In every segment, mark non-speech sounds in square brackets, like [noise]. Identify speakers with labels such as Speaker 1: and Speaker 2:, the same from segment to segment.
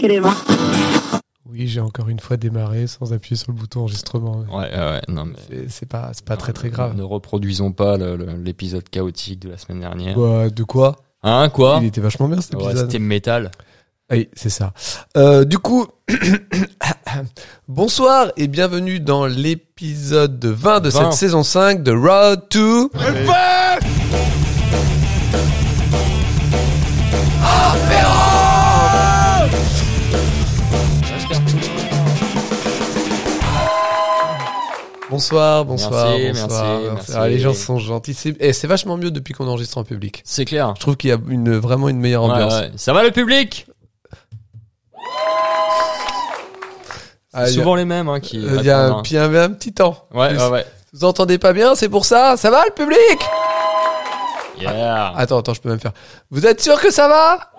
Speaker 1: et les mains.
Speaker 2: Oui, j'ai encore une fois démarré sans appuyer sur le bouton enregistrement.
Speaker 3: Ouais, ouais, non, mais
Speaker 2: C'est- C'est pas, c'est pas
Speaker 3: non,
Speaker 2: très très
Speaker 3: ne-
Speaker 2: grave.
Speaker 3: Ne reproduisons pas le- le- l'épisode chaotique de la semaine dernière.
Speaker 2: Bah, de quoi
Speaker 3: Hein, quoi
Speaker 2: Il était vachement bien cet
Speaker 3: Ouais,
Speaker 2: épisode.
Speaker 3: C'était métal.
Speaker 2: Ah Oui, c'est ça. Euh, du coup, [coughs] bonsoir et bienvenue dans l'épisode 20 de
Speaker 3: 20.
Speaker 2: cette saison 5 de Road to... Bonsoir, bonsoir,
Speaker 3: Merci,
Speaker 2: bonsoir.
Speaker 3: merci, merci.
Speaker 2: Ah, les gens sont gentils. C'est eh, c'est vachement mieux depuis qu'on enregistre en public.
Speaker 3: C'est clair.
Speaker 2: Je trouve qu'il y a une, vraiment une meilleure
Speaker 3: Ouais,
Speaker 2: ambiance.
Speaker 3: ouais. Ça va le public
Speaker 2: Ah, il y a-
Speaker 3: Souvent les mêmes hein, qui.
Speaker 2: euh, il y a
Speaker 3: répondent,
Speaker 2: un,
Speaker 3: hein.
Speaker 2: puis il y avait un petit temps.
Speaker 3: Ouais, ouais, ouais.
Speaker 2: Vous entendez pas bien, c'est pour ça Ça va le public
Speaker 3: Yeah.
Speaker 2: Attends, attends, je peux même faire. Vous êtes sûr que ça va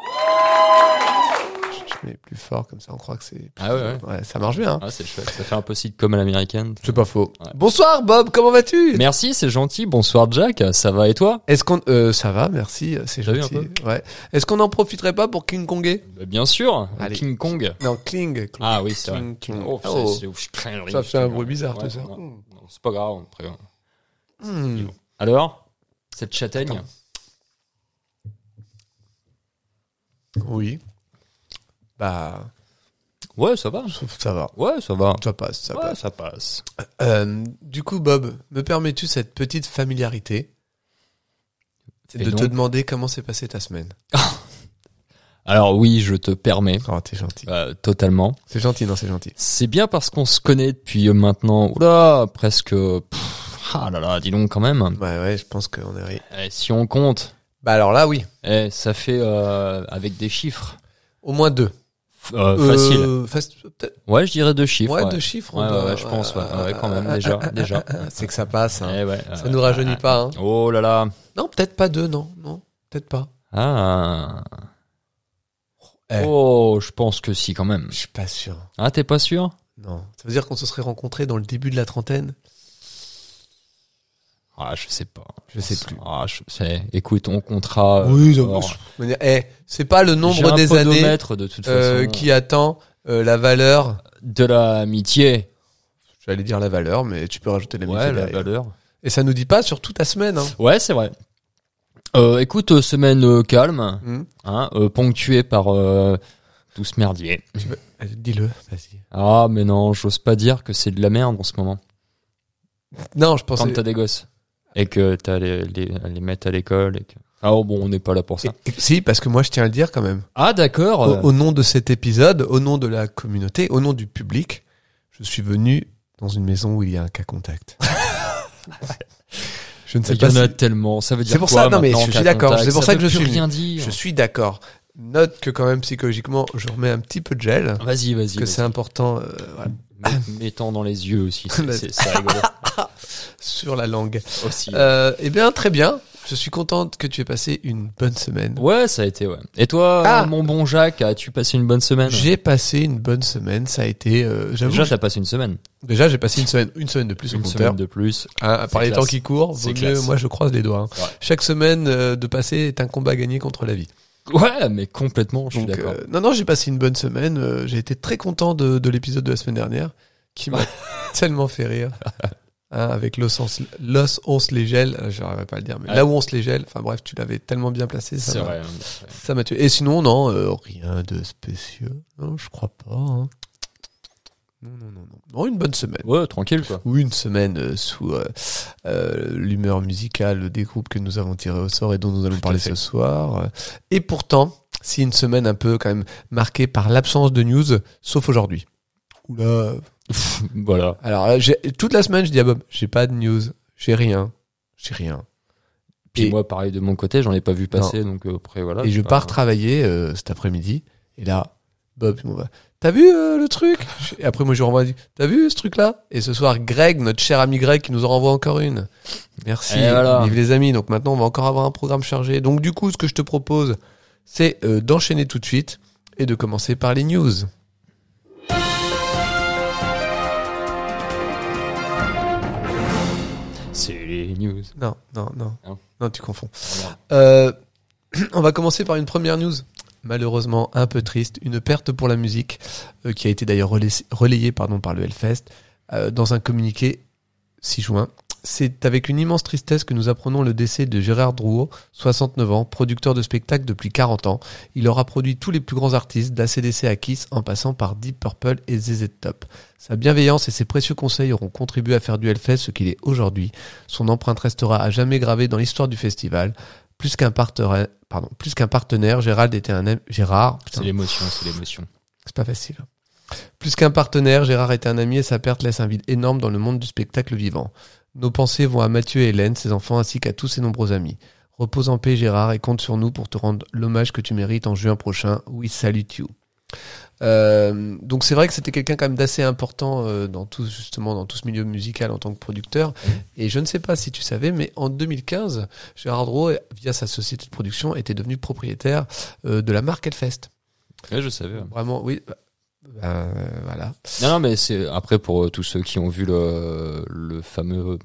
Speaker 2: Je je mets plus fort comme ça, on croit que c'est.
Speaker 3: Ah ouais, ouais.
Speaker 2: Ouais, ça marche bien. hein.
Speaker 3: Ah, c'est chouette. Ça fait un peu sitcom à l'américaine.
Speaker 2: C'est pas faux.
Speaker 3: Ouais.
Speaker 2: Bonsoir Bob, comment vas-tu
Speaker 3: Merci, c'est gentil. Bonsoir Jack. Ça va et toi
Speaker 2: Est-ce qu'on euh, ça va, merci, c'est
Speaker 3: Ça va
Speaker 2: gentil.
Speaker 3: un
Speaker 2: Ouais. Est-ce qu'on en profiterait pas pour King Konger
Speaker 3: Bah, Bien sûr.
Speaker 2: Allez.
Speaker 3: King Kong.
Speaker 2: Non, Kling. Kling,
Speaker 3: Ah oui, c'est vrai.
Speaker 2: Kling, Kling.
Speaker 3: Oh,
Speaker 2: Oh.
Speaker 3: c'est- c'est-
Speaker 2: Ça fait un bruit bizarre tout
Speaker 3: Ouais,
Speaker 2: ça.
Speaker 3: ouais. Non, C'est pas grave. après.
Speaker 2: Hmm.
Speaker 3: Alors, cette châtaigne.
Speaker 2: Attends. Oui. Bah,
Speaker 3: Ouais, ça va.
Speaker 2: ça va.
Speaker 3: Ouais, ça va.
Speaker 2: Ça passe, ça
Speaker 3: ouais,
Speaker 2: passe.
Speaker 3: ça passe.
Speaker 2: Euh, du coup, Bob, me permets-tu cette petite familiarité
Speaker 3: Fais
Speaker 2: de
Speaker 3: donc.
Speaker 2: te demander comment s'est passée ta semaine
Speaker 3: Alors oui, je te permets.
Speaker 2: Oh, t'es gentil.
Speaker 3: euh, totalement.
Speaker 2: C'est gentil, non, c'est gentil.
Speaker 3: C'est bien parce qu'on se connaît depuis euh, maintenant, oula, presque, pff, ah là là, dis donc quand même.
Speaker 2: Ouais, Bah ouais, je pense qu'on est.
Speaker 3: Eh, si on compte,
Speaker 2: Bah alors là, oui.
Speaker 3: eh, ça fait euh, avec des chiffres.
Speaker 2: Au moins deux.
Speaker 3: F- euh, Facile.
Speaker 2: Euh, fac- peut-être-
Speaker 3: Ouais, je dirais deux chiffres.
Speaker 2: Ouais,
Speaker 3: ouais.
Speaker 2: deux chiffres. on
Speaker 3: Ouais, ouais,
Speaker 2: doit-
Speaker 3: ouais, je pense, ouais,
Speaker 2: euh,
Speaker 3: ouais, quand même,
Speaker 2: euh,
Speaker 3: déjà,
Speaker 2: euh, [laughs]
Speaker 3: déjà.
Speaker 2: euh, C'est que ça passe. hein.
Speaker 3: Eh ouais,
Speaker 2: Ça
Speaker 3: euh,
Speaker 2: nous rajeunit pas. hein.
Speaker 3: Oh là là.
Speaker 2: Non, peut-être pas deux, non, non, peut-être pas.
Speaker 3: Ah.
Speaker 2: Eh.
Speaker 3: Oh, je pense que si quand même.
Speaker 2: Je suis pas sûr.
Speaker 3: Ah, t'es pas sûr
Speaker 2: Non. Ça veut dire qu'on se serait rencontrés dans le début de la trentaine.
Speaker 3: Ah, je sais pas.
Speaker 2: Je sais plus.
Speaker 3: Ah, je sais. Écoute, on comptera.
Speaker 2: Oui, non,
Speaker 3: alors,
Speaker 2: je- On va dire, Eh, c'est pas le
Speaker 3: j'ai
Speaker 2: nombre
Speaker 3: un
Speaker 2: des années
Speaker 3: podomètre, de toute façon
Speaker 2: euh, qui attend euh, la valeur.
Speaker 3: de l'amitié.
Speaker 2: J'allais dire la valeur, mais tu peux rajouter la
Speaker 3: Ouais, la valeur.
Speaker 2: Et ça nous dit pas sur toute la semaine. Hein.
Speaker 3: Ouais, c'est vrai. Euh, écoute, euh, semaine euh, calme,
Speaker 2: Hmm.
Speaker 3: hein, euh, ponctuée par euh, tout ce merdier.
Speaker 2: Dis-le, vas-y.
Speaker 3: Ah, mais non, j'ose pas dire que c'est de la merde en ce moment.
Speaker 2: Non, je pensais.
Speaker 3: Quand t'as des gosses et que t'as les, les, les mettre à l'école et que... Ah oh, bon, on n'est pas là pour ça.
Speaker 2: Et- et- Si, parce que moi je tiens à le dire quand même.
Speaker 3: Ah d'accord.
Speaker 2: Au,
Speaker 3: euh,
Speaker 2: au nom de cet épisode, au nom de la communauté, au nom du public, je suis venu dans une maison où il y a un cas [laughs] contact. je ne sais
Speaker 3: Il y
Speaker 2: pas.
Speaker 3: en a
Speaker 2: Si...
Speaker 3: tellement. Ça veut dire
Speaker 2: C'est pour
Speaker 3: quoi,
Speaker 2: ça, non, mais je
Speaker 3: maintenant, qu'un
Speaker 2: suis d'accord,
Speaker 3: contact,
Speaker 2: c'est pour ça que
Speaker 3: veut
Speaker 2: je
Speaker 3: plus
Speaker 2: suis
Speaker 3: rien dire.
Speaker 2: Je suis d'accord. Note que quand même psychologiquement, je remets un petit peu de gel.
Speaker 3: Vas-y, vas-y.
Speaker 2: Que
Speaker 3: vas-y.
Speaker 2: c'est important euh, voilà,
Speaker 3: Mets- Mets-t'en dans les yeux aussi. C'est c'est- c'est rigolo
Speaker 2: sur la langue.
Speaker 3: aussi.
Speaker 2: Euh, eh bien, très bien. Je suis contente que tu aies passé une bonne semaine.
Speaker 3: Ouais, ça a été, ouais. Et toi,
Speaker 2: Ah.
Speaker 3: euh, mon bon Jacques, as-tu passé une bonne semaine
Speaker 2: J'ai passé une bonne semaine, ça a été, euh, j'avoue.
Speaker 3: Déjà, t'as passé une semaine.
Speaker 2: Déjà, j'ai passé une semaine, une semaine de plus au
Speaker 3: Une
Speaker 2: compteur.
Speaker 3: semaine de plus.
Speaker 2: Hein, à part
Speaker 3: C'est
Speaker 2: les temps
Speaker 3: classe.
Speaker 2: qui courent, vaut
Speaker 3: C'est
Speaker 2: mieux,
Speaker 3: classe.
Speaker 2: moi je croise les doigts. hein.
Speaker 3: Ouais.
Speaker 2: Chaque semaine euh, de passer est un combat gagné contre la vie.
Speaker 3: Ouais, mais complètement, je suis
Speaker 2: Donc,
Speaker 3: d'accord.
Speaker 2: euh, non, non, j'ai passé une bonne semaine. euh, j'ai été très content de, de l'épisode de la semaine dernière qui
Speaker 3: [laughs]
Speaker 2: m'a tellement fait rire. Hein, avec l'os, on se- l'os, on se les gèle. Euh, J'arriverai pas à le dire, mais
Speaker 3: Ouais.
Speaker 2: là où on se les gèle, enfin bref, tu l'avais tellement bien placé. Ça
Speaker 3: C'est
Speaker 2: m'a-
Speaker 3: vrai.
Speaker 2: Ça m'a tué. Et sinon, non, euh, rien de spécial. Non, je crois pas. hein. Non, non, non, non. Non, une bonne semaine.
Speaker 3: Ouais, tranquille, quoi. [laughs]
Speaker 2: Ou une semaine euh, sous euh, euh, l'humeur musicale des groupes que nous avons tirés au sort et dont nous allons parler
Speaker 3: fait.
Speaker 2: ce soir. Et pourtant, c'est une semaine un peu quand même marquée par l'absence de news, sauf aujourd'hui. Oula.
Speaker 3: voilà.
Speaker 2: Alors là, j'ai- toute la semaine, je dis à Bob, j'ai pas de news, j'ai rien, j'ai rien.
Speaker 3: Puis
Speaker 2: Et-
Speaker 3: moi, pareil, de mon côté, j'en ai pas vu passer, donc euh, après, voilà.
Speaker 2: et je
Speaker 3: pas-
Speaker 2: pars travailler euh, cet après-midi. Et là, Bob, il m'envoie, T'as vu euh, le truc Je- Et après, moi, je lui renvoie. il dit, T'as vu ce truc-là Et ce soir, Greg, notre cher ami Greg, qui nous en renvoie encore une. Merci,
Speaker 3: Et voilà.
Speaker 2: vive les amis. Donc maintenant, on va encore avoir un programme chargé. Donc du coup, ce que je te propose, c'est euh, d'enchaîner tout de suite et de commencer par les news.
Speaker 3: C'est les news.
Speaker 2: Non, non, non.
Speaker 3: Non.
Speaker 2: Non, tu confonds.
Speaker 3: Ah, merde.
Speaker 2: [clears throat] Euh, on va commencer par une première news. malheureusement un peu triste, une perte pour la musique, euh, qui a été d'ailleurs relais- relayée pardon, par le Hellfest euh, dans un communiqué 6 juin. C'est avec une immense tristesse que nous apprenons le décès de Gérard Drouot, 69 ans, producteur de spectacles depuis 40 ans. Il aura produit tous les plus grands artistes, d'ACDC à Kiss, en passant par Deep Purple et ZZ Top. Sa bienveillance et ses précieux conseils auront contribué à faire du Hellfest ce qu'il est aujourd'hui. Son empreinte restera à jamais gravée dans l'histoire du festival. Plus qu'un partenaire, pardon, plus qu'un partenaire, Gérald était un ami, Gérard, putain,
Speaker 3: C'est l'émotion, c'est l'émotion.
Speaker 2: c'est pas facile. Plus qu'un partenaire, Gérard était un ami et sa perte laisse un vide énorme dans le monde du spectacle vivant. Nos pensées vont à Mathieu et Hélène, ses enfants ainsi qu'à tous ses nombreux amis. Repose en paix Gérard et compte sur nous pour te rendre l'hommage que tu mérites en juin prochain. We salute you. Euh, donc c'est vrai que c'était quelqu'un quand même d'assez important euh, dans tout justement dans tout ce milieu musical en tant que producteur et je ne sais pas si tu savais mais en 2015 Gérard Rowe via sa société de production était devenu propriétaire euh, de la marque Hellfest
Speaker 3: Ouais, je savais. ouais.
Speaker 2: Vraiment, oui. bah, bah, euh, voilà.
Speaker 3: Non, non, mais c'est après pour euh, tous ceux qui ont vu le, le fameux euh,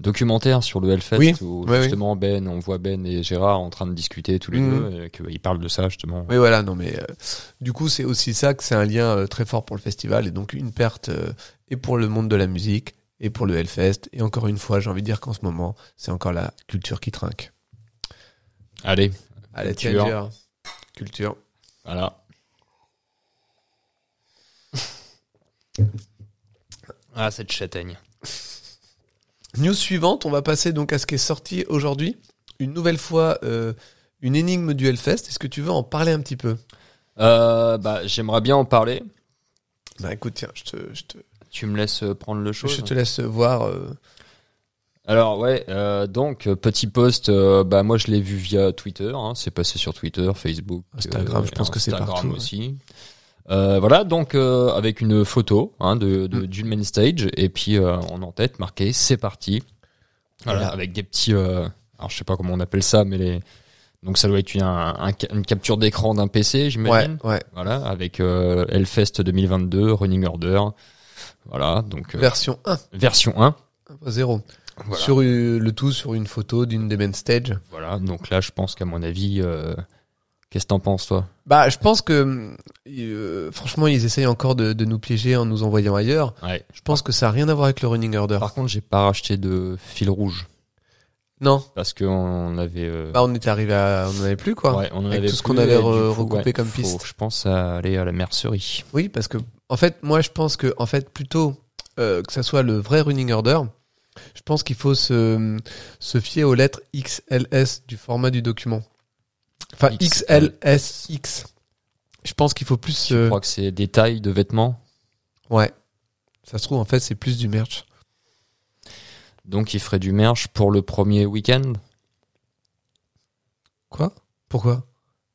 Speaker 3: documentaire sur le Hellfest
Speaker 2: Oui,
Speaker 3: où
Speaker 2: oui,
Speaker 3: justement Ben, on voit Ben et Gérard en train de discuter tous les
Speaker 2: Mhm.
Speaker 3: deux, et qu'ils parlent de ça justement.
Speaker 2: Oui, voilà, non, mais euh, du coup, c'est aussi ça que c'est un lien euh, très fort pour le festival et donc une perte euh, et pour le monde de la musique et pour le Hellfest. Et encore une fois, j'ai envie de dire qu'en ce moment, c'est encore la culture qui trinque.
Speaker 3: Allez,
Speaker 2: Allez,
Speaker 3: Culture.
Speaker 2: tiens, Gérard. Culture.
Speaker 3: voilà. ah, cette châtaigne.
Speaker 2: News suivante, on va passer donc à ce qui est sorti aujourd'hui. Une nouvelle fois, euh, une énigme du Hellfest. Est-ce que tu veux en parler un petit peu
Speaker 3: Euh, bah, j'aimerais bien en parler.
Speaker 2: Bah écoute, tiens, je te, je te,
Speaker 3: Tu me laisses euh, prendre le show.
Speaker 2: je te laisse voir. euh,
Speaker 3: Alors ouais, euh, donc euh, petit post, euh, bah moi je l'ai vu via Twitter, hein, c'est passé sur Twitter, Facebook, euh,
Speaker 2: Instagram, je pense que c'est
Speaker 3: Instagram
Speaker 2: partout, ouais.
Speaker 3: aussi. Euh, voilà, donc euh, avec une photo hein, de
Speaker 2: Mm.
Speaker 3: de- d'une main stage et puis euh, en tête marqué c'est parti. Voilà,
Speaker 2: Voilà.
Speaker 3: avec des petits, euh, alors je sais pas comment on appelle ça, mais les donc ça doit être une, un- un ca- une capture d'écran d'un PC,
Speaker 2: Ouais,
Speaker 3: j'imagine.
Speaker 2: ouais.
Speaker 3: Voilà, avec euh, Hellfest 2022, Running Order. Voilà, donc euh,
Speaker 2: Version 1,
Speaker 3: version 1.
Speaker 2: 1.0.
Speaker 3: Voilà.
Speaker 2: sur euh, le tout sur une photo d'une des main stage.
Speaker 3: Voilà, donc là, je pense qu'à mon avis, euh, qu'est-ce que t'en penses, toi
Speaker 2: Bah, je pense que hum, euh, franchement, ils essayent encore de, de nous piéger en nous envoyant ailleurs.
Speaker 3: ouais.
Speaker 2: Je pense que ça a rien à voir avec le running order.
Speaker 3: Par contre, j'ai pas racheté de fil rouge
Speaker 2: Non,
Speaker 3: parce qu'on avait. euh,
Speaker 2: bah on était arrivé à, on en avait plus quoi.
Speaker 3: ouais, on en
Speaker 2: avec
Speaker 3: avait
Speaker 2: tout ce qu'on
Speaker 3: plus,
Speaker 2: avait
Speaker 3: et du
Speaker 2: re-
Speaker 3: coup,
Speaker 2: recoupé
Speaker 3: ouais,
Speaker 2: comme
Speaker 3: faut,
Speaker 2: piste.
Speaker 3: Je pense à aller à la mercerie.
Speaker 2: Oui, parce que en fait, moi, je pense que en fait, plutôt euh, que ça soit le vrai running order, je pense qu'il faut se se fier aux lettres XLS du format du document. Enfin, XLSX. Je pense qu'il faut plus.
Speaker 3: Je
Speaker 2: euh,
Speaker 3: crois que c'est des tailles de vêtements,
Speaker 2: Ouais. Ça se trouve, en fait, c'est plus du merch.
Speaker 3: donc il ferait du merch pour le premier week-end.
Speaker 2: Quoi Pourquoi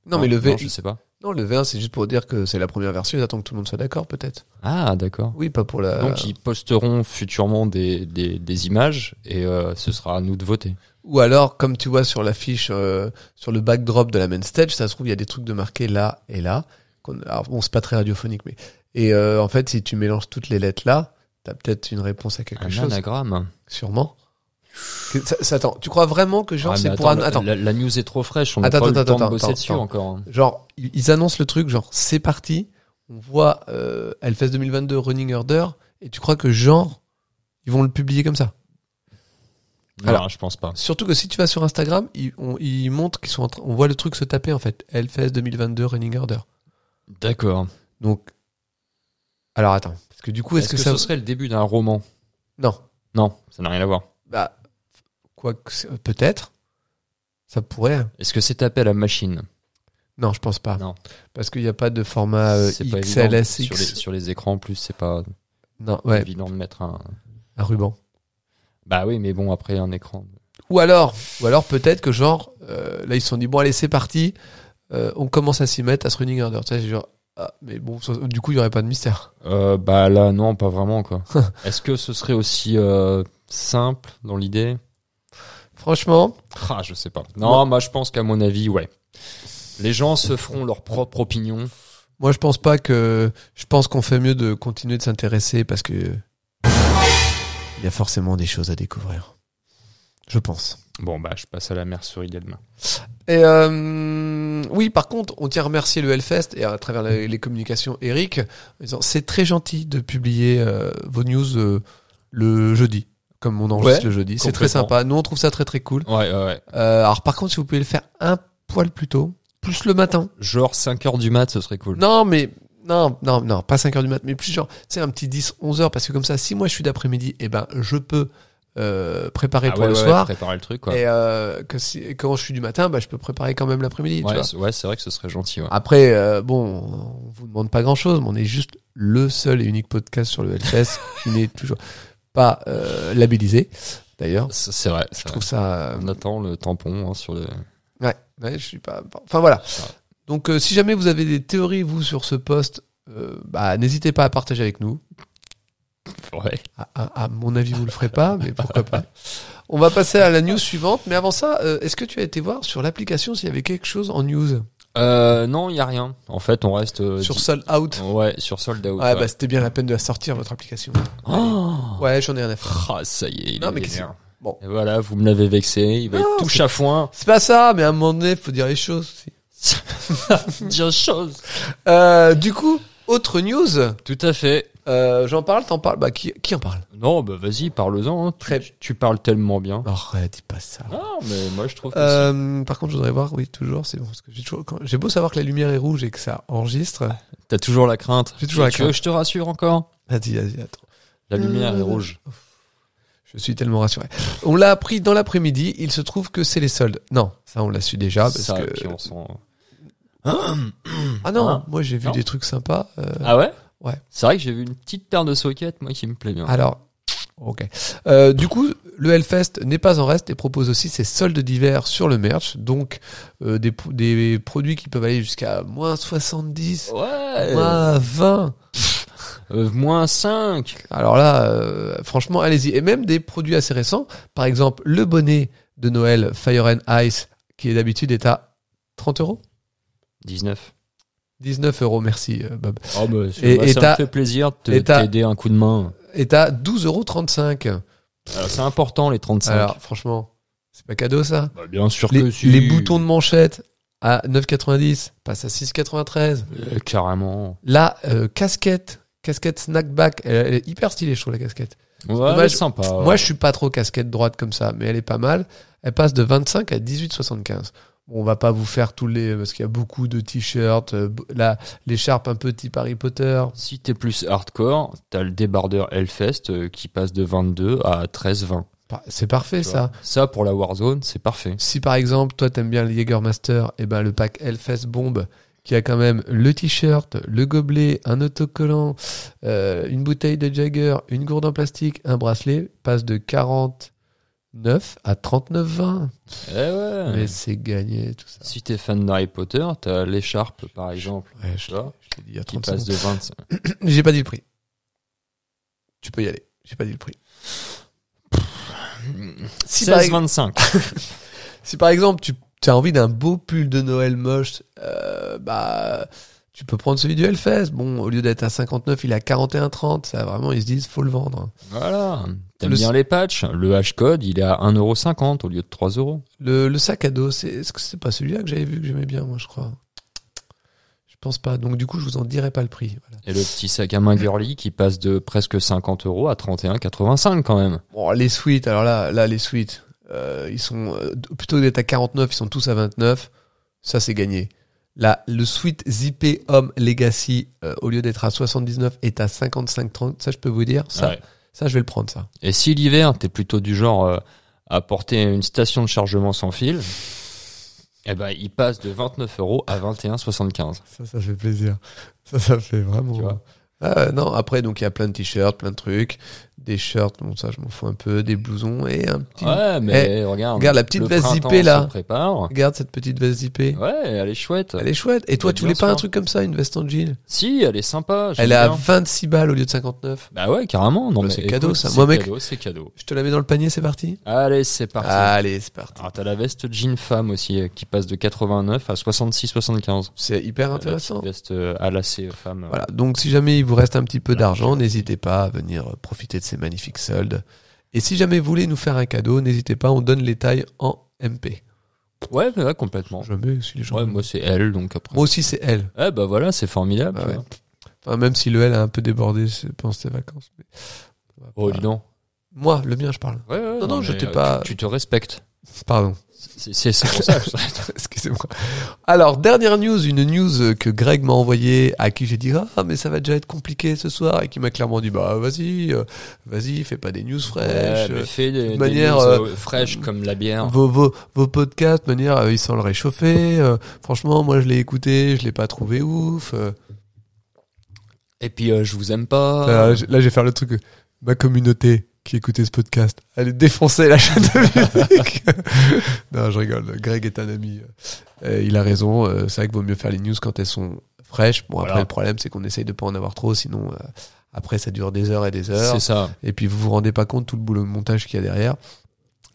Speaker 2: non, mais le, v...
Speaker 3: Non, je sais pas.
Speaker 2: non, le V1, c'est juste pour dire que c'est la première version. Ils attendent que tout le monde soit d'accord, peut-être.
Speaker 3: Ah, d'accord.
Speaker 2: Oui, pas pour la.
Speaker 3: Donc ils posteront futurement des, des, des images et euh, ce sera à nous de voter.
Speaker 2: Ou alors, comme tu vois sur l'affiche, euh, sur le backdrop de la main stage, ça se trouve, il y a des trucs de marqués là et là. qu'on- Alors, bon, c'est pas très radiophonique, mais. Et euh, en fait, si tu mélanges toutes les lettres là, t'as peut-être une réponse à quelque
Speaker 3: Un
Speaker 2: chose.
Speaker 3: anagramme.
Speaker 2: Sûrement. Que- ça- ça- attends, tu crois vraiment que genre
Speaker 3: Ah, mais
Speaker 2: c'est pour. un-
Speaker 3: la-
Speaker 2: Attends,
Speaker 3: La, la news est trop fraîche, on n'a
Speaker 2: Attends,
Speaker 3: pas eu le
Speaker 2: attends,
Speaker 3: temps de
Speaker 2: attends,
Speaker 3: bosser
Speaker 2: attends,
Speaker 3: dessus
Speaker 2: attends.
Speaker 3: encore. hein.
Speaker 2: Genre, ils ils annoncent le truc, genre, c'est parti, on voit euh, Hellfest 2022 Running Order, et tu crois que genre, ils vont le publier comme ça
Speaker 3: Non,
Speaker 2: Alors-
Speaker 3: je pense pas.
Speaker 2: Surtout que si tu vas sur Instagram, ils, on- ils montrent qu'ils sont en train, on voit le truc se taper en fait, Hellfest 2022 Running Order.
Speaker 3: D'accord.
Speaker 2: Donc, alors attends, parce que du coup, est-ce que, ça...
Speaker 3: ce serait le début d'un roman
Speaker 2: Non,
Speaker 3: Non, ça n'a rien à voir.
Speaker 2: bah, quoi que c'est- peut-être, ça pourrait...
Speaker 3: Est-ce que c'est tapé à la machine
Speaker 2: Non, je pense pas.
Speaker 3: Non.
Speaker 2: Parce qu'il n'y a pas de format euh,
Speaker 3: C'est pas évident.
Speaker 2: XLSX.
Speaker 3: Sur, les, sur les écrans, en plus, c'est pas
Speaker 2: Non, ouais,
Speaker 3: évident de mettre un.
Speaker 2: un ruban.
Speaker 3: Bah oui, mais bon, après un écran.
Speaker 2: Ou alors, ou alors peut-être que genre, euh, là ils se sont dit, bon allez c'est parti, euh, on commence à s'y mettre à ce running order. Tu sais, j'ai genre, ah, mais bon, ça- du coup il n'y aurait pas de mystère.
Speaker 3: Euh, bah là, non, pas
Speaker 2: [laughs]
Speaker 3: vraiment quoi. Est-ce que ce serait aussi euh, simple dans l'idée
Speaker 2: Franchement,
Speaker 3: Ah, je sais pas. Non, moi, je pense qu'à mon avis, ouais. Les gens se feront leur propre opinion.
Speaker 2: moi je pense pas que, je pense qu'on fait mieux de continuer de s'intéresser parce que il y a forcément des choses à découvrir. Je pense.
Speaker 3: Bon, bah, je passe à la mercerie dès demain.
Speaker 2: Et euh, Euh, oui, par contre, on tient à remercier le Hellfest et à travers les, les communications, Eric, en disant, c'est très gentil de publier euh, vos news euh, le jeudi, comme on enregistre
Speaker 3: Ouais,
Speaker 2: le jeudi. C'est très
Speaker 3: complètement.
Speaker 2: sympa. Nous, on trouve ça très très cool.
Speaker 3: Ouais, ouais, ouais.
Speaker 2: Euh, alors, par contre, si vous pouvez le faire un poil plus tôt, plus le matin.
Speaker 3: Genre 5 heures du mat, ce serait cool.
Speaker 2: Non, mais non, non, non, pas 5 heures du mat, mais plus genre, c'est un petit 10, 11 heures, parce que comme ça, si moi je suis d'après-midi, et ben, je peux euh, préparer
Speaker 3: Ah
Speaker 2: pour
Speaker 3: ouais,
Speaker 2: le
Speaker 3: ouais, ouais,
Speaker 2: soir.
Speaker 3: préparer le truc, quoi.
Speaker 2: et euh, que si- quand je suis du matin, bah, je peux préparer quand même l'après-midi. tu vois.
Speaker 3: ouais, c'est- ouais, c'est vrai que ce serait gentil. Ouais.
Speaker 2: Après, euh, bon, on vous demande pas grand-chose, mais on est juste le seul et unique podcast sur le Hellfest qui n'est toujours pas euh, labellisé, d'ailleurs.
Speaker 3: C'est c'est vrai. c'est
Speaker 2: Je
Speaker 3: vrai.
Speaker 2: trouve ça... euh,
Speaker 3: On attend le tampon hein, sur le.
Speaker 2: ouais, ouais, je suis pas... Enfin, voilà.
Speaker 3: Ouais.
Speaker 2: Donc, euh, si jamais vous avez des théories, vous, sur ce poste, euh, bah, n'hésitez pas à partager avec nous.
Speaker 3: Ouais.
Speaker 2: À, à- à mon avis, vous le ferez pas, mais pourquoi pas. On va passer à la news suivante. Mais avant ça, euh, est-ce que tu as été voir sur l'application s'il y avait quelque chose en news
Speaker 3: Euh, non, il y a rien. En fait, on reste euh,
Speaker 2: Sur
Speaker 3: di-
Speaker 2: Sold Out
Speaker 3: Ouais, sur sold out.
Speaker 2: Ouais,
Speaker 3: ouais.
Speaker 2: bah, c'était bien la peine de la sortir, votre application.
Speaker 3: Oh
Speaker 2: Ouais, j'en ai rien à faire.
Speaker 3: Ah, ça y est, il
Speaker 2: Non,
Speaker 3: est
Speaker 2: mais qu'est-ce-
Speaker 3: vénère.
Speaker 2: bon.
Speaker 3: Et voilà, vous me l'avez vexé, il va
Speaker 2: Non,
Speaker 3: être tout
Speaker 2: c'est- [laughs]
Speaker 3: chafouin.
Speaker 2: C'est pas ça, mais à un moment donné, faut dire les choses. aussi. Mm.
Speaker 3: Dire chose.
Speaker 2: Euh, du coup, autre news.
Speaker 3: Tout à fait.
Speaker 2: Euh, J'en parle, t'en parles. Bah, qui, qui en parle
Speaker 3: Non, bah vas-y, parle-en. hein. Tu-
Speaker 2: Très-
Speaker 3: Tu, parles tellement bien.
Speaker 2: Arrête, dis pas ça.
Speaker 3: Non, mais moi je trouve que
Speaker 2: Euh, par contre, je voudrais voir, oui, toujours, c'est bon, parce que j'ai toujours, quand- j'ai beau savoir que la lumière est rouge et que ça enregistre.
Speaker 3: c'est- t'as toujours la crainte.
Speaker 2: J'ai toujours la
Speaker 3: Tu veux
Speaker 2: crainte.
Speaker 3: que je te rassure encore
Speaker 2: Vas-y, vas-y, attends.
Speaker 3: La lumière
Speaker 2: Euh,
Speaker 3: est rouge.
Speaker 2: Je suis tellement rassuré. On l'a appris dans l'après-midi. Il se trouve que c'est les soldes. Non, ça on l'a su déjà parce
Speaker 3: Ça,
Speaker 2: que.
Speaker 3: puis on s'en-
Speaker 2: Ah non,
Speaker 3: Ah.
Speaker 2: moi j'ai vu
Speaker 3: Non.
Speaker 2: des trucs sympas. euh,
Speaker 3: Ah ouais
Speaker 2: Ouais.
Speaker 3: C'est vrai que j'ai vu une petite paire de sockets, moi, qui me plaît bien.
Speaker 2: Alors, ok. Euh, du coup, le Hellfest n'est pas en reste et propose aussi ses soldes d'hiver sur le merch, donc euh, des, pro- des produits qui peuvent aller jusqu'à moins 70,
Speaker 3: ouais.
Speaker 2: moins 20.
Speaker 3: Euh, moins 5.
Speaker 2: Alors là, euh, franchement, allez-y. Et même des produits assez récents, par exemple le bonnet de Noël Fire and Ice, qui est d'habitude est à 30 euros.
Speaker 3: 19.
Speaker 2: 19 euros, merci euh, Bob.
Speaker 3: Oh, bah,
Speaker 2: Et-
Speaker 3: bah,
Speaker 2: et
Speaker 3: ça
Speaker 2: t'as-
Speaker 3: me fait plaisir de te-
Speaker 2: et t'as-
Speaker 3: t'aider un coup de main.
Speaker 2: Est à 12,35 euros.
Speaker 3: Alors, c'est important, les 35.
Speaker 2: Alors, franchement, c'est pas cadeau ça.
Speaker 3: Bah, bien sûr
Speaker 2: les,
Speaker 3: que si.
Speaker 2: les boutons de manchette à 9,90 passent à 6,93.
Speaker 3: Euh, carrément.
Speaker 2: Là, euh, casquette, casquette snackback, elle, elle est hyper stylée, je trouve la casquette.
Speaker 3: Ah Ouais,
Speaker 2: dommage.
Speaker 3: sympa.
Speaker 2: Moi, je suis pas trop casquette droite comme ça, mais elle est pas mal. Elle passe de 25 à 18,75. Bon, on va pas vous faire tous les parce qu'il y a beaucoup de t-shirts, euh, b- la l'écharpe un peu type Harry Potter.
Speaker 3: Si t'es plus hardcore, t'as le débardeur Hellfest euh, qui passe de 22 à 13-20.
Speaker 2: Par- C'est parfait
Speaker 3: tu
Speaker 2: ça.
Speaker 3: vois. Ça, pour la Warzone, c'est parfait.
Speaker 2: Si par exemple, toi t'aimes bien le Jägermaster, et ben le pack Hellfest Bombe qui a quand même le t-shirt, le gobelet, un autocollant, euh, une bouteille de Jagger, une gourde en plastique, un bracelet, passe de 49 à 39,20.
Speaker 3: Eh ouais.
Speaker 2: Mais c'est gagné tout ça.
Speaker 3: Si t'es fan d'Harry Potter, t'as l'écharpe, par exemple,
Speaker 2: Ouais, je
Speaker 3: tu vois,
Speaker 2: je l'ai dit il y a
Speaker 3: qui
Speaker 2: 30
Speaker 3: passe
Speaker 2: secondes.
Speaker 3: de 25.
Speaker 2: J'ai pas dit le prix. Tu peux y aller. J'ai pas dit le prix. Si par,
Speaker 3: 16-25.
Speaker 2: si par exemple tu as envie d'un beau pull de Noël moche, euh, bah tu peux prendre celui du Hellfest. Bon, au lieu d'être à 59, il est à 41,30. Ça vraiment, ils se disent faut le vendre.
Speaker 3: Voilà. T'aimes
Speaker 2: Le-
Speaker 3: bien les patchs Le H-code, il est à 1,50€ au lieu de 3€.
Speaker 2: Le, le sac à dos, c'est est-ce que c'est pas celui-là que j'avais vu que j'aimais bien, moi je crois. Je pense pas. Donc du coup, je vous en dirai pas le prix. Voilà.
Speaker 3: Et le petit sac à main girly qui passe de presque 50€ à 31,85€ quand même.
Speaker 2: Bon, les suites. Alors là, là les suites, euh, ils sont euh, plutôt d'être à 49, ils sont tous à 29. Ça c'est gagné. Là, le suite zippé homme legacy euh, au lieu d'être à 79 est à 55,30. Ça, je peux vous dire, ça,
Speaker 3: Ouais.
Speaker 2: Ça, je vais le prendre, ça.
Speaker 3: Et si l'hiver, t'es plutôt du genre euh, à porter une station de chargement sans fil, eh ben, il passe de 29 euros à 21,75.
Speaker 2: Ça, ça fait plaisir. Ça, ça fait vraiment.
Speaker 3: Tu vois.
Speaker 2: Ah, non, après, donc, il y a plein de t-shirts, plein de trucs. Des shirts, bon, ça, je m'en fous un peu. Des blousons et un petit.
Speaker 3: Ouais, mais regarde.
Speaker 2: Eh, regarde la petite
Speaker 3: le
Speaker 2: veste
Speaker 3: printemps
Speaker 2: zippée, là.
Speaker 3: se prépare.
Speaker 2: Regarde cette petite veste zippée.
Speaker 3: Ouais, elle est chouette.
Speaker 2: Elle est chouette. Et toi,
Speaker 3: Ouais,
Speaker 2: tu
Speaker 3: bien
Speaker 2: voulais pas
Speaker 3: sûr.
Speaker 2: un truc comme ça, une veste en jean
Speaker 3: Si, elle est sympa. j'aime
Speaker 2: Elle est à
Speaker 3: bien.
Speaker 2: 26 balles au lieu de 59.
Speaker 3: Bah ouais, carrément. Non,
Speaker 2: Bah,
Speaker 3: mais
Speaker 2: c'est
Speaker 3: écoute,
Speaker 2: cadeau, ça.
Speaker 3: c'est
Speaker 2: Moi, mec-
Speaker 3: cadeau, c'est cadeau.
Speaker 2: Je te la mets dans le panier, c'est parti
Speaker 3: Allez, c'est parti.
Speaker 2: Allez, c'est parti.
Speaker 3: Alors, Ah, t'as la veste jean femme aussi euh, qui passe de 89 à 66,75.
Speaker 2: C'est hyper
Speaker 3: La petite
Speaker 2: Ah, intéressant.
Speaker 3: Veste euh, à lacets euh, femme. euh,
Speaker 2: Voilà, donc si jamais il vous reste un petit peu
Speaker 3: Voilà,
Speaker 2: d'argent,
Speaker 3: j'ai-
Speaker 2: n'hésitez pas à venir euh, profiter de ces magnifiques soldes. Et si jamais vous voulez nous faire un cadeau, n'hésitez pas, on donne les tailles en MP.
Speaker 3: Ouais, ouais, complètement.
Speaker 2: Jamais, si les gens.
Speaker 3: Ouais, moi c'est elle, donc après.
Speaker 2: Moi aussi, c'est elle.
Speaker 3: Eh bah voilà, c'est formidable.
Speaker 2: Ah
Speaker 3: tu
Speaker 2: ouais.
Speaker 3: vois.
Speaker 2: Enfin, même si le L a un peu débordé c'est- pendant ses vacances. mais-
Speaker 3: Oh, dis donc.
Speaker 2: Moi, le mien, je parle.
Speaker 3: Ouais, ouais,
Speaker 2: non, je
Speaker 3: mais,
Speaker 2: t'ai
Speaker 3: euh,
Speaker 2: pas-
Speaker 3: Tu, tu te respectes.
Speaker 2: Pardon.
Speaker 3: C'est c'est- c'est
Speaker 2: [laughs]
Speaker 3: pour ça. je-
Speaker 2: Excusez-moi. Alors, dernière news, une news que Greg m'a envoyée, à qui j'ai dit Ah, mais ça va déjà être compliqué ce soir, et qui m'a clairement dit Bah, vas-y, euh, vas-y, fais pas des news
Speaker 3: Ouais,
Speaker 2: fraîches.
Speaker 3: mais fais des, des
Speaker 2: Euh, manière,
Speaker 3: news,
Speaker 2: euh,
Speaker 3: euh, fraîches comme la bière.
Speaker 2: vos, vos, vos podcasts, de manière, euh, ils sont le réchauffer. euh, franchement, moi, je l'ai écouté, je l'ai pas trouvé ouf. euh.
Speaker 3: Et puis euh, je vous aime pas.
Speaker 2: Là, j'ai- là, je vais faire le truc. euh, Ma communauté qui écoutait ce podcast, elle est défoncée la chaîne de musique. [laughs] non, je rigole. Greg est un ami. Euh, il a raison. euh, C'est vrai qu'il vaut mieux faire les news quand elles sont fraîches. Bon, après,
Speaker 3: Voilà.
Speaker 2: le problème, c'est qu'on essaye de pas en avoir trop. Sinon, euh, après, ça dure des heures et des heures.
Speaker 3: C'est ça.
Speaker 2: Et puis, vous vous rendez pas compte tout le boulot de montage qu'il y a derrière.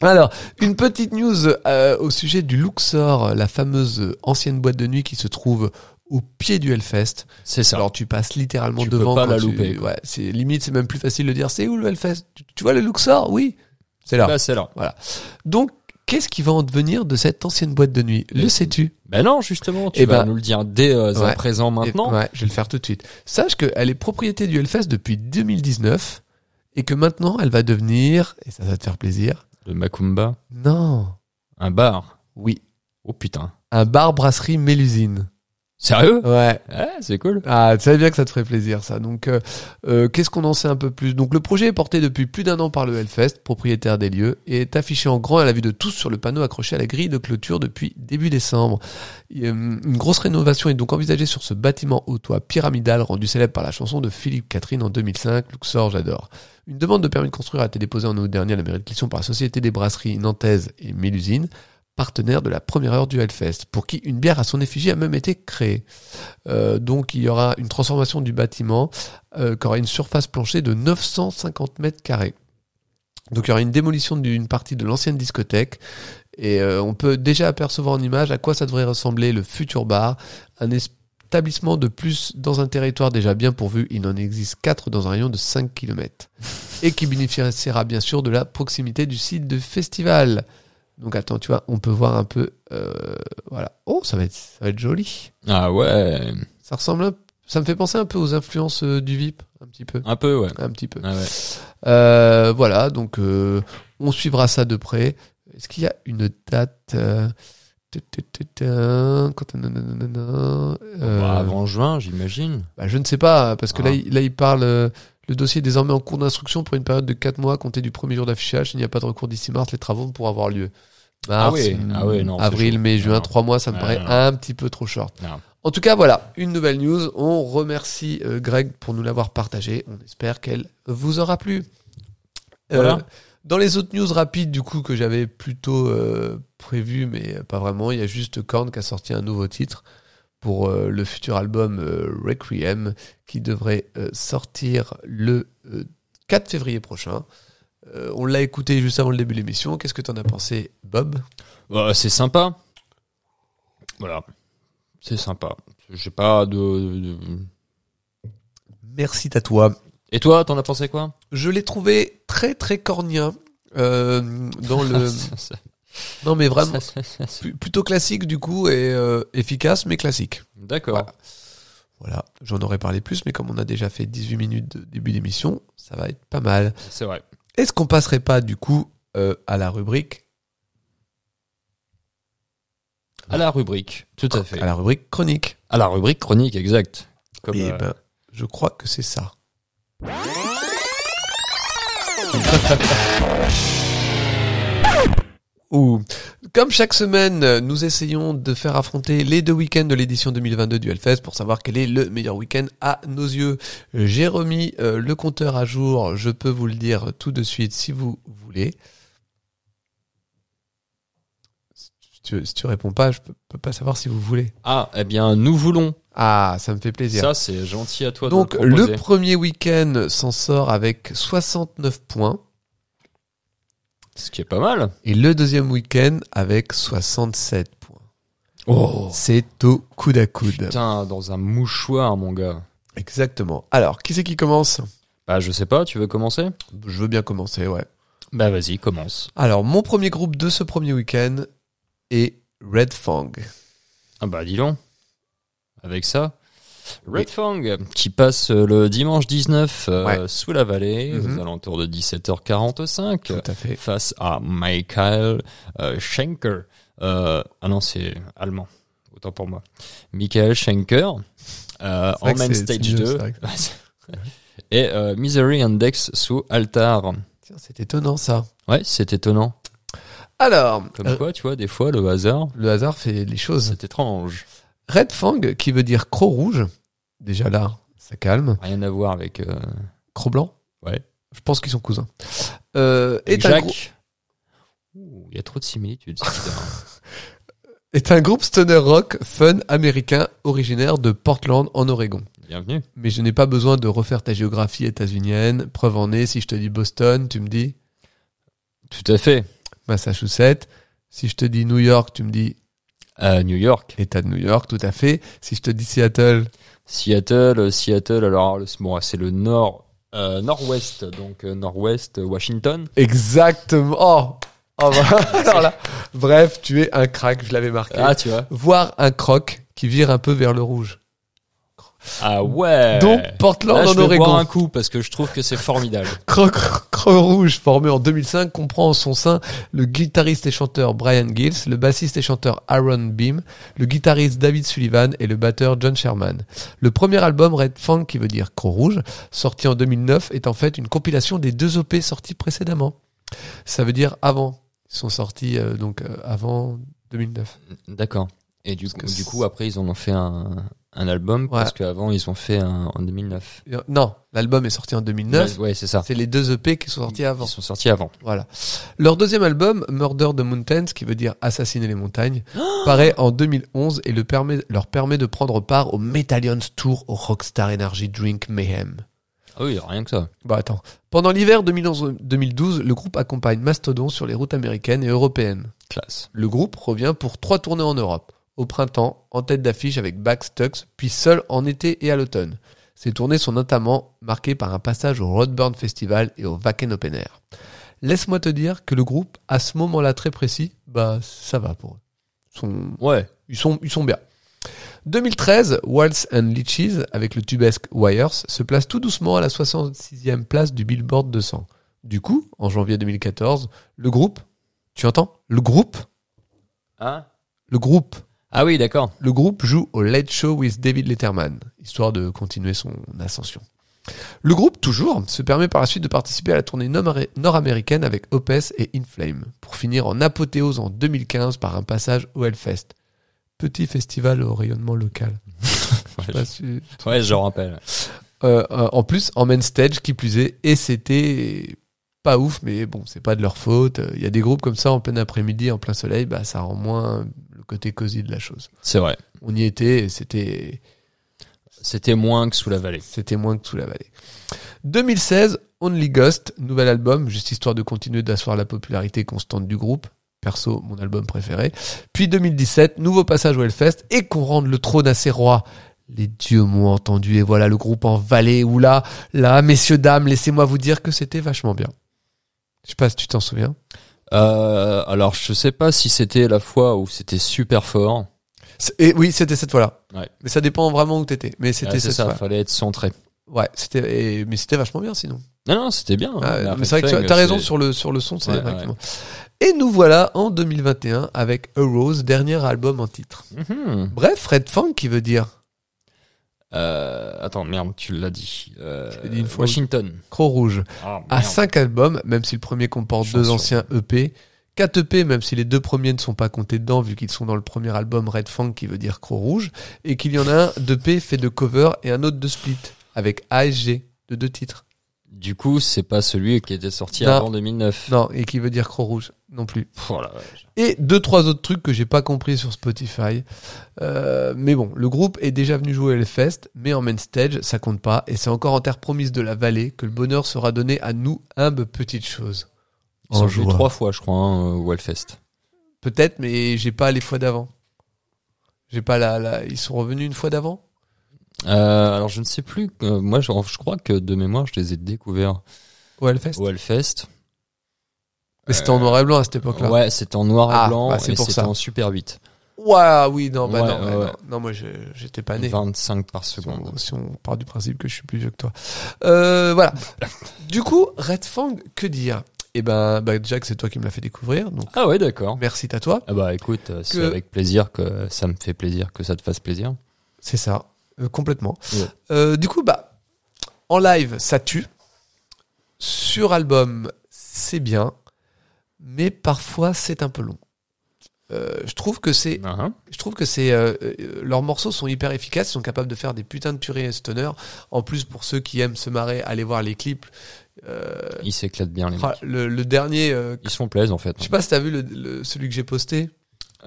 Speaker 2: Alors, une petite news euh, au sujet du Luxor, la fameuse euh, ancienne boîte de nuit qui se trouve au pied du Hellfest.
Speaker 3: C'est ça.
Speaker 2: Alors tu passes littéralement
Speaker 3: Tu peux
Speaker 2: devant.
Speaker 3: pas
Speaker 2: quand
Speaker 3: la
Speaker 2: tu-
Speaker 3: louper,
Speaker 2: Ouais, c'est limite, c'est même plus facile de dire c'est où le Hellfest. Tu, tu vois le Luxor Oui, c'est là.
Speaker 3: Bah, c'est là.
Speaker 2: Donc qu'est-ce qui va en devenir de cette ancienne boîte de nuit Le
Speaker 3: Et-
Speaker 2: sais-tu
Speaker 3: Ben non, justement, tu
Speaker 2: Eh
Speaker 3: vas
Speaker 2: ben-
Speaker 3: nous le dire dès euh, à
Speaker 2: Ouais.
Speaker 3: présent maintenant.
Speaker 2: Et- Ouais, je vais le faire tout de suite. Sache qu'elle est propriété du Hellfest depuis 2019 et que maintenant elle va devenir et ça va te faire plaisir.
Speaker 3: Le Macumba,
Speaker 2: Non,
Speaker 3: un bar.
Speaker 2: oui,
Speaker 3: Oh putain.
Speaker 2: un bar brasserie Mélusine.
Speaker 3: Sérieux
Speaker 2: Ouais.
Speaker 3: Ouais, c'est cool.
Speaker 2: Ah, tu savais bien que ça te ferait plaisir, ça. Donc, euh, euh, qu'est-ce qu'on en sait un peu plus Donc, le projet est porté depuis plus d'un an par le Hellfest, propriétaire des lieux, et est affiché en grand à la vue de tous sur le panneau accroché à la grille de clôture depuis début décembre. Et, euh, Une grosse rénovation est donc envisagée sur ce bâtiment au toit pyramidal rendu célèbre par la chanson de Philippe Catherine en 2005, Luxor, j'adore. Une demande de permis de construire a été déposée en août dernier à la mairie de Clisson par la Société des brasseries nantaises et Mélusine, partenaire de la première heure du Hellfest, pour qui une bière à son effigie a même été créée. Euh, donc il y aura une transformation du bâtiment euh, qui aura une surface planchée de 950 mètres carrés. Donc il y aura une démolition d'une partie de l'ancienne discothèque et euh, on peut déjà apercevoir en image à quoi ça devrait ressembler le futur bar, un établissement de plus dans un territoire déjà bien pourvu, il en existe 4 dans un rayon de 5 km et qui bénéficiera bien sûr de la proximité du site de festival. Donc attends, tu vois, on peut voir un peu euh, voilà. Oh, ça va être ça va être joli.
Speaker 3: Ah ouais,
Speaker 2: Ça ressemble, un- ça me fait penser un peu aux influences euh, du VIP, un petit peu,
Speaker 3: un peu ouais.
Speaker 2: un petit peu.
Speaker 3: Ah ouais.
Speaker 2: Euh, voilà, donc euh, on suivra ça de près. Est-ce qu'il y a une date euh, tu, tu, tu, tu, quand- nananana, euh,
Speaker 3: Bah, avant juin, j'imagine.
Speaker 2: bah, je ne sais pas, parce que là,
Speaker 3: Ah.
Speaker 2: il- là, il parle. euh, le dossier est désormais en cours d'instruction pour une période de 4 mois, compté du premier jour d'affichage. S'il n'y a pas de recours d'ici mars, les travaux vont pouvoir avoir lieu. Mars,
Speaker 3: Ah oui, ah oui, non, c'est
Speaker 2: avril,
Speaker 3: chaud.
Speaker 2: mai, juin,
Speaker 3: Non.
Speaker 2: 3 mois, ça me
Speaker 3: Ah,
Speaker 2: paraît
Speaker 3: non.
Speaker 2: un petit peu trop short.
Speaker 3: Non.
Speaker 2: En tout cas, voilà, une nouvelle news. On remercie euh, Greg pour nous l'avoir partagée. On espère qu'elle vous aura plu. Euh,
Speaker 3: Voilà.
Speaker 2: dans les autres news rapides, du coup, que j'avais plutôt euh, prévu, mais pas vraiment, il y a juste Korn qui a sorti un nouveau titre pour euh, le futur album euh, Requiem qui devrait euh, sortir le euh, 4 février prochain. Euh, on l'a écouté juste avant le début de l'émission. Qu'est-ce que t'en as pensé, Bob
Speaker 3: Bah, c'est sympa. Voilà, c'est sympa. J'ai pas de, de- de-
Speaker 2: Merci à toi.
Speaker 3: Et toi, t'en as pensé quoi
Speaker 2: Je l'ai trouvé très très cornien euh, dans
Speaker 3: [laughs]
Speaker 2: le. non mais vraiment pl- plutôt classique du coup et euh, efficace mais classique.
Speaker 3: D'accord.
Speaker 2: Voilà, j'en aurais parlé plus, mais comme on a déjà fait 18 minutes de début d'émission, ça va être pas mal.
Speaker 3: C'est vrai.
Speaker 2: Est-ce qu'on passerait pas du coup euh, à la rubrique
Speaker 3: À la rubrique. Tout à fait.
Speaker 2: à la rubrique chronique
Speaker 3: À la rubrique chronique, exact. Comme,
Speaker 2: Eh
Speaker 3: euh,
Speaker 2: ben, je crois que c'est ça. Ouh. Comme chaque semaine, nous essayons de faire affronter les deux week-ends de l'édition 2022 du Hellfest pour savoir quel est le meilleur week-end à nos yeux. J'ai remis euh, le compteur à jour, je peux vous le dire tout de suite si vous voulez. Si tu, si tu réponds pas, je peux, peux pas savoir si vous voulez.
Speaker 3: [laughs] Ah, eh bien, nous voulons.
Speaker 2: Ah, ça me fait plaisir.
Speaker 3: Ça, c'est gentil à toi
Speaker 2: Donc
Speaker 3: de le
Speaker 2: le
Speaker 3: proposer.
Speaker 2: premier week-end s'en sort avec 69 points
Speaker 3: Ce qui est pas mal.
Speaker 2: et le deuxième week-end avec 67 points.
Speaker 3: Oh.
Speaker 2: C'est au coude à coude.
Speaker 3: Putain, dans un mouchoir, mon gars.
Speaker 2: Exactement. Alors, qui c'est qui commence
Speaker 3: Bah, je sais pas, tu veux commencer
Speaker 2: Je veux bien commencer, ouais.
Speaker 3: Bah, vas-y, commence.
Speaker 2: Alors, mon premier groupe de ce premier week-end est Red Fang.
Speaker 3: Ah bah dis donc, avec ça. Red Fang qui passe euh, le dimanche 19 euh, sous la vallée
Speaker 2: Mhm.
Speaker 3: aux alentours de 17h45
Speaker 2: Tout à fait.
Speaker 3: face à Michael euh, Schenker. Euh, ah non, c'est allemand, autant pour moi. Michael Schenker euh,
Speaker 2: C'est vrai
Speaker 3: en
Speaker 2: que
Speaker 3: main
Speaker 2: c'est- c'est
Speaker 3: stage
Speaker 2: mieux,
Speaker 3: 2
Speaker 2: c'est vrai que-
Speaker 3: [laughs] et euh, Misery Index sous Altar.
Speaker 2: Tiens, C'est étonnant ça.
Speaker 3: Ouais, c'est étonnant.
Speaker 2: Alors,
Speaker 3: Comme
Speaker 2: euh,
Speaker 3: quoi, tu vois, des fois, le hasard,
Speaker 2: le hasard fait les choses.
Speaker 3: c'est étrange.
Speaker 2: Red Fang, qui veut dire croc rouge, déjà là, ça calme.
Speaker 3: Rien à voir avec, euh,
Speaker 2: Croc blanc
Speaker 3: Ouais.
Speaker 2: Je pense qu'ils sont cousins. Euh,
Speaker 3: avec
Speaker 2: est, un grou-
Speaker 3: Jacques. Ouh, Il y a trop de similitudes.
Speaker 2: [laughs]
Speaker 3: c'est bizarre.
Speaker 2: est un groupe stoner rock fun américain originaire de Portland en Oregon.
Speaker 3: Bienvenue.
Speaker 2: Mais je n'ai pas besoin de refaire ta géographie états-unienne. Preuve en est, si je te dis Boston, tu me dis
Speaker 3: Tout à fait.
Speaker 2: Massachusetts. Si je te dis New York, tu me dis
Speaker 3: À New York,
Speaker 2: État de New York, tout à fait. Si je te dis Seattle,
Speaker 3: Seattle, euh, Seattle. Alors, le- bon, c'est le nord, euh, nord-ouest, donc euh, nord-ouest, euh, Washington.
Speaker 2: exactement. Oh, Oh, bah, [laughs] alors là. Bref, tu es un crack, je l'avais marqué.
Speaker 3: Ah, tu vois.
Speaker 2: Voir un croc qui vire un peu vers le rouge.
Speaker 3: Ah ouais.
Speaker 2: Donc Portland
Speaker 3: Là, je
Speaker 2: en
Speaker 3: vais
Speaker 2: Oregon.
Speaker 3: boire un coup parce que je trouve que
Speaker 2: [laughs]
Speaker 3: c'est formidable.
Speaker 2: Croc, Croc Rouge, formé en 2005, comprend en son sein le guitariste et chanteur Brian Gills, le bassiste et chanteur Aaron Beam, le guitariste David Sullivan et le batteur John Sherman. Le premier album Red Fang, qui veut dire Croc Rouge, sorti en 2009, est en fait une compilation des deux OP sortis précédemment. Ça veut dire avant. Ils sont sortis euh, donc euh, avant 2009.
Speaker 3: D'accord. Et du
Speaker 2: Parce
Speaker 3: coup,
Speaker 2: que
Speaker 3: du
Speaker 2: c'est-
Speaker 3: coup, après, ils en ont fait un, un album parce qu'avant, ils ont fait un en 2009.
Speaker 2: Euh, Non, l'album est sorti en 2009.
Speaker 3: Ouais, c'est ça.
Speaker 2: C'est les deux EP qui sont sortis avant.
Speaker 3: Ils sont sortis avant.
Speaker 2: Voilà. Leur deuxième album, Murder the Mountains, qui veut dire Assassiner les montagnes, paraît en 2011 et le permet- leur permet de prendre part au Metallions Tour au Rockstar Energy Drink Mayhem.
Speaker 3: Ah oui, rien que ça.
Speaker 2: Bon, attends. Pendant l'hiver 2011-2012, le groupe accompagne Mastodon sur les routes américaines et européennes.
Speaker 3: Classe.
Speaker 2: Le groupe revient pour trois tournées en Europe. Au printemps, en tête d'affiche avec Backstux, puis seul en été et à l'automne. Ces tournées sont notamment marquées par un passage au Roadburn Festival et au Wacken Open Air. Laisse-moi te dire que le groupe, à ce moment-là très précis, bah ça va pour eux. Ils sont,
Speaker 3: Ouais.
Speaker 2: ils sont, ils sont bien. 2013, Waltz and Leeches, avec le tubesque Wires, se place tout doucement à la 66e place du Billboard 200. Du coup, en janvier 2014, le groupe, tu entends Le groupe
Speaker 3: Hein
Speaker 2: le groupe,
Speaker 3: ah oui, d'accord.
Speaker 2: le groupe joue au Late Show with David Letterman, histoire de continuer son ascension. Le groupe, toujours, se permet par la suite de participer à la tournée nomar- nord-américaine avec Opeth et Inflame, pour finir en apothéose en 2015 par un passage au Hellfest. Petit festival au rayonnement local. Je sais
Speaker 3: Ouais,
Speaker 2: pas si-
Speaker 3: je- ouais, je rappelle.
Speaker 2: Euh, euh, en plus, en main stage, qui plus est, et c'était pas ouf, mais bon, c'est pas de leur faute. Il y a des groupes comme ça en plein après-midi, en plein soleil, bah ça rend moins le côté cosy de la chose.
Speaker 3: C'est vrai.
Speaker 2: On y était et c'était
Speaker 3: C'était moins que sous la vallée.
Speaker 2: c'était moins que sous la vallée. 2016, Only Ghost, nouvel album, juste histoire de continuer d'asseoir la popularité constante du groupe. Perso, mon album préféré. Puis 2017, nouveau passage au Hellfest et qu'on rende le trône à ses rois. Les dieux m'ont entendu et voilà le groupe en vallée où là, là, messieurs, dames, laissez-moi vous dire que c'était vachement bien. Je sais pas si tu t'en souviens.
Speaker 3: Euh, alors, je sais pas si c'était la fois où c'était super fort.
Speaker 2: C'est- Et oui, c'était cette fois-là.
Speaker 3: Ouais.
Speaker 2: Mais ça dépend vraiment où t'étais. Mais
Speaker 3: Ah,
Speaker 2: c'était
Speaker 3: C'est
Speaker 2: cette
Speaker 3: ça,
Speaker 2: fois.
Speaker 3: fallait être centré.
Speaker 2: Ouais, c'était, et- mais c'était vachement bien sinon.
Speaker 3: Non, non, c'était bien.
Speaker 2: Ah,
Speaker 3: hein.
Speaker 2: non,
Speaker 3: La
Speaker 2: mais c'est vrai que tu
Speaker 3: Red Fang,
Speaker 2: as raison
Speaker 3: c'est-
Speaker 2: sur le, sur le son, c'est
Speaker 3: Ouais,
Speaker 2: vrai,
Speaker 3: ouais.
Speaker 2: exactement. Et nous voilà en 2021 avec A Rose, dernier album en titre.
Speaker 3: Mhm.
Speaker 2: Bref, Red Fang qui veut dire
Speaker 3: Euh, attends, merde, tu l'as dit. Euh,
Speaker 2: l'ai dit une fois.
Speaker 3: Washington.
Speaker 2: Croc Rouge
Speaker 3: Ah,
Speaker 2: a
Speaker 3: merde.
Speaker 2: 5 albums, même si le premier comporte deux
Speaker 3: Chanson.
Speaker 2: anciens E EP. 4 EP, E même si les deux premiers ne sont pas comptés dedans, vu qu'ils sont dans le premier album Red Fang qui veut dire Croc Rouge, et qu'il y en a un d'EP fait de cover et un autre de split, avec ASG de deux titres.
Speaker 3: Du coup, c'est pas celui qui était sorti
Speaker 2: Non.
Speaker 3: avant 2009.
Speaker 2: Non, et qui veut dire Croc Rouge non plus.
Speaker 3: Pff, oh la vache.
Speaker 2: et deux trois autres trucs que j'ai pas compris sur Spotify. Euh, mais bon, le groupe est déjà venu jouer le fest, mais en main stage, ça compte pas et c'est encore en terre promise de la vallée que le bonheur sera donné à nous humbles petites choses.
Speaker 3: Ils sont venus trois fois, je crois, hein, au Hellfest.
Speaker 2: peut-être, mais j'ai pas les fois d'avant. J'ai pas la, la- ils sont revenus une fois d'avant.
Speaker 3: Euh, alors, je ne sais plus. euh, moi, je, je crois que de mémoire, je les ai découverts
Speaker 2: au Hellfest.
Speaker 3: au Hellfest.
Speaker 2: Mais c'était en noir et blanc à cette époque-là.
Speaker 3: Ouais, c'était en noir et
Speaker 2: Ah,
Speaker 3: blanc
Speaker 2: bah, c'est
Speaker 3: et
Speaker 2: pour
Speaker 3: c'était
Speaker 2: ça.
Speaker 3: en Super 8.
Speaker 2: Ouah, oui, non, bah
Speaker 3: Ouais,
Speaker 2: non, ouais,
Speaker 3: ouais,
Speaker 2: non,
Speaker 3: ouais.
Speaker 2: non, moi je- j'étais pas né.
Speaker 3: 25 par
Speaker 2: Si on,
Speaker 3: seconde.
Speaker 2: si on part du principe que je suis plus vieux que toi. Euh, voilà. du coup, Red Fang, que dire Eh ben, bah, Jack, c'est toi qui me l'as fait découvrir, donc
Speaker 3: Ah ouais, d'accord.
Speaker 2: merci à toi.
Speaker 3: Ah bah écoute, euh, c'est
Speaker 2: Que-
Speaker 3: avec plaisir que ça me fait plaisir que ça te fasse plaisir.
Speaker 2: C'est ça, euh, complètement.
Speaker 3: Ouais.
Speaker 2: Euh, du coup, bah, en live, ça tue. Sur album, c'est bien, mais parfois c'est un peu long. Euh, je trouve que c'est
Speaker 3: Ah, hein.
Speaker 2: Je trouve que c'est euh, euh, leurs morceaux sont hyper efficaces, ils sont capables de faire des putains de tueries stoner. En plus, pour ceux qui aiment se marrer, allez voir les clips. Euh,
Speaker 3: Ils s'éclatent bien les
Speaker 2: ah,
Speaker 3: mecs.
Speaker 2: le, le dernier, euh,
Speaker 3: Ils se font plaisir en fait.
Speaker 2: je sais pas si t'as vu le- le- celui que j'ai posté.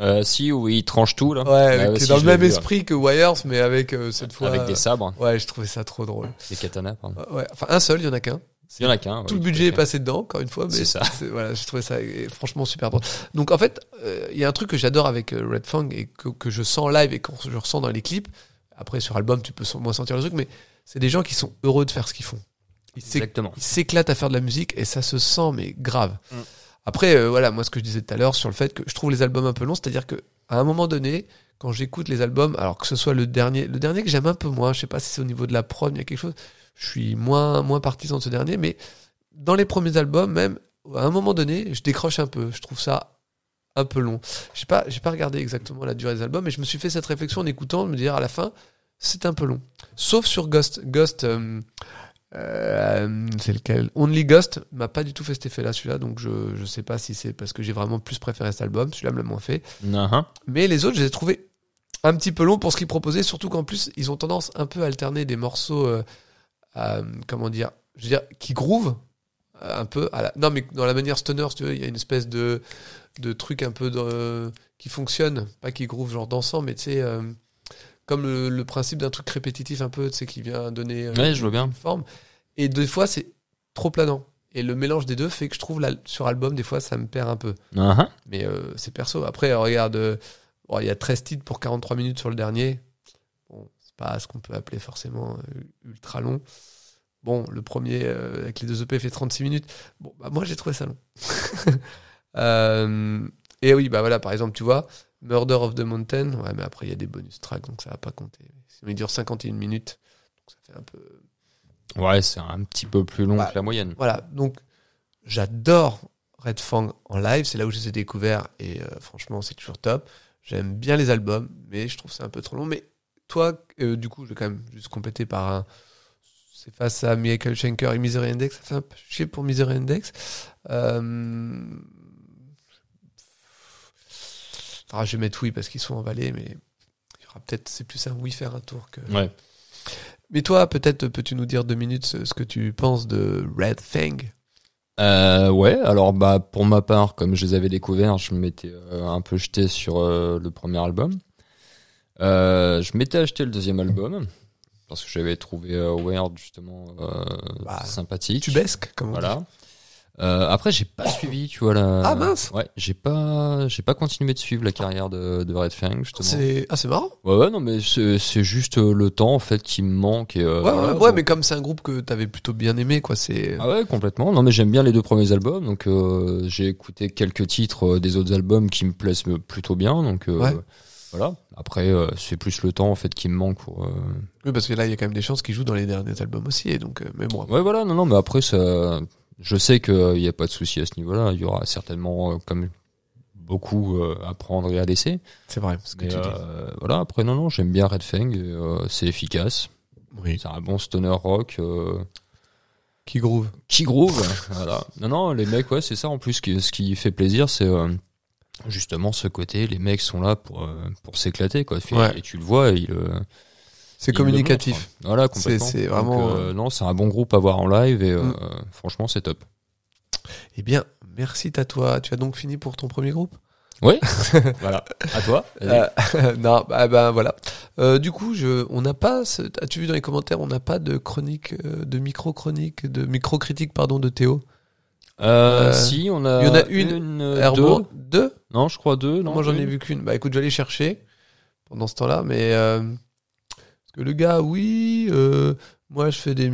Speaker 3: Euh, si où ils tranchent tout là.
Speaker 2: Ouais,
Speaker 3: Ah,
Speaker 2: qui
Speaker 3: si,
Speaker 2: est dans
Speaker 3: je
Speaker 2: le
Speaker 3: l'ai
Speaker 2: même
Speaker 3: vu,
Speaker 2: esprit que Wires, mais avec euh,
Speaker 3: ouais.
Speaker 2: cette fois.
Speaker 3: avec des
Speaker 2: euh,
Speaker 3: sabres, hein.
Speaker 2: ouais, je trouvais ça trop drôle. Euh,
Speaker 3: des katanas pardon.
Speaker 2: Ouais, enfin un seul, il y en a qu'un.
Speaker 3: Il y en a qu'un. ouais,
Speaker 2: Tout le
Speaker 3: à
Speaker 2: budget est
Speaker 3: fait.
Speaker 2: passé dedans, encore une fois, mais
Speaker 3: C'est ça.
Speaker 2: c'est- voilà, je trouvais ça euh, franchement super drôle. Donc en fait, euh, il y a un truc que j'adore avec euh, Red Fang et que, que je sens en live et que je ressens dans les clips. Après, sur album, tu peux sans- moins sentir le truc, mais c'est des gens qui sont heureux de faire ce qu'ils font. Ils s'éc-
Speaker 3: Exactement.
Speaker 2: ils s'éclatent à faire de la musique et ça se sent, mais grave.
Speaker 3: Mm.
Speaker 2: Après, euh, voilà, moi, ce que je disais tout à l'heure sur le fait que je trouve les albums un peu longs, c'est-à-dire que à un moment donné, quand j'écoute les albums, alors que ce soit le dernier, le dernier que j'aime un peu moins, je sais pas si c'est au niveau de la prod, il y a quelque chose, je suis moins, moins partisan de ce dernier, mais dans les premiers albums, même, à un moment donné, je décroche un peu. Je trouve ça un peu long. Je sais pas, j'ai pas regardé exactement la durée des albums, mais je me suis fait cette réflexion en écoutant, de me dire à la fin, c'est un peu long. Sauf sur Ghost. Ghost, euh, euh, c'est lequel Only Ghost m'a pas du tout fait cet effet-là, celui-là, donc je, je sais pas si c'est parce que j'ai vraiment plus préféré cet album, celui-là me l'a moins fait.
Speaker 3: Ah, hein.
Speaker 2: Mais les autres, je les ai trouvés un petit peu longs pour ce qu'ils proposaient, surtout qu'en plus, ils ont tendance un peu à alterner des morceaux, euh, à, comment dire, je veux dire, qui groove un peu. à la- Non, mais dans la manière stoner, si tu veux, il y a une espèce de, de truc un peu de- qui fonctionne, pas qui groove genre dansant, mais tu sais, euh, comme le, le principe d'un truc répétitif un peu, tu sais, qui vient donner euh,
Speaker 3: Ouais, je vois bien.
Speaker 2: une forme. Et des fois, c'est trop planant. Et le mélange des deux fait que je trouve là, sur album, des fois, ça me perd un peu.
Speaker 3: Ah, hein.
Speaker 2: Mais euh, c'est perso. Après, euh, regarde, euh, bon, il y a 13 titres pour 43 minutes sur le dernier. Bon, c'est pas ce qu'on peut appeler forcément euh, ultra long. Bon, le premier euh, avec les deux EP fait 36 minutes. Bon, bah, moi j'ai trouvé ça long. [laughs] Euh, et oui, bah voilà, par exemple, tu vois, Murder of the Mountain. Ouais, mais après il y a des bonus tracks, donc ça va pas compter. Sinon, il dure 51 minutes. Donc ça fait un peu.
Speaker 3: Ouais, c'est un petit peu plus long
Speaker 2: Bah,
Speaker 3: que la moyenne.
Speaker 2: Voilà, donc j'adore Red Fang en live, c'est là où je les ai découverts et euh, franchement c'est toujours top. J'aime bien les albums, mais je trouve ça un peu trop long. Mais toi, euh, du coup, je vais quand même juste compléter par un. C'est face à Michael Schenker et Misery Index. Ça fait un peu chier pour Misery Index. Euh, ah, je vais mettre oui parce qu'ils sont emballés, mais il y aura peut-être. C'est plus un oui faire un tour que.
Speaker 3: Ouais.
Speaker 2: Mais toi, peut-être peux-tu nous dire deux minutes ce, ce que tu penses de Red Fang
Speaker 3: Euh, ouais, alors bah pour ma part, comme je les avais découverts, je m'étais euh, un peu jeté sur euh, le premier album. Euh, je m'étais acheté le deuxième album parce que j'avais trouvé euh, Weird justement euh,
Speaker 2: Bah, hein.
Speaker 3: sympathique.
Speaker 2: Tubesque, comme on dit.
Speaker 3: Voilà. Euh, après, j'ai pas suivi, tu vois la.
Speaker 2: Ah, mince.
Speaker 3: Ouais, j'ai pas, j'ai pas continué de suivre la carrière de, de Red Fang justement.
Speaker 2: C'est ah, c'est marrant.
Speaker 3: Ouais, ouais, non, mais c'est c'est juste euh, le temps en fait qui me manque et. euh,
Speaker 2: ouais,
Speaker 3: voilà,
Speaker 2: ouais,
Speaker 3: donc-
Speaker 2: ouais, mais comme c'est un groupe que t'avais plutôt bien aimé, quoi. C'est
Speaker 3: Ah ouais, complètement. Non, mais j'aime bien les deux premiers albums. Donc, euh, j'ai écouté quelques titres euh, des autres albums qui me plaisent euh, plutôt bien. Donc, euh,
Speaker 2: Ouais.
Speaker 3: voilà. Après, euh, c'est plus le temps, en fait, qui me manque pour. euh,
Speaker 2: oui, parce que là, il y a quand même des chances qu'ils jouent dans les derniers albums aussi, et donc. euh, mais bon.
Speaker 3: Ouais, voilà. Non, non, mais après, ça. Je sais qu'il n'y a pas de souci à ce niveau-là. Il y aura certainement, euh, comme beaucoup, euh, à prendre et à laisser.
Speaker 2: C'est vrai. Ce que
Speaker 3: Mais,
Speaker 2: tu dis.
Speaker 3: euh, voilà. Après, non, non, j'aime bien Red Fang. et, euh, c'est efficace.
Speaker 2: Oui.
Speaker 3: C'est un bon stoner rock. euh,
Speaker 2: Qui groove.
Speaker 3: qui groove. voilà. Non, non, les mecs, ouais, c'est ça. En plus, qui- ce qui fait plaisir, c'est euh, justement ce côté. Les mecs sont là pour, euh, pour s'éclater, quoi. Fait-
Speaker 2: Ouais.
Speaker 3: Et tu le vois, ils le-
Speaker 2: C'est
Speaker 3: ils le
Speaker 2: communicatif.
Speaker 3: montrent. hein. Voilà, complètement.
Speaker 2: C'est- c'est
Speaker 3: Donc,
Speaker 2: vraiment,
Speaker 3: euh, non, c'est un bon groupe à voir en live et euh,
Speaker 2: Mm.
Speaker 3: franchement,
Speaker 2: [laughs]
Speaker 3: c'est top.
Speaker 2: Eh bien, merci à toi. Tu as donc fini pour ton premier groupe. [laughs]
Speaker 3: Voilà. À toi.
Speaker 2: Euh, non, bah, bah, voilà. Euh, du coup, je, on n'a pas. ce- As-tu vu dans les commentaires, on n'a pas de chronique, euh, de micro chronique, de micro critique, pardon, de Théo. euh,
Speaker 3: si, on a,
Speaker 2: il y en a une,
Speaker 3: euh,
Speaker 2: Herbo,
Speaker 3: deux.
Speaker 2: deux.
Speaker 3: Non, je crois deux. Non,
Speaker 2: Moi, j'en ai
Speaker 3: une.
Speaker 2: vu qu'une. Bah écoute, j'allais chercher pendant ce temps-là, mais. euh, parce que le gars, oui, euh, moi je fais des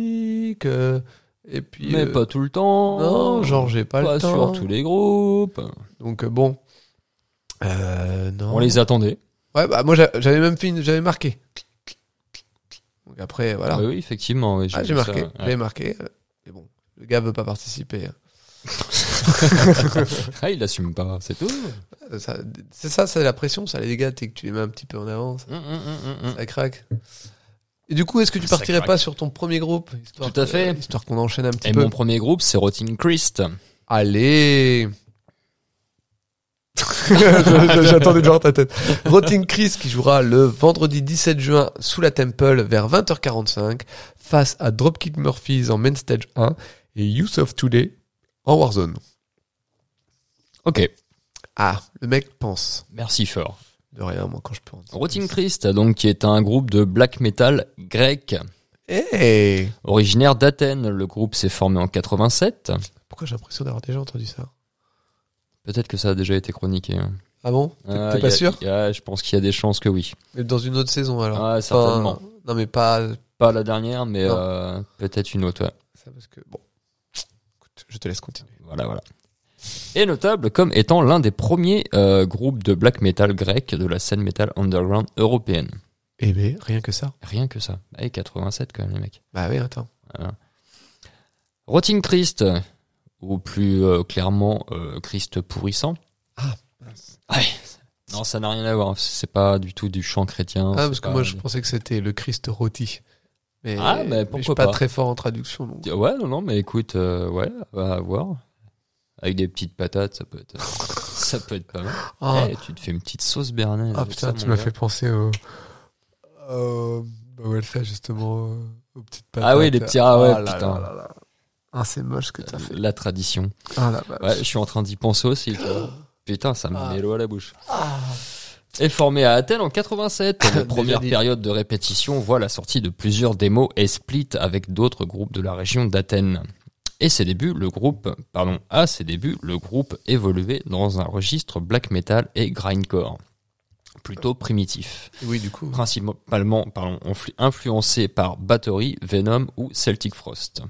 Speaker 2: micro-chroniques, euh, et puis.
Speaker 3: Mais
Speaker 2: euh,
Speaker 3: pas tout le temps.
Speaker 2: Non, genre j'ai pas,
Speaker 3: pas
Speaker 2: le
Speaker 3: sur
Speaker 2: temps.
Speaker 3: tous les groupes.
Speaker 2: Donc euh, bon. Euh, non.
Speaker 3: On les attendait.
Speaker 2: Ouais, bah, moi j'a- j'avais même fait une- j'avais marqué. Donc après, voilà.
Speaker 3: Ah oui, effectivement. oui,
Speaker 2: Ah, j'ai
Speaker 3: vu ça,
Speaker 2: marqué,
Speaker 3: ouais.
Speaker 2: j'ai marqué. euh, Mais bon, le gars veut pas participer.
Speaker 3: [laughs]
Speaker 2: hein.
Speaker 3: ah, il assume pas, c'est tout.
Speaker 2: Euh, ça- C'est ça, c'est la pression, ça les gars, t'es que tu les mets un petit peu en avance,
Speaker 3: Hum, hum, hum, hum, hum.
Speaker 2: ça craque. Et du coup, est-ce que tu
Speaker 3: Ça
Speaker 2: partirais
Speaker 3: craque.
Speaker 2: pas sur ton premier groupe histoire
Speaker 3: Tout à
Speaker 2: que-
Speaker 3: fait.
Speaker 2: Histoire qu'on enchaîne un petit
Speaker 3: Et
Speaker 2: peu.
Speaker 3: mon premier groupe, c'est Rotting Christ. [laughs]
Speaker 2: Allez J'attendais de voir ta tête. Rotting Chris qui jouera le vendredi 17 juin sous la Temple vers 20h45 face à Dropkick Murphys en Main Stage 1 et Youth of Today en Warzone.
Speaker 3: Ok,
Speaker 2: Ah, le mec pense.
Speaker 3: merci fort.
Speaker 2: De rien, moi, quand je peux. en dire
Speaker 3: Rotting
Speaker 2: plus.
Speaker 3: Christ, donc, qui est un groupe de black metal grec.
Speaker 2: Hey
Speaker 3: Originaire d'Athènes, le groupe s'est formé en 87.
Speaker 2: Pourquoi j'ai l'impression d'avoir déjà entendu ça
Speaker 3: Peut-être que ça a déjà été chroniqué. hein.
Speaker 2: Ah bon T'es
Speaker 3: Ah,
Speaker 2: t'es
Speaker 3: y
Speaker 2: pas
Speaker 3: a-
Speaker 2: sûr
Speaker 3: y a- Je pense qu'il y a des chances que oui.
Speaker 2: Mais dans une autre saison, alors.
Speaker 3: Ah,
Speaker 2: Enfin,
Speaker 3: certainement.
Speaker 2: non, mais pas...
Speaker 3: Pas la dernière, mais
Speaker 2: Non.
Speaker 3: euh, peut-être une autre. ouais.
Speaker 2: Ça, parce que... Bon. Écoute, je te laisse continuer.
Speaker 3: Voilà, voilà. Et notable comme étant l'un des premiers euh, groupes de black metal grec de la scène metal underground européenne.
Speaker 2: Eh ben, rien que ça.
Speaker 3: Rien que ça. Ah, Et 87 quand même, les mecs.
Speaker 2: Bah oui, attends.
Speaker 3: Rotting Christ, ou plus euh, clairement euh, Christ pourrissant.
Speaker 2: Ah,
Speaker 3: Ouais. Non, ça n'a rien à voir. C'est pas du tout du chant chrétien.
Speaker 2: Ah,
Speaker 3: c'est
Speaker 2: parce que
Speaker 3: pas-
Speaker 2: moi, je pensais que c'était le Christ rôti. Mais,
Speaker 3: Ah, mais
Speaker 2: je
Speaker 3: pourquoi
Speaker 2: suis pas,
Speaker 3: pas.
Speaker 2: très fort en traduction. donc.
Speaker 3: Ouais, non, non, mais écoute, euh, ouais, va voir. Avec des petites patates, ça peut être, [laughs] ça peut être pas mal.
Speaker 2: Ah,
Speaker 3: Eh, tu te fais une petite sauce béarnaise.
Speaker 2: ah,
Speaker 3: avec
Speaker 2: putain,
Speaker 3: ça,
Speaker 2: tu
Speaker 3: mon
Speaker 2: m'as
Speaker 3: gars.
Speaker 2: fait penser au. au- bah, où elle fait justement euh, aux petites patates.
Speaker 3: Ah oui, les petits- ah ouais,
Speaker 2: là là
Speaker 3: putain.
Speaker 2: là là. Ah, c'est moche ce que t'as fait.
Speaker 3: La tradition.
Speaker 2: Ah la vache.
Speaker 3: Ouais, je suis en train d'y penser aussi.
Speaker 2: [gasps]
Speaker 3: tu vois. Putain, ça me
Speaker 2: Ah.
Speaker 3: met l'eau à la bouche.
Speaker 2: Ah.
Speaker 3: Et formé à Athènes
Speaker 2: [laughs]
Speaker 3: en 87,
Speaker 2: Déjà
Speaker 3: les premières
Speaker 2: dit.
Speaker 3: périodes de répétition voient la sortie de plusieurs démos et split avec d'autres groupes de la région d'Athènes. Et ses débuts, le groupe, pardon, à ses débuts, le groupe évoluait dans un registre black metal et grindcore, plutôt primitif,
Speaker 2: Oui, du coup.
Speaker 3: principalement pardon, influ- influencé par Bathory, Venom ou Celtic Frost.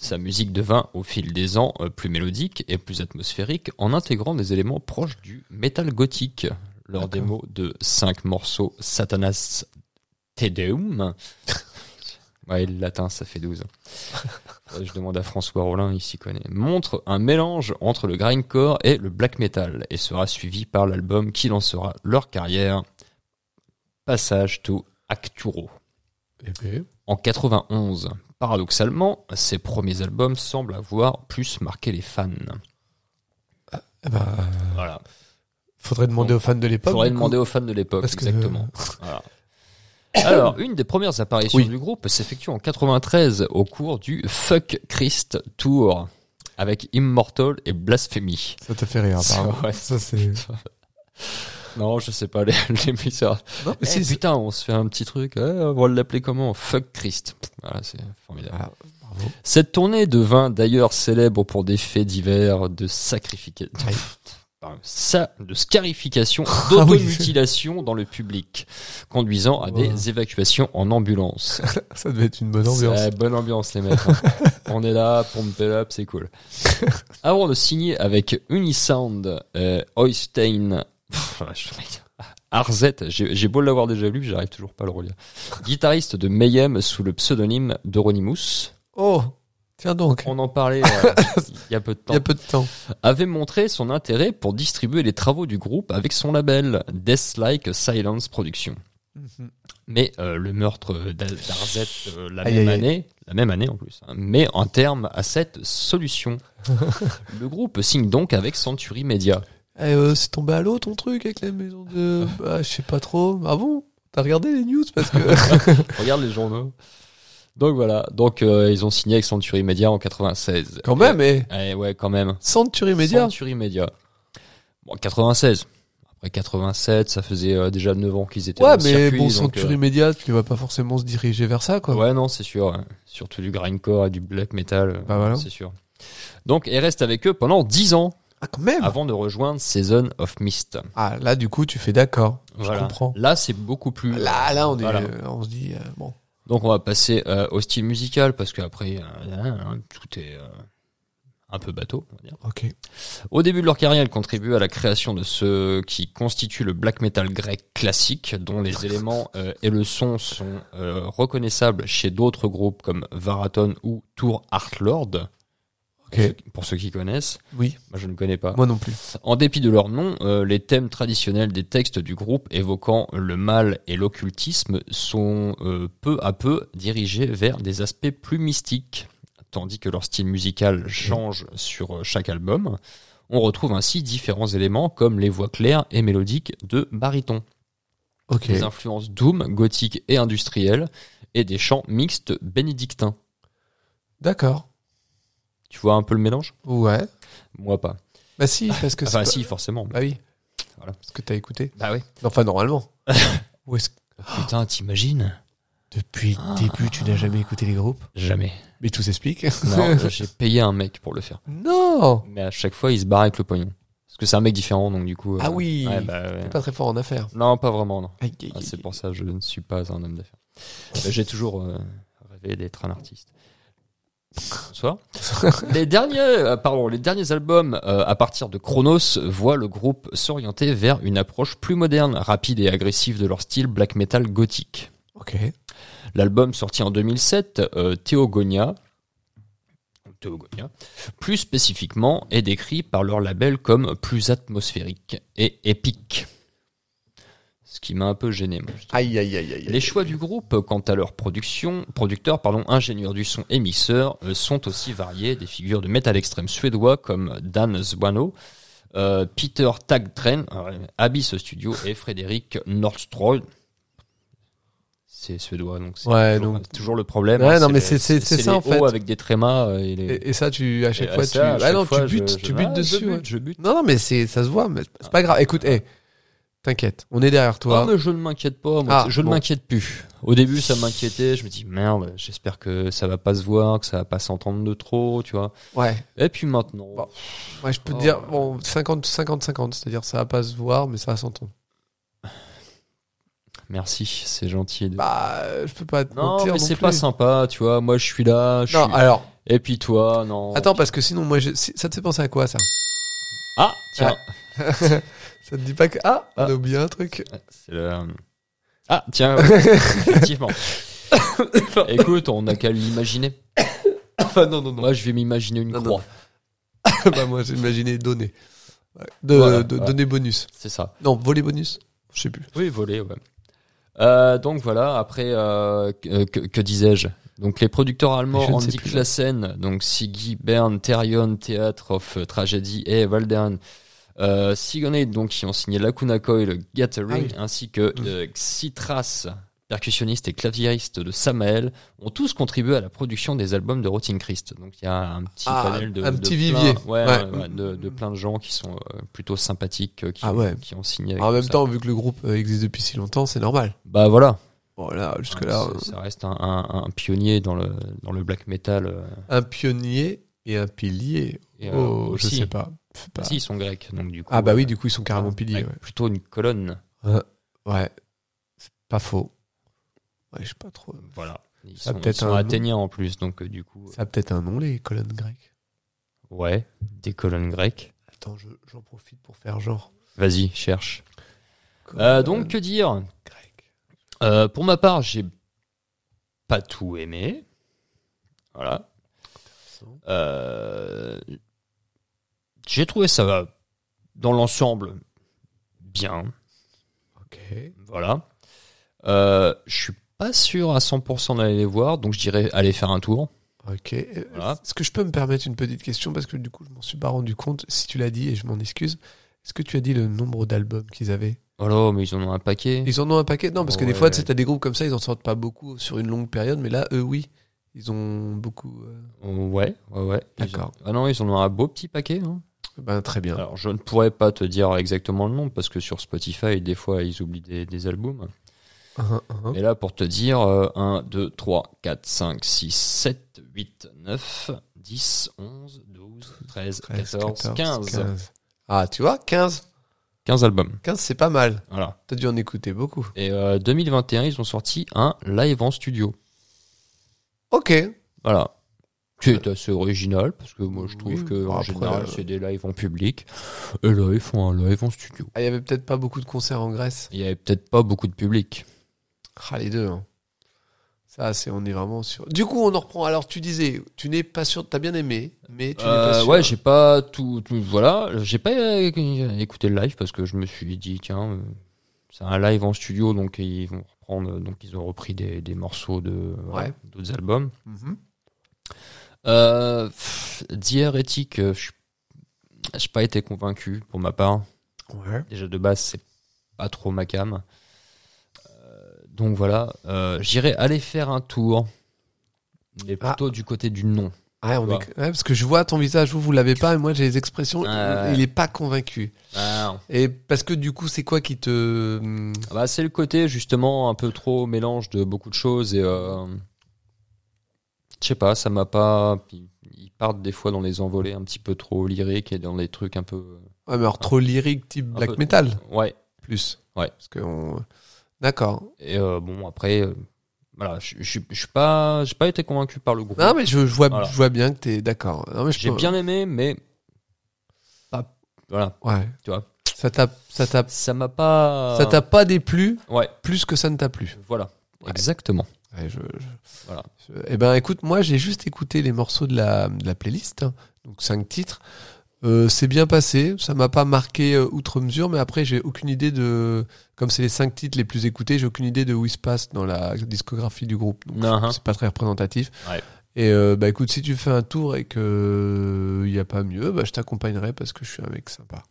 Speaker 3: Sa musique devint au fil des ans euh, plus mélodique et plus atmosphérique en intégrant des éléments proches du métal gothique.
Speaker 2: D'accord.
Speaker 3: Leur démo de cinq morceaux Satanas Te Deum. Ouais, le latin, ça fait 12. Faudrait que Je demande à François Rollin, il s'y connaît. Montre un mélange entre le grindcore et le black metal et sera suivi par l'album qui lancera leur carrière. Passage to Acturo.
Speaker 2: Eh ben,
Speaker 3: En 91, paradoxalement, ses premiers albums semblent avoir plus marqué les fans.
Speaker 2: eh ben,
Speaker 3: Voilà.
Speaker 2: faudrait demander aux fans de l'époque.
Speaker 3: Faudrait
Speaker 2: du coup.
Speaker 3: demander aux fans de l'époque,
Speaker 2: Parce que-
Speaker 3: exactement. [laughs] Voilà. Alors, une des premières apparitions
Speaker 2: Oui.
Speaker 3: du groupe s'effectue en 93 au cours du Fuck Christ Tour avec Immortal et Blasphemy.
Speaker 2: Ça te fait rire,
Speaker 3: Ça,
Speaker 2: apparemment.
Speaker 3: [laughs] ouais.
Speaker 2: Ça, c'est.
Speaker 3: Non, je sais pas, [laughs] les, les bizarres.
Speaker 2: Non, mais
Speaker 3: Eh,
Speaker 2: si, c'est.
Speaker 3: putain, on se fait un petit truc. eh, on va l'appeler comment Fuck Christ. Voilà, c'est formidable.
Speaker 2: Ah, bravo.
Speaker 3: Cette tournée devint d'ailleurs célèbre pour des faits divers de sacrification.
Speaker 2: Aïe.
Speaker 3: Ça, de scarification,
Speaker 2: Ah oui.
Speaker 3: d'automutilation dans le public, conduisant à
Speaker 2: Voilà.
Speaker 3: des évacuations en ambulance.
Speaker 2: Ça devait être une bonne ambiance.
Speaker 3: Ouais, bonne ambiance, les
Speaker 2: [laughs]
Speaker 3: mecs. hein. On est là, pompe it up, c'est cool. Avant de signer avec Unisound, euh, Oystein, pff, je- Arzette, j'ai j'ai beau l'avoir déjà lu, j'arrive toujours pas à le relire. Guitariste de Mayhem sous le pseudonyme d'Euronymous.
Speaker 2: Oh, tiens donc.
Speaker 3: On en parlait
Speaker 2: [laughs]
Speaker 3: euh, il y a peu de temps.
Speaker 2: Il y a peu de temps.
Speaker 3: Avait montré son intérêt pour distribuer les travaux du groupe avec son label Death Like Silence Productions. Mais euh, le meurtre d'A- d'Arzette euh, la
Speaker 2: Aïe,
Speaker 3: même
Speaker 2: aïe, aïe.
Speaker 3: année, la même année en plus, hein, met un terme à cette solution.
Speaker 2: [laughs]
Speaker 3: le groupe signe donc avec Century Media.
Speaker 2: Eh, euh, c'est tombé à l'eau ton truc avec la maison de. Bah, je sais pas trop. Ah bon T'as regardé les news parce que. [laughs]
Speaker 3: Regarde les journaux. Donc voilà, donc euh, ils ont signé avec Century Media en 96.
Speaker 2: Quand même, eh
Speaker 3: Eh ouais, quand même.
Speaker 2: Century Media
Speaker 3: Century Media. Bon, 96. Après 87, ça faisait euh, déjà 9 ans qu'ils étaient
Speaker 2: Ouais,
Speaker 3: dans le
Speaker 2: mais
Speaker 3: circuit,
Speaker 2: bon,
Speaker 3: donc,
Speaker 2: Century Media, tu vas pas forcément se diriger vers ça,
Speaker 3: euh,
Speaker 2: quoi.
Speaker 3: ouais, non, c'est sûr. ouais. Surtout du grindcore et du black metal, euh,
Speaker 2: Bah voilà.
Speaker 3: c'est sûr. Donc, elle reste avec eux pendant 10 ans
Speaker 2: Ah, quand même
Speaker 3: [laughs] avant de rejoindre Season of Mist.
Speaker 2: Ah, là, du coup, tu fais d'accord.
Speaker 3: Voilà.
Speaker 2: Je comprends.
Speaker 3: Là, c'est beaucoup plus...
Speaker 2: Là, là, on, est,
Speaker 3: Voilà.
Speaker 2: euh, on se dit, euh, bon.
Speaker 3: hein, Donc, on va passer euh, au style musical parce qu'après, euh, euh, tout est... euh, un peu bateau, on va dire.
Speaker 2: Ok.
Speaker 3: Au début de leur carrière, ils contribuent à la création de ce qui constitue le black metal grec classique, dont les éléments euh, et le son sont euh, reconnaissables chez d'autres groupes comme Varaton ou Tour Heartlord,
Speaker 2: Ok.
Speaker 3: pour ceux qui connaissent.
Speaker 2: Oui,
Speaker 3: Moi, je ne connais pas.
Speaker 2: moi non plus.
Speaker 3: En dépit de leur nom, euh, les thèmes traditionnels des textes du groupe évoquant le mal et l'occultisme sont euh, peu à peu dirigés vers des aspects plus mystiques, tandis que leur style musical change sur euh, chaque album. On retrouve ainsi différents éléments comme les voix claires et mélodiques de baryton,
Speaker 2: Ok.
Speaker 3: des influences doom, gothique et industrielle, et des chants mixtes bénédictins.
Speaker 2: D'accord.
Speaker 3: Tu vois un peu le mélange
Speaker 2: Ouais.
Speaker 3: Moi pas.
Speaker 2: Bah si, parce que
Speaker 3: Enfin
Speaker 2: c'est pas-
Speaker 3: Ah, si, forcément.
Speaker 2: Bah oui.
Speaker 3: Voilà.
Speaker 2: Parce que t'as écouté.
Speaker 3: Bah oui.
Speaker 2: Enfin,
Speaker 3: [laughs]
Speaker 2: normalement. Ou est-ce que-
Speaker 3: Putain, t'imagines
Speaker 2: Depuis le début, tu n'as jamais écouté les groupes
Speaker 3: Jamais.
Speaker 2: Mais tout s'explique. [laughs]
Speaker 3: Non, euh, j'ai payé un mec pour le faire.
Speaker 2: non
Speaker 3: Mais à chaque fois, il se barre avec le pognon. Parce que c'est un mec différent, donc du coup. euh,
Speaker 2: Ah oui.
Speaker 3: ouais, bah, ouais.
Speaker 2: T'es pas très fort en affaires.
Speaker 3: Non, pas vraiment, non.
Speaker 2: Aïe, aïe,
Speaker 3: Ah, c'est
Speaker 2: aïe.
Speaker 3: pour ça que je ne suis pas un homme d'affaires. Euh, J'ai toujours euh, rêvé d'être un artiste.
Speaker 2: [laughs]
Speaker 3: Bonsoir. les derniers, euh, pardon, les derniers albums euh, à partir de Chronos voient le groupe s'orienter vers une approche plus moderne, rapide et agressive de leur style black metal gothique.
Speaker 2: Ok.
Speaker 3: L'album sorti en 2007, euh, Théogonia, Théogonia, plus spécifiquement, est décrit par leur label comme plus atmosphérique et épique. Ce qui m'a un peu gêné. moi, je trouve.
Speaker 2: Aïe, aïe, aïe, aïe.
Speaker 3: Les choix du groupe quant à leur production, producteurs, pardon, ingénieurs du son et mixeurs euh, sont aussi variés. Des figures de métal extrême suédois comme Dan Zwano, euh, Peter Tagtren, euh, Abyss Studio et Frédéric Nordström. C'est suédois, donc c'est
Speaker 2: Ouais,
Speaker 3: toujours,
Speaker 2: Ah, donc.
Speaker 3: toujours le problème.
Speaker 2: Ouais,
Speaker 3: hein,
Speaker 2: non, mais
Speaker 3: les-
Speaker 2: c'est- c'est- c'est ça,
Speaker 3: les
Speaker 2: en fait.
Speaker 3: hauts avec des trémas. euh, Et les-
Speaker 2: Et, et ça, tu à chaque
Speaker 3: et
Speaker 2: fois,
Speaker 3: ça, à
Speaker 2: tu.
Speaker 3: chaque
Speaker 2: ah non,
Speaker 3: fois,
Speaker 2: tu butes,
Speaker 3: je- je-
Speaker 2: tu butes
Speaker 3: ah, je
Speaker 2: dessus.
Speaker 3: bute,
Speaker 2: ouais.
Speaker 3: Je bute.
Speaker 2: Non, non, mais c'est, ça se voit. Mais c'est pas grave. Écoute, hé, t'inquiète, on est derrière
Speaker 3: Ah,
Speaker 2: toi.
Speaker 3: mais je ne m'inquiète pas, moi,
Speaker 2: Ah,
Speaker 3: je
Speaker 2: bon.
Speaker 3: ne m'inquiète plus. Au début, ça m'inquiétait, je me dis merde, j'espère que ça va pas se voir, que ça va pas s'entendre de trop, tu vois.
Speaker 2: Ouais.
Speaker 3: Et puis maintenant,
Speaker 2: Bon. Ouais, je peux te
Speaker 3: Oh.
Speaker 2: dire, bon, 50, 50, 50. C'est-à-dire, ça va pas se voir, mais ça va s'entendre.
Speaker 3: merci, c'est gentil. de-
Speaker 2: Bah, euh, je peux pas te
Speaker 3: non,
Speaker 2: mentir
Speaker 3: mais c'est pas
Speaker 2: plus.
Speaker 3: sympa, tu vois. Moi, je suis là, je
Speaker 2: Non,
Speaker 3: suis-
Speaker 2: alors,
Speaker 3: et puis toi, non.
Speaker 2: attends, parce que sinon, moi, je- si- ça te fait penser à quoi, ça
Speaker 3: Ah, tiens,
Speaker 2: Ça te dit pas que. Ah, on
Speaker 3: Ah.
Speaker 2: a oublié un
Speaker 3: [laughs]
Speaker 2: truc.
Speaker 3: c'est le. euh, Ah,
Speaker 2: [laughs]
Speaker 3: tiens, ouais,
Speaker 2: [coughs]
Speaker 3: effectivement. Écoute, on n'a qu'à l'imaginer. Ah,
Speaker 2: Enfin, non, non, non.
Speaker 3: Moi, je vais m'imaginer une
Speaker 2: Non,
Speaker 3: croix.
Speaker 2: [laughs] bah, moi, j'ai imaginé donner. Ouais. De,
Speaker 3: Voilà,
Speaker 2: de-
Speaker 3: ouais.
Speaker 2: Donner bonus.
Speaker 3: C'est ça.
Speaker 2: Non, voler bonus. Je sais plus.
Speaker 3: Oui, voler, ouais. Euh, donc voilà, après, euh, que, que- que disais-je Donc les producteurs allemands
Speaker 2: Je ne sais
Speaker 3: Andy
Speaker 2: plus.
Speaker 3: Klassen, donc Sigi Bern, Therion, Theatre of Tragedy et Waldern, euh, Sigonade, donc qui ont signé Lacuna Coil, Gathering,
Speaker 2: Ah
Speaker 3: ainsi que euh, Xythras, percussionniste et claviériste de Samael, ont tous contribué à la production des albums de Rotting Christ. Donc il y a un petit
Speaker 2: Ah,
Speaker 3: panel de,
Speaker 2: un
Speaker 3: de
Speaker 2: petit
Speaker 3: plein-
Speaker 2: vivier.
Speaker 3: ouais,
Speaker 2: Ouais.
Speaker 3: ouais, ouais, de, de plein de gens qui sont euh, plutôt sympathiques, euh, qui,
Speaker 2: Ah ouais.
Speaker 3: qui ont signé. avec
Speaker 2: En
Speaker 3: tout
Speaker 2: même
Speaker 3: ça.
Speaker 2: temps, vu que le groupe euh, existe depuis si longtemps, c'est normal.
Speaker 3: bah voilà.
Speaker 2: Bon, là,
Speaker 3: Ah,
Speaker 2: jusque-là, euh,
Speaker 3: Ça- ça reste un, un- un pionnier dans le, dans le black metal. euh,
Speaker 2: un pionnier et un pilier.
Speaker 3: et, euh,
Speaker 2: oh, je
Speaker 3: aussi.
Speaker 2: sais pas. Faut pas.
Speaker 3: Ah Si, ils sont grecs, donc du coup.
Speaker 2: Ah bah oui,
Speaker 3: euh,
Speaker 2: du coup, ils sont carrément
Speaker 3: euh,
Speaker 2: piliers.
Speaker 3: avec
Speaker 2: Ouais,
Speaker 3: Plutôt une colonne.
Speaker 2: Ouais. C'est pas faux. Ouais, je sais pas trop.
Speaker 3: Voilà. Ils
Speaker 2: Ça a
Speaker 3: sont,
Speaker 2: peut-être
Speaker 3: ils sont
Speaker 2: un nom.
Speaker 3: athéniens en plus, donc euh, du coup. euh,
Speaker 2: Ça a peut-être un nom, les colonnes grecques.
Speaker 3: Ouais, des colonnes grecques.
Speaker 2: Attends, je- j'en profite pour faire genre.
Speaker 3: Vas-y, cherche. Euh, donc, que dire
Speaker 2: grec.
Speaker 3: Euh, Pour ma part, j'ai pas tout aimé. Voilà. Euh, j'ai trouvé ça, euh, dans l'ensemble, bien.
Speaker 2: Ok.
Speaker 3: Voilà. Euh, je suis pas sûr à 100% d'aller les voir, donc je dirais aller faire un tour.
Speaker 2: Ok. Euh,
Speaker 3: Voilà.
Speaker 2: Est-ce que je peux me permettre une petite question Parce que du coup, je m'en suis pas rendu compte. Si tu l'as dit, et je m'en excuse. Est-ce que tu as dit le nombre d'albums qu'ils avaient
Speaker 3: Oh là, mais ils en ont un paquet.
Speaker 2: Ils en ont un paquet. Non, parce que des
Speaker 3: Ouais.
Speaker 2: fois, tu sais, t'as des groupes comme ça, ils en sortent pas beaucoup sur une longue période, mais là, eux, oui. Ils ont beaucoup. euh,
Speaker 3: Ouais, ouais, ouais. Ils
Speaker 2: D'accord.
Speaker 3: ont- Ah non, ils en ont un beau petit paquet. hein.
Speaker 2: Ben, très bien.
Speaker 3: Alors, je ne pourrais pas te dire exactement le nom, parce que sur Spotify, des fois, ils oublient des, des albums.
Speaker 2: Hein, hein, hein.
Speaker 3: Mais là, pour te dire, euh, 1, 2, 3, 4, 5, 6, 7, 8, 9, 10, 11, 12, 13,
Speaker 2: 13,
Speaker 3: 14, 15.
Speaker 2: 15. Ah, tu vois, 15.
Speaker 3: 15 albums.
Speaker 2: 15, c'est pas mal.
Speaker 3: Voilà.
Speaker 2: T'as dû en écouter beaucoup.
Speaker 3: Et euh, 2021, ils ont sorti un live en studio.
Speaker 2: Ok.
Speaker 3: Voilà. qui est assez original parce que moi je trouve
Speaker 2: Oui,
Speaker 3: que en
Speaker 2: après,
Speaker 3: général
Speaker 2: euh,
Speaker 3: c'est des lives en public et là ils font un live en studio.
Speaker 2: Ah, il y avait peut-être pas beaucoup de concerts en Grèce.
Speaker 3: Il y avait peut-être pas beaucoup de public.
Speaker 2: Ah, les deux. hein. Ça, c'est on est vraiment sûr. Du coup, on en reprend. Alors, tu disais, tu n'es pas sûr, t'as bien aimé, mais tu n'es pas
Speaker 3: Euh,
Speaker 2: sûr.
Speaker 3: ouais, j'ai pas tout, tout- voilà, j'ai pas euh, écouté le live parce que je me suis dit tiens, euh, c'est un live en studio donc ils vont reprendre donc ils ont repris des, des morceaux de
Speaker 2: Ouais.
Speaker 3: d'autres albums.
Speaker 2: Mhm.
Speaker 3: Euh, pff, diérétique, euh, je suis- j'ai pas été convaincu pour ma part.
Speaker 2: Ouais.
Speaker 3: Déjà de base, c'est pas trop ma cam. Euh, Donc voilà, euh, j'irai aller faire un tour, mais
Speaker 2: Ah.
Speaker 3: plutôt du côté du non.
Speaker 2: Ouais, Ah, on est-
Speaker 3: Voilà.
Speaker 2: ouais, parce que je vois ton visage, vous, vous l'avez pas, et moi, j'ai les expressions,
Speaker 3: Ouais.
Speaker 2: il est pas convaincu. Et parce que du coup, c'est quoi qui te. hum,
Speaker 3: Bah, c'est le côté justement un peu trop mélange de beaucoup de choses et euh, je sais pas, ça m'a pas. Ils ils partent des fois dans les envolées un petit peu trop lyriques et dans des trucs un peu.
Speaker 2: Ouais, mais alors, trop lyrique, type
Speaker 3: Un
Speaker 2: black
Speaker 3: peu trop.
Speaker 2: metal,
Speaker 3: Ouais.
Speaker 2: plus.
Speaker 3: Ouais.
Speaker 2: Parce que on- D'accord.
Speaker 3: Et euh, bon après, euh, voilà, je je- je suis pas, j'ai pas été convaincu par le groupe.
Speaker 2: Non, mais je, je vois,
Speaker 3: Voilà.
Speaker 2: je vois bien que t'es d'accord. Non, mais je
Speaker 3: J'ai
Speaker 2: peux-
Speaker 3: bien aimé, mais pas. Voilà,
Speaker 2: Ouais.
Speaker 3: Tu vois. Euh.
Speaker 2: Ça t'a, ça t'a,
Speaker 3: ça m'a pas.
Speaker 2: ça t'a pas déplu
Speaker 3: Ouais,
Speaker 2: plus que ça ne t'a plu.
Speaker 3: voilà.
Speaker 2: Ouais.
Speaker 3: Exactement.
Speaker 2: Ouais, je, je-
Speaker 3: Voilà.
Speaker 2: je- eh ben, écoute, moi, j'ai juste écouté les morceaux de la, de la playlist, hein, donc cinq titres. Euh, c'est bien passé, ça m'a pas marqué euh, outre mesure, mais après, j'ai aucune idée de. Comme c'est les cinq titres les plus écoutés, j'ai aucune idée de où il se passe dans la discographie du groupe. Donc,
Speaker 3: Uh-huh.
Speaker 2: c'est pas très représentatif.
Speaker 3: Ouais.
Speaker 2: Et euh, bah écoute, si tu fais un tour et que il y a pas mieux, bah, je t'accompagnerai parce que je suis un mec sympa.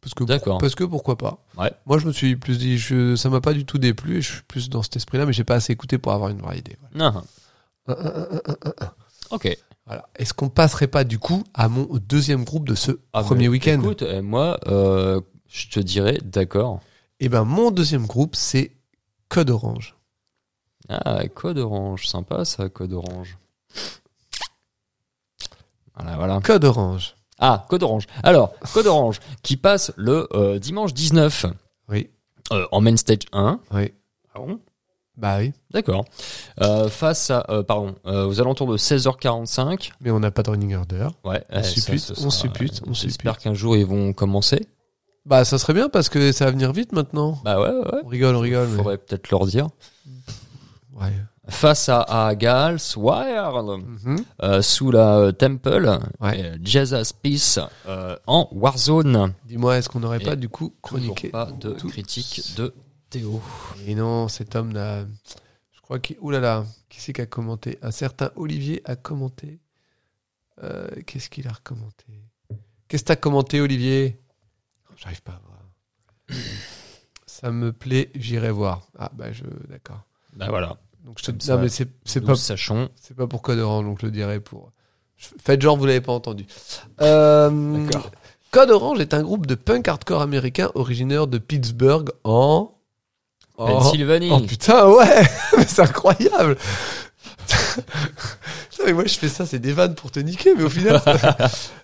Speaker 2: Parce que
Speaker 3: D'accord.
Speaker 2: parce que pourquoi pas.
Speaker 3: Ouais.
Speaker 2: Moi, je me suis plus dit, je, ça m'a pas du tout déplu et je suis plus dans cet esprit-là, mais j'ai pas assez écouté pour avoir une vraie idée.
Speaker 3: Uh-huh.
Speaker 2: Voilà. Un, un, un, un, un, un.
Speaker 3: Ok.
Speaker 2: Voilà. Est-ce qu'on passerait pas du coup à mon deuxième groupe de ce
Speaker 3: Ah,
Speaker 2: premier
Speaker 3: mais
Speaker 2: week-end
Speaker 3: Écoute, euh, moi, euh, je te dirais d'accord.
Speaker 2: Eh ben, mon deuxième groupe, c'est Code Orange.
Speaker 3: Ah, code orange, sympa ça, code orange. Voilà, voilà.
Speaker 2: Code Orange.
Speaker 3: Ah, code orange. Alors, code orange qui passe le euh, dimanche 19
Speaker 2: Oui.
Speaker 3: euh, en main stage 1.
Speaker 2: Oui.
Speaker 3: Ah bon
Speaker 2: Bah oui.
Speaker 3: D'accord. Euh, face à, euh, pardon, euh, aux alentours de 16h45.
Speaker 2: Mais on n'a pas de running order.
Speaker 3: Ouais.
Speaker 2: On suppute, on suppute, on
Speaker 3: J'espère
Speaker 2: suppute.
Speaker 3: qu'un jour ils vont commencer.
Speaker 2: Bah, ça serait bien parce que ça va venir vite maintenant.
Speaker 3: Bah ouais, ouais. ouais.
Speaker 2: On rigole, on rigole. mais-
Speaker 3: Faudrait peut-être leur dire.
Speaker 2: Ouais.
Speaker 3: Face à, à Gals, Wild,
Speaker 2: Mhm.
Speaker 3: euh, sous la euh, Temple,
Speaker 2: Ouais.
Speaker 3: et Jazza's Peace euh, en Warzone.
Speaker 2: Dis-moi, est-ce qu'on n'aurait
Speaker 3: Et
Speaker 2: pas du coup chroniqué
Speaker 3: Toujours pas de
Speaker 2: tout-
Speaker 3: critique de Théo.
Speaker 2: Et non, cet homme là, je crois qu'il. Ouh là là, qui c'est qui a commenté Un certain Olivier a commenté. Euh, Qu'est-ce qu'il a commenté Qu'est-ce que t'as commenté, Olivier J'arrive pas à voir. Ça me plaît, j'irai voir. Ah bah je, d'accord.
Speaker 3: Bah voilà.
Speaker 2: Donc je
Speaker 3: Comme
Speaker 2: te,
Speaker 3: ça,
Speaker 2: non mais c'est c'est
Speaker 3: Nous
Speaker 2: pas
Speaker 3: sachons.
Speaker 2: C'est pas pour Code Orange, donc je le dirais pour. je- Faites genre, vous l'avez pas entendu. Euh,
Speaker 3: D'accord.
Speaker 2: Code Orange est un groupe de punk hardcore américain originaire de Pittsburgh en. en-
Speaker 3: Pennsylvanie.
Speaker 2: Oh putain, ouais! [laughs] Mais c'est incroyable! [laughs] Putain, mais moi je fais ça, c'est des vannes pour te niquer, mais au final. ça-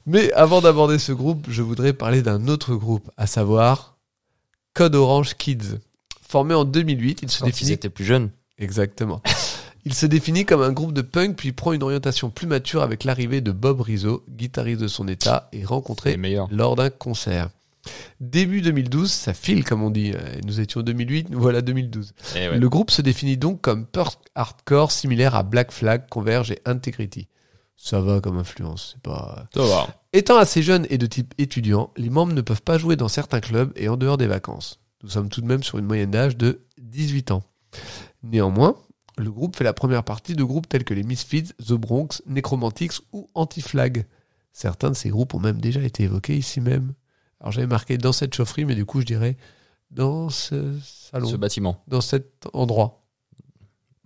Speaker 2: mais avant d'aborder ce groupe, je voudrais parler d'un autre groupe, à savoir Code Orange Kids. Formé en 2008, il se
Speaker 3: Quand ils
Speaker 2: définit
Speaker 3: étaient plus jeunes.
Speaker 2: Exactement. Il se définit comme un groupe de punk puis prend une orientation plus mature avec l'arrivée de Bob Rizzo, guitariste de son état, et
Speaker 3: Les
Speaker 2: rencontré
Speaker 3: meilleurs.
Speaker 2: lors d'un concert. Début 2012, ça file comme on dit. Euh, Nous étions en 2008, nous voilà 2012.
Speaker 3: Eh ouais.
Speaker 2: Le groupe se définit donc comme punk hardcore similaire à Black Flag, Converge et Integrity. Ça va comme influence, c'est pas...
Speaker 3: Ça va.
Speaker 2: Étant assez jeunes et de type étudiant, les membres ne peuvent pas jouer dans certains clubs et en dehors des vacances. Nous sommes tout de même sur une moyenne d'âge de 18 ans. Néanmoins, le groupe fait la première partie de groupes tels que les Misfits, The Bronx, Necromantics ou Anti-Flag. Certains de ces groupes ont même déjà été évoqués ici même. Alors j'avais marqué dans cette chaufferie, mais du coup je dirais dans ce salon,
Speaker 3: Ce bâtiment.
Speaker 2: dans cet endroit,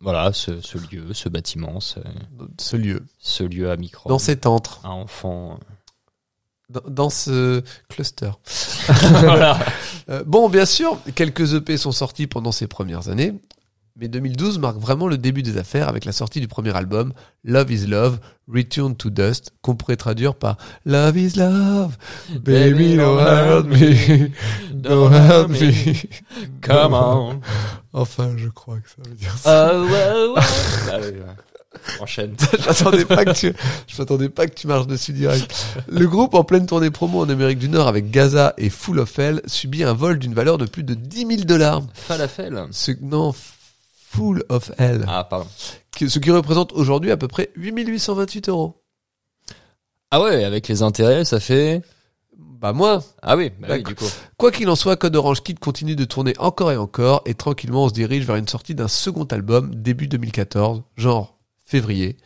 Speaker 3: Voilà, ce, ce lieu, ce bâtiment, ce,
Speaker 2: dans ce lieu,
Speaker 3: ce lieu à micro.
Speaker 2: dans cet antre,
Speaker 3: Un
Speaker 2: [laughs]
Speaker 3: enfant.
Speaker 2: dans, dans ce cluster.
Speaker 3: voilà.
Speaker 2: Euh, bon, bien sûr, quelques EP sont sortis pendant ces premières années, mais 2012 marque vraiment le début des affaires avec la sortie du premier album Love is Love, Return to Dust, qu'on pourrait traduire par Love is [laughs] Love, baby don't hurt me, [laughs] don't hurt me.
Speaker 3: Come on.
Speaker 2: [laughs] Oh, Ah, Enfin, je crois que ça veut dire ça.
Speaker 3: Euh, ouais, ouais. Enchaîne.
Speaker 2: [laughs] J'attendais pas que tu, je m'attendais pas que tu marches dessus direct. Le groupe, en pleine tournée promo en Amérique du Nord avec Gaza et Full of Hell, subit un vol d'une valeur de plus de 10 000 dollars.
Speaker 3: Falafel.
Speaker 2: Ce, non, Full of Hell.
Speaker 3: Ah, pardon.
Speaker 2: Que- Ce qui représente aujourd'hui à peu près 8828 euros.
Speaker 3: Ah ouais, avec les intérêts, ça fait.
Speaker 2: Bah, moi.
Speaker 3: Ah oui, bah oui,
Speaker 2: D'accord.
Speaker 3: du coup.
Speaker 2: Quoi qu'il en soit, Code Orange Kid continue de tourner encore et encore, et tranquillement on se dirige vers une sortie d'un second album début 2014, genre février,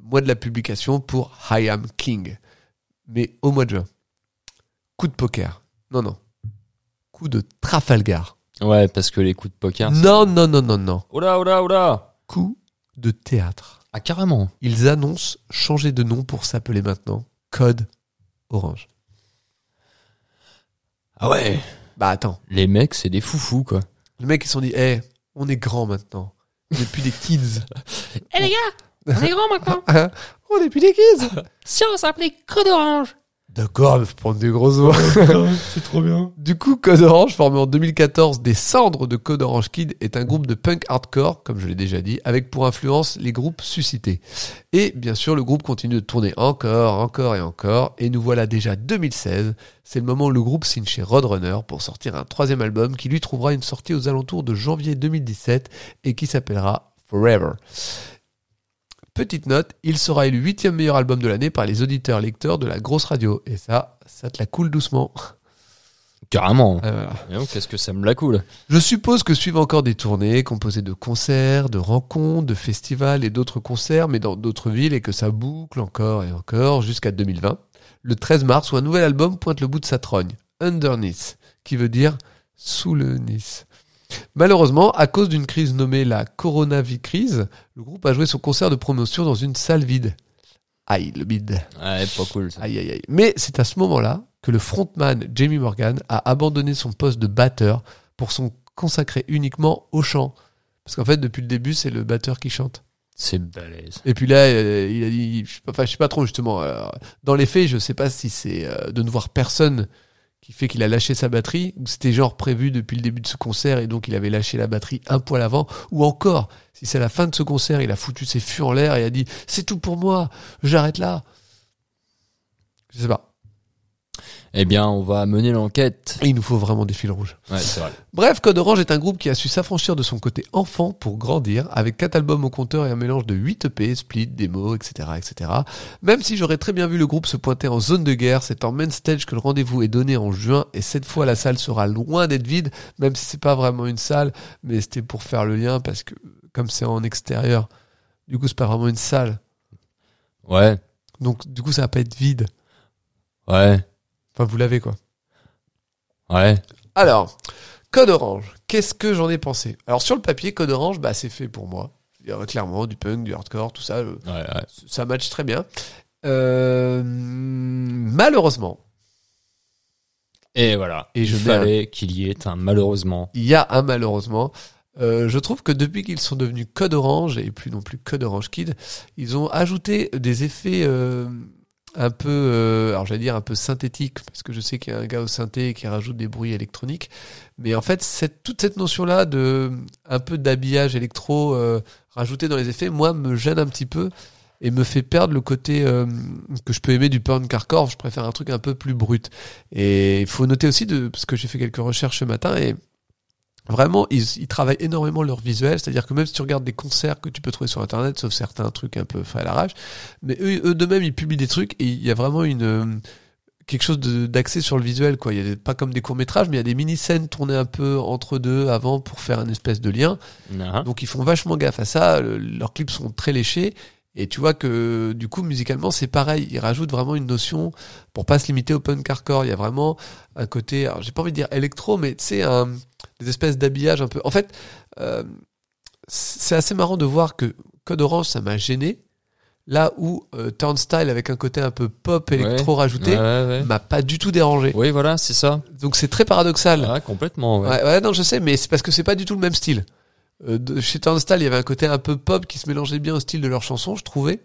Speaker 2: mois de la publication pour I Am King, mais au mois de juin. Coup de poker. Non, non. Coup de Trafalgar.
Speaker 3: Ouais, parce que les coups de poker.
Speaker 2: Non, non, non, non, non.
Speaker 3: Oh là, oh là, oh là
Speaker 2: Coup de théâtre.
Speaker 3: Ah, carrément.
Speaker 2: Ils annoncent changer de nom pour s'appeler maintenant Code Orange.
Speaker 3: Ah ouais.
Speaker 2: Bah attends.
Speaker 3: Les mecs, c'est des foufous, [laughs] quoi.
Speaker 2: Les mecs, ils se sont dit, hé, on est grands maintenant. On n'est plus des kids.
Speaker 1: Eh les gars, on est grand maintenant.
Speaker 2: Hein [laughs] on n'est plus des kids.
Speaker 1: Si on s'appelait Code Orange.
Speaker 2: D'accord, mais faut prendre des grosses voix.
Speaker 4: C'est trop bien.
Speaker 2: Du coup, Code Orange, formé en 2014 des cendres de Code Orange Kid, est un groupe de punk hardcore, comme je l'ai déjà dit, avec pour influence les groupes suscités. Et bien sûr, le groupe continue de tourner encore, encore et encore, et nous voilà déjà 2016. C'est le moment où le groupe signe chez Roadrunner pour sortir un troisième album qui lui trouvera une sortie aux alentours de janvier 2017 et qui s'appellera Forever. Petite note, il sera élu huitième meilleur album de l'année par les auditeurs lecteurs de la grosse radio. Et ça, ça te la coule doucement.
Speaker 3: Carrément.
Speaker 2: Ah, voilà.
Speaker 3: Et donc, Qu'est-ce que ça me la coule
Speaker 2: Je suppose que suivent encore des tournées composées de concerts, de rencontres, de festivals et d'autres concerts, mais dans d'autres villes, et que ça boucle encore et encore jusqu'à 2020. Le 13 mars, où un nouvel album pointe le bout de sa trogne, Underneath, qui veut dire sous le Nice. Malheureusement, à cause d'une crise nommée la Coronavirus, le groupe a joué son concert de promotion dans une salle vide. Aïe, le vide.
Speaker 3: Ouais, pas cool. ça.
Speaker 2: Aïe, aïe, aïe. Mais c'est à ce moment-là que le frontman Jamie Morgan a abandonné son poste de batteur pour son consacrer uniquement au chant. Parce qu'en fait, depuis le début, c'est le batteur qui chante.
Speaker 3: C'est balèze.
Speaker 2: Et puis là, euh, il a dit, je sais pas, enfin, je sais pas trop justement. euh, dans les faits, je sais pas si c'est euh, de ne voir personne qui fait qu'il a lâché sa batterie, ou c'était genre prévu depuis le début de ce concert et donc il avait lâché la batterie un poil avant, ou encore si c'est à la fin de ce concert, il a foutu ses fûts en l'air et a dit c'est tout pour moi, j'arrête là. Je sais pas.
Speaker 3: Eh bien, on va mener l'enquête.
Speaker 2: Il nous faut vraiment des fils rouges.
Speaker 3: Ouais, c'est vrai.
Speaker 2: Bref, Code Orange est un groupe qui a su s'affranchir de son côté enfant pour grandir, avec quatre albums au compteur et un mélange de 8 EP, split, démos, etc., etc. Même si j'aurais très bien vu le groupe se pointer en zone de guerre, c'est en main stage que le rendez-vous est donné en juin, et cette fois la salle sera loin d'être vide, même si c'est pas vraiment une salle, mais c'était pour faire le lien, parce que comme c'est en extérieur, du coup c'est pas vraiment une salle,
Speaker 3: Ouais,
Speaker 2: donc du coup ça va pas être vide.
Speaker 3: ouais,
Speaker 2: Enfin, vous l'avez quoi.
Speaker 3: ouais.
Speaker 2: Alors, Code Orange, qu'est-ce que j'en ai pensé Alors, sur le papier, Code Orange, bah, c'est fait pour moi. Je veux dire, Clairement, du punk, du hardcore, tout ça, euh,
Speaker 3: Ouais, ouais.
Speaker 2: ça match très bien. Euh, malheureusement,
Speaker 3: Et voilà.
Speaker 2: Et je
Speaker 3: Il
Speaker 2: mets un-
Speaker 3: fallait qu'il y ait un malheureusement.
Speaker 2: il y a un malheureusement. Euh, je trouve que depuis qu'ils sont devenus Code Orange et plus non plus Code Orange Kid, ils ont ajouté des effets euh, un peu, euh, alors j'allais dire un peu synthétiques, parce que je sais qu'il y a un gars au synthé qui rajoute des bruits électroniques. Mais en fait, cette, toute cette notion-là de un peu d'habillage électro euh, rajouté dans les effets, moi, me gêne un petit peu et me fait perdre le côté euh, que je peux aimer du punk hardcore. Je préfère un truc un peu plus brut. Et il faut noter aussi, de, parce que j'ai fait quelques recherches ce matin et Vraiment, ils, ils travaillent énormément leur visuel, c'est-à-dire que même si tu regardes des concerts que tu peux trouver sur Internet, sauf certains trucs un peu faits à l'arrache, mais eux, eux de même, ils publient des trucs et il y a vraiment une euh, quelque chose de- d'axé sur le visuel, quoi. Il y a des- pas comme des courts métrages, mais il y a des mini scènes tournées un peu entre deux avant pour faire une espèce de lien.
Speaker 3: Ah,
Speaker 2: Hein. Donc ils font vachement gaffe à ça. le- leurs clips sont très léchés. Et tu vois que du coup musicalement c'est pareil, ils rajoutent vraiment une notion pour pas se limiter au punk hardcore. Il y a vraiment un côté, alors j'ai pas envie de dire électro, mais tu sais un- des espèces d'habillage un peu. En fait, euh, c'est assez marrant de voir que Code Orange ça m'a gêné, là où euh, Turnstyle avec un côté un peu pop électro rajouté
Speaker 3: Ouais, ouais, ouais.
Speaker 2: m'a pas du tout dérangé.
Speaker 3: Oui, voilà, c'est ça.
Speaker 2: Donc c'est très paradoxal.
Speaker 3: Ah, complètement, ouais.
Speaker 2: Ouais, ouais, non, je sais, mais c'est parce que c'est pas du tout le même style. Euh, de- chez Turnstile, il y avait un côté un peu pop qui se mélangeait bien au style de leurs chansons, je trouvais.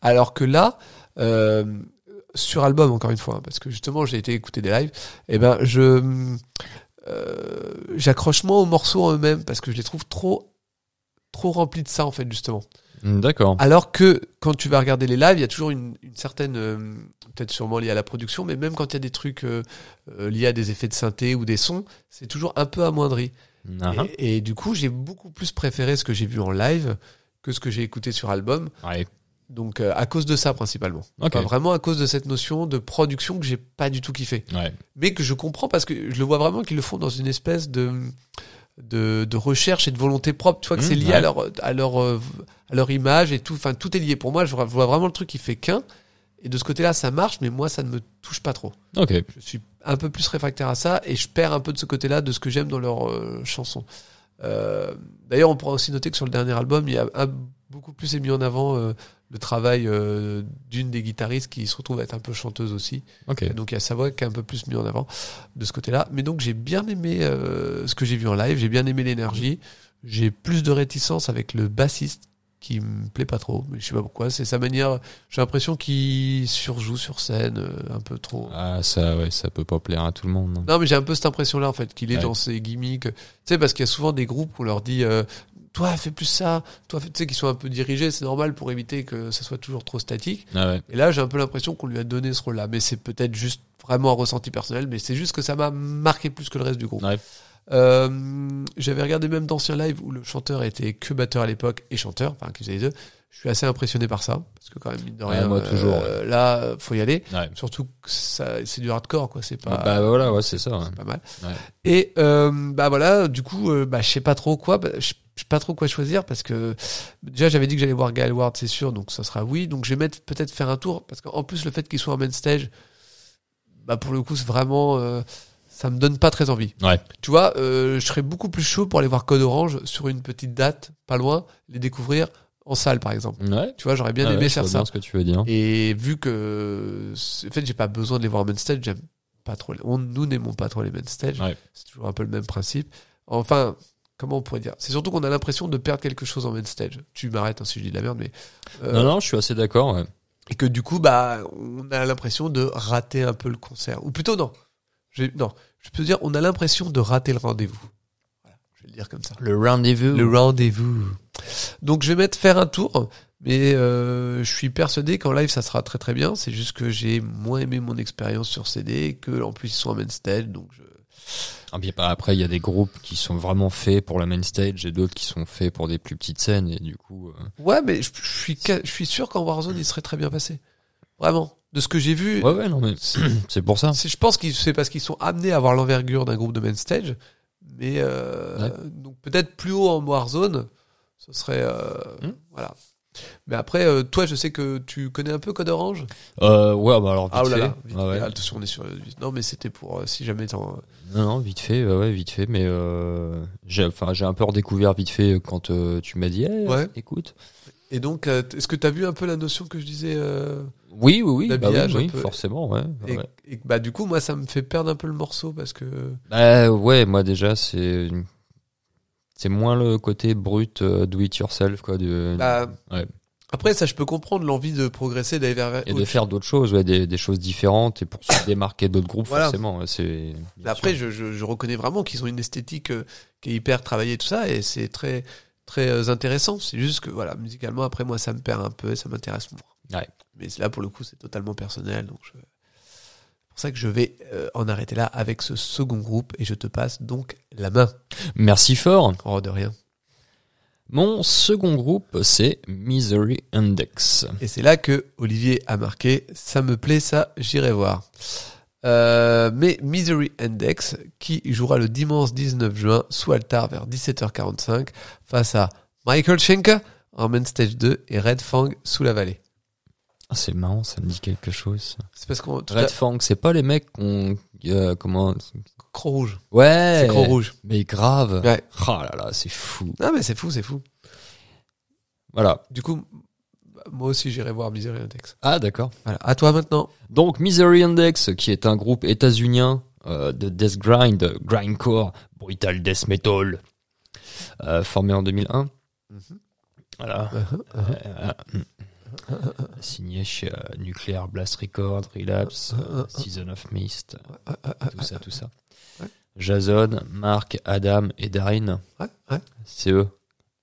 Speaker 2: Alors que là, euh, sur album, encore une fois, hein, parce que justement, j'ai été écouter des lives, et ben, je euh, j'accroche moins aux morceaux en eux-mêmes parce que je les trouve trop trop remplis de ça en fait justement.
Speaker 3: D'accord.
Speaker 2: Alors que quand tu vas regarder les lives, il y a toujours une, une certaine, euh, peut-être sûrement liée à la production, mais même quand il y a des trucs euh, euh, liés à des effets de synthé ou des sons, c'est toujours un peu amoindri.
Speaker 3: Ah, ah.
Speaker 2: Et, et du coup, j'ai beaucoup plus préféré ce que j'ai vu en live que ce que j'ai écouté sur album.
Speaker 3: Ah, Ouais.
Speaker 2: Donc euh, à cause de ça principalement.
Speaker 3: Ok.
Speaker 2: Enfin, vraiment à cause de cette notion de production que j'ai pas du tout kiffé,
Speaker 3: Ouais.
Speaker 2: mais que je comprends parce que je le vois vraiment qu'ils le font dans une espèce de de, de recherche et de volonté propre. Tu vois que
Speaker 3: Mmh,
Speaker 2: c'est lié
Speaker 3: ouais.
Speaker 2: à leur à leur euh, à leur image et tout. Enfin tout est lié. Pour moi, je vois je vois vraiment le truc qui fait qu'un. Et de ce côté-là, ça marche, mais moi, ça ne me touche pas trop.
Speaker 3: Ok.
Speaker 2: Je suis un peu plus réfractaire à ça et je perds un peu de ce côté-là de ce que j'aime dans leurs euh, chansons. Euh, D'ailleurs, on pourra aussi noter que sur le dernier album, il y a un- beaucoup plus est mis en avant euh, le travail euh, d'une des guitaristes qui se retrouve à être un peu chanteuse aussi.
Speaker 3: Ok.
Speaker 2: Et donc il y a sa voix qui est un peu plus mise en avant de ce côté-là. Mais donc j'ai bien aimé euh, ce que j'ai vu en live, j'ai bien aimé l'énergie. J'ai plus de réticence avec le bassiste qui me plaît pas trop, mais je sais pas pourquoi. C'est sa manière. J'ai l'impression qu'il surjoue sur scène euh, un peu trop.
Speaker 3: Ah, ça, ouais, ça peut pas plaire à tout le monde. non.
Speaker 2: Non, mais j'ai un peu cette impression-là, en fait, qu'il est
Speaker 3: Ouais.
Speaker 2: dans ses gimmicks. Tu sais, parce qu'il y a souvent des groupes où on leur dit euh, Toi, fais plus ça. Toi, fais... Tu sais, qu'ils sont un peu dirigés, c'est normal pour éviter que ça soit toujours trop statique.
Speaker 3: Ah ouais.
Speaker 2: Et là, j'ai un peu l'impression qu'on lui a donné ce rôle-là. Mais c'est peut-être juste vraiment un ressenti personnel, mais c'est juste que ça m'a marqué plus que le reste du groupe.
Speaker 3: Ouais.
Speaker 2: Euh, J'avais regardé même d'anciens lives où le chanteur était que batteur à l'époque et chanteur, enfin, qui faisait les deux. Je suis assez impressionné par ça, parce que quand même, mine de
Speaker 3: Ouais,
Speaker 2: rien,
Speaker 3: moi,
Speaker 2: euh,
Speaker 3: toujours,
Speaker 2: là, euh, faut y aller.
Speaker 3: Ah, Ouais.
Speaker 2: Surtout que ça- c'est du hardcore, quoi. C'est pas.
Speaker 3: bah voilà, ouais, c'est ça. ouais.
Speaker 2: C'est pas mal.
Speaker 3: Ouais.
Speaker 2: Et euh, bah voilà, du coup, euh, bah, je sais pas trop quoi, bah, je je sais pas trop quoi choisir parce que déjà j'avais dit que j'allais voir Gaël Ward, c'est sûr, donc ça sera oui. Donc je vais mettre- peut-être faire un tour parce qu'en plus le fait qu'il soit en main stage, bah pour le coup c'est vraiment, euh, ça me donne pas très envie.
Speaker 3: Ouais.
Speaker 2: Tu vois, euh, je serais beaucoup plus chaud pour aller voir Code Orange sur une petite date, pas loin, les découvrir en salle par exemple.
Speaker 3: Ouais.
Speaker 2: Tu vois, j'aurais bien
Speaker 3: Ah
Speaker 2: aimé
Speaker 3: ouais, je
Speaker 2: faire
Speaker 3: vois
Speaker 2: ça.
Speaker 3: bien ce que tu veux dire.
Speaker 2: Et vu que, c'est- en fait, j'ai pas besoin de les voir en main stage, j'aime pas trop. les- On, nous n'aimons pas trop les main stage.
Speaker 3: Ouais.
Speaker 2: C'est toujours un peu le même principe. Enfin, comment on pourrait dire C'est surtout qu'on a l'impression de perdre quelque chose en main stage. Tu m'arrêtes hein, si je dis de la merde, mais euh,
Speaker 3: Non, non, je suis assez d'accord. ouais.
Speaker 2: et que du coup, bah, on a l'impression de rater un peu le concert. Ou plutôt non. Je, non, je peux dire, on a l'impression de rater le rendez-vous. Voilà, je vais le dire comme ça.
Speaker 3: Le rendez-vous.
Speaker 2: Le rendez-vous. Donc je vais mettre faire un tour, mais euh, je suis persuadé qu'en live ça sera très très bien. C'est juste que j'ai moins aimé mon expérience sur CD, et que en plus ils sont en main stage, donc je...
Speaker 3: Ah, puis, bah, après, il y a des groupes qui sont vraiment faits pour la main stage et d'autres qui sont faits pour des plus petites scènes. Et du coup, euh,
Speaker 2: ouais, mais je, je suis ca- je suis sûr qu'en Warzone il serait très bien passé. Vraiment, de ce que j'ai vu,
Speaker 3: ouais, ouais, non, mais
Speaker 2: c'est-
Speaker 3: c'est [clears throat] pour ça.
Speaker 2: c'est- je pense que c'est parce qu'ils sont amenés à avoir l'envergure d'un groupe de main stage, mais euh,
Speaker 3: Ouais.
Speaker 2: donc peut-être plus haut en Warzone, ce serait euh,
Speaker 3: Hmm.
Speaker 2: voilà. Mais après, euh, toi, je sais que tu connais un peu Code Orange.
Speaker 3: Euh, ouais, bah alors vite
Speaker 2: Ah oh là
Speaker 3: fait.
Speaker 2: là, vite
Speaker 3: Ouais,
Speaker 2: fait.
Speaker 3: ouais.
Speaker 2: attention, on est sur. Non, mais c'était pour euh, si jamais t'en.
Speaker 3: Non, non, vite fait, ouais, ouais, vite fait, mais euh, j'ai, enfin, j'ai un peu redécouvert vite fait quand euh, tu m'as dit, Eh,
Speaker 2: Ouais.
Speaker 3: écoute.
Speaker 2: Et donc, euh, t- est-ce que t'as vu un peu la notion que je disais euh,
Speaker 3: Oui, oui, oui, bah
Speaker 2: L'habillage un
Speaker 3: oui, oui,
Speaker 2: peu.
Speaker 3: forcément, ouais.
Speaker 2: et,
Speaker 3: ouais.
Speaker 2: et bah du coup, moi, ça me fait perdre un peu le morceau parce que.
Speaker 3: Bah ouais, moi déjà c'est c'est moins le côté brut euh, do it yourself quoi de
Speaker 2: Bah,
Speaker 3: Ouais.
Speaker 2: Après, ça, je peux comprendre l'envie de progresser, d'aller vers.
Speaker 3: et de faire d'autres choses, ouais, des, des choses différentes et pour
Speaker 2: [coughs]
Speaker 3: se démarquer d'autres groupes
Speaker 2: Voilà.
Speaker 3: forcément, ouais, c'est
Speaker 2: Mais après, je, je, je reconnais vraiment qu'ils ont une esthétique euh, qui est hyper travaillée et tout ça, et c'est très très euh, intéressant. C'est juste que voilà, musicalement, après moi, ça me perd un peu, et ça m'intéresse moins.
Speaker 3: Ouais.
Speaker 2: Mais là, pour le coup, c'est totalement personnel, donc je... c'est pour ça que je vais euh, en arrêter là avec ce second groupe, et je te passe donc la main.
Speaker 3: Merci fort.
Speaker 2: Oh, de rien.
Speaker 3: Mon second groupe c'est Misery Index.
Speaker 2: Et c'est là que Olivier a marqué ça me plaît, ça, j'irai voir. Euh, mais Misery Index, qui jouera le dimanche 19 juin sous Altar vers 17h45 face à Michael Schenker en Main Stage 2 et Red Fang sous la vallée.
Speaker 3: Ah, c'est marrant, ça me dit quelque chose.
Speaker 2: C'est parce qu'on. tout
Speaker 3: Red
Speaker 2: à-
Speaker 3: Fang, c'est pas les mecs qu'on euh, comment
Speaker 2: Croc rouge. Eh.
Speaker 3: Ouais.
Speaker 2: C'est Croc rouge.
Speaker 3: Mais grave.
Speaker 2: Ouais.
Speaker 3: Oh là là, c'est fou.
Speaker 2: Non, mais c'est fou, c'est fou.
Speaker 3: Voilà.
Speaker 2: Du coup, bah, moi aussi, j'irai voir Misery Index.
Speaker 3: Ah d'accord.
Speaker 2: Voilà. À toi maintenant.
Speaker 3: Donc Misery Index, qui est un groupe états-unien euh, de death grind, grindcore, brutal death metal, euh, formé en 2001. Voilà. Euh, mm. signé chez euh, Nuclear Blast Record, Relapse, euh, Season of Mist,
Speaker 2: Euh,
Speaker 3: tout ça, tout ça.
Speaker 2: Ouais.
Speaker 3: Jason, Marc, Adam et Darren,
Speaker 2: euh, Ouais, ouais.
Speaker 3: c'est eux,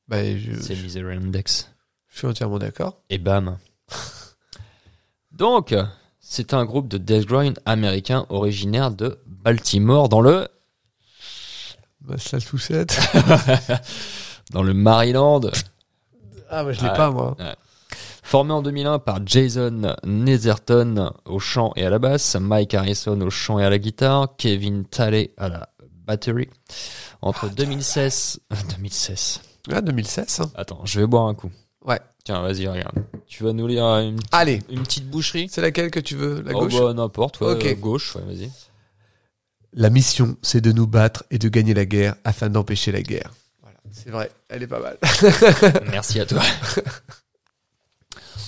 Speaker 2: Bah, je,
Speaker 3: c'est Misery Index.
Speaker 2: je Je suis entièrement d'accord.
Speaker 3: Et bam. Donc, c'est un groupe de death grind américain originaire de Baltimore dans le
Speaker 2: Bah, ça touchette.
Speaker 3: dans le Maryland.
Speaker 2: Ah, mais je l'ai
Speaker 3: l'ai Ouais.
Speaker 2: pas,
Speaker 3: pas,
Speaker 2: moi.
Speaker 3: Formé en 2001 par Jason Netherton au chant et à la basse, Mike Harrison au chant et à la guitare, Kevin Talley à la batterie. Entre 2016, 2016.
Speaker 2: Ah, 2016. hein.
Speaker 3: Attends, je vais boire un coup.
Speaker 2: Ouais.
Speaker 3: Tiens, vas-y, regarde. Tu vas nous lire une,
Speaker 2: Allez,
Speaker 3: une petite boucherie
Speaker 2: c'est laquelle que tu veux La
Speaker 3: Oh,
Speaker 2: gauche
Speaker 3: bah, n'importe, ouais,
Speaker 2: Ok.
Speaker 3: euh, gauche, ouais, vas-y.
Speaker 2: La mission, c'est de nous battre et de gagner la guerre afin d'empêcher la guerre. Voilà, c'est vrai, elle est pas mal.
Speaker 3: [laughs] Merci à toi.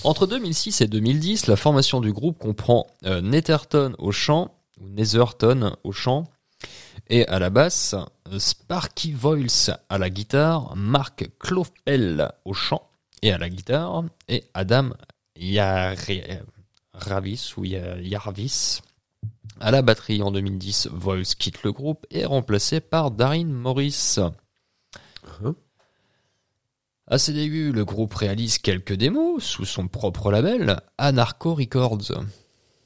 Speaker 3: Entre 2006 et 2010, la formation du groupe comprend euh, Netherton au chant, ou Netherton au chant, et à la basse, euh, Sparky Voiles à la guitare, Mark Klopel au chant et à la guitare, et Adam Yar- Ravis ou Ya- Yarvis à la batterie en 2010. Voiles quitte le groupe et est remplacé par Darin Morris. À ses débuts, le groupe réalise quelques démos sous son propre label, Anarcho Records.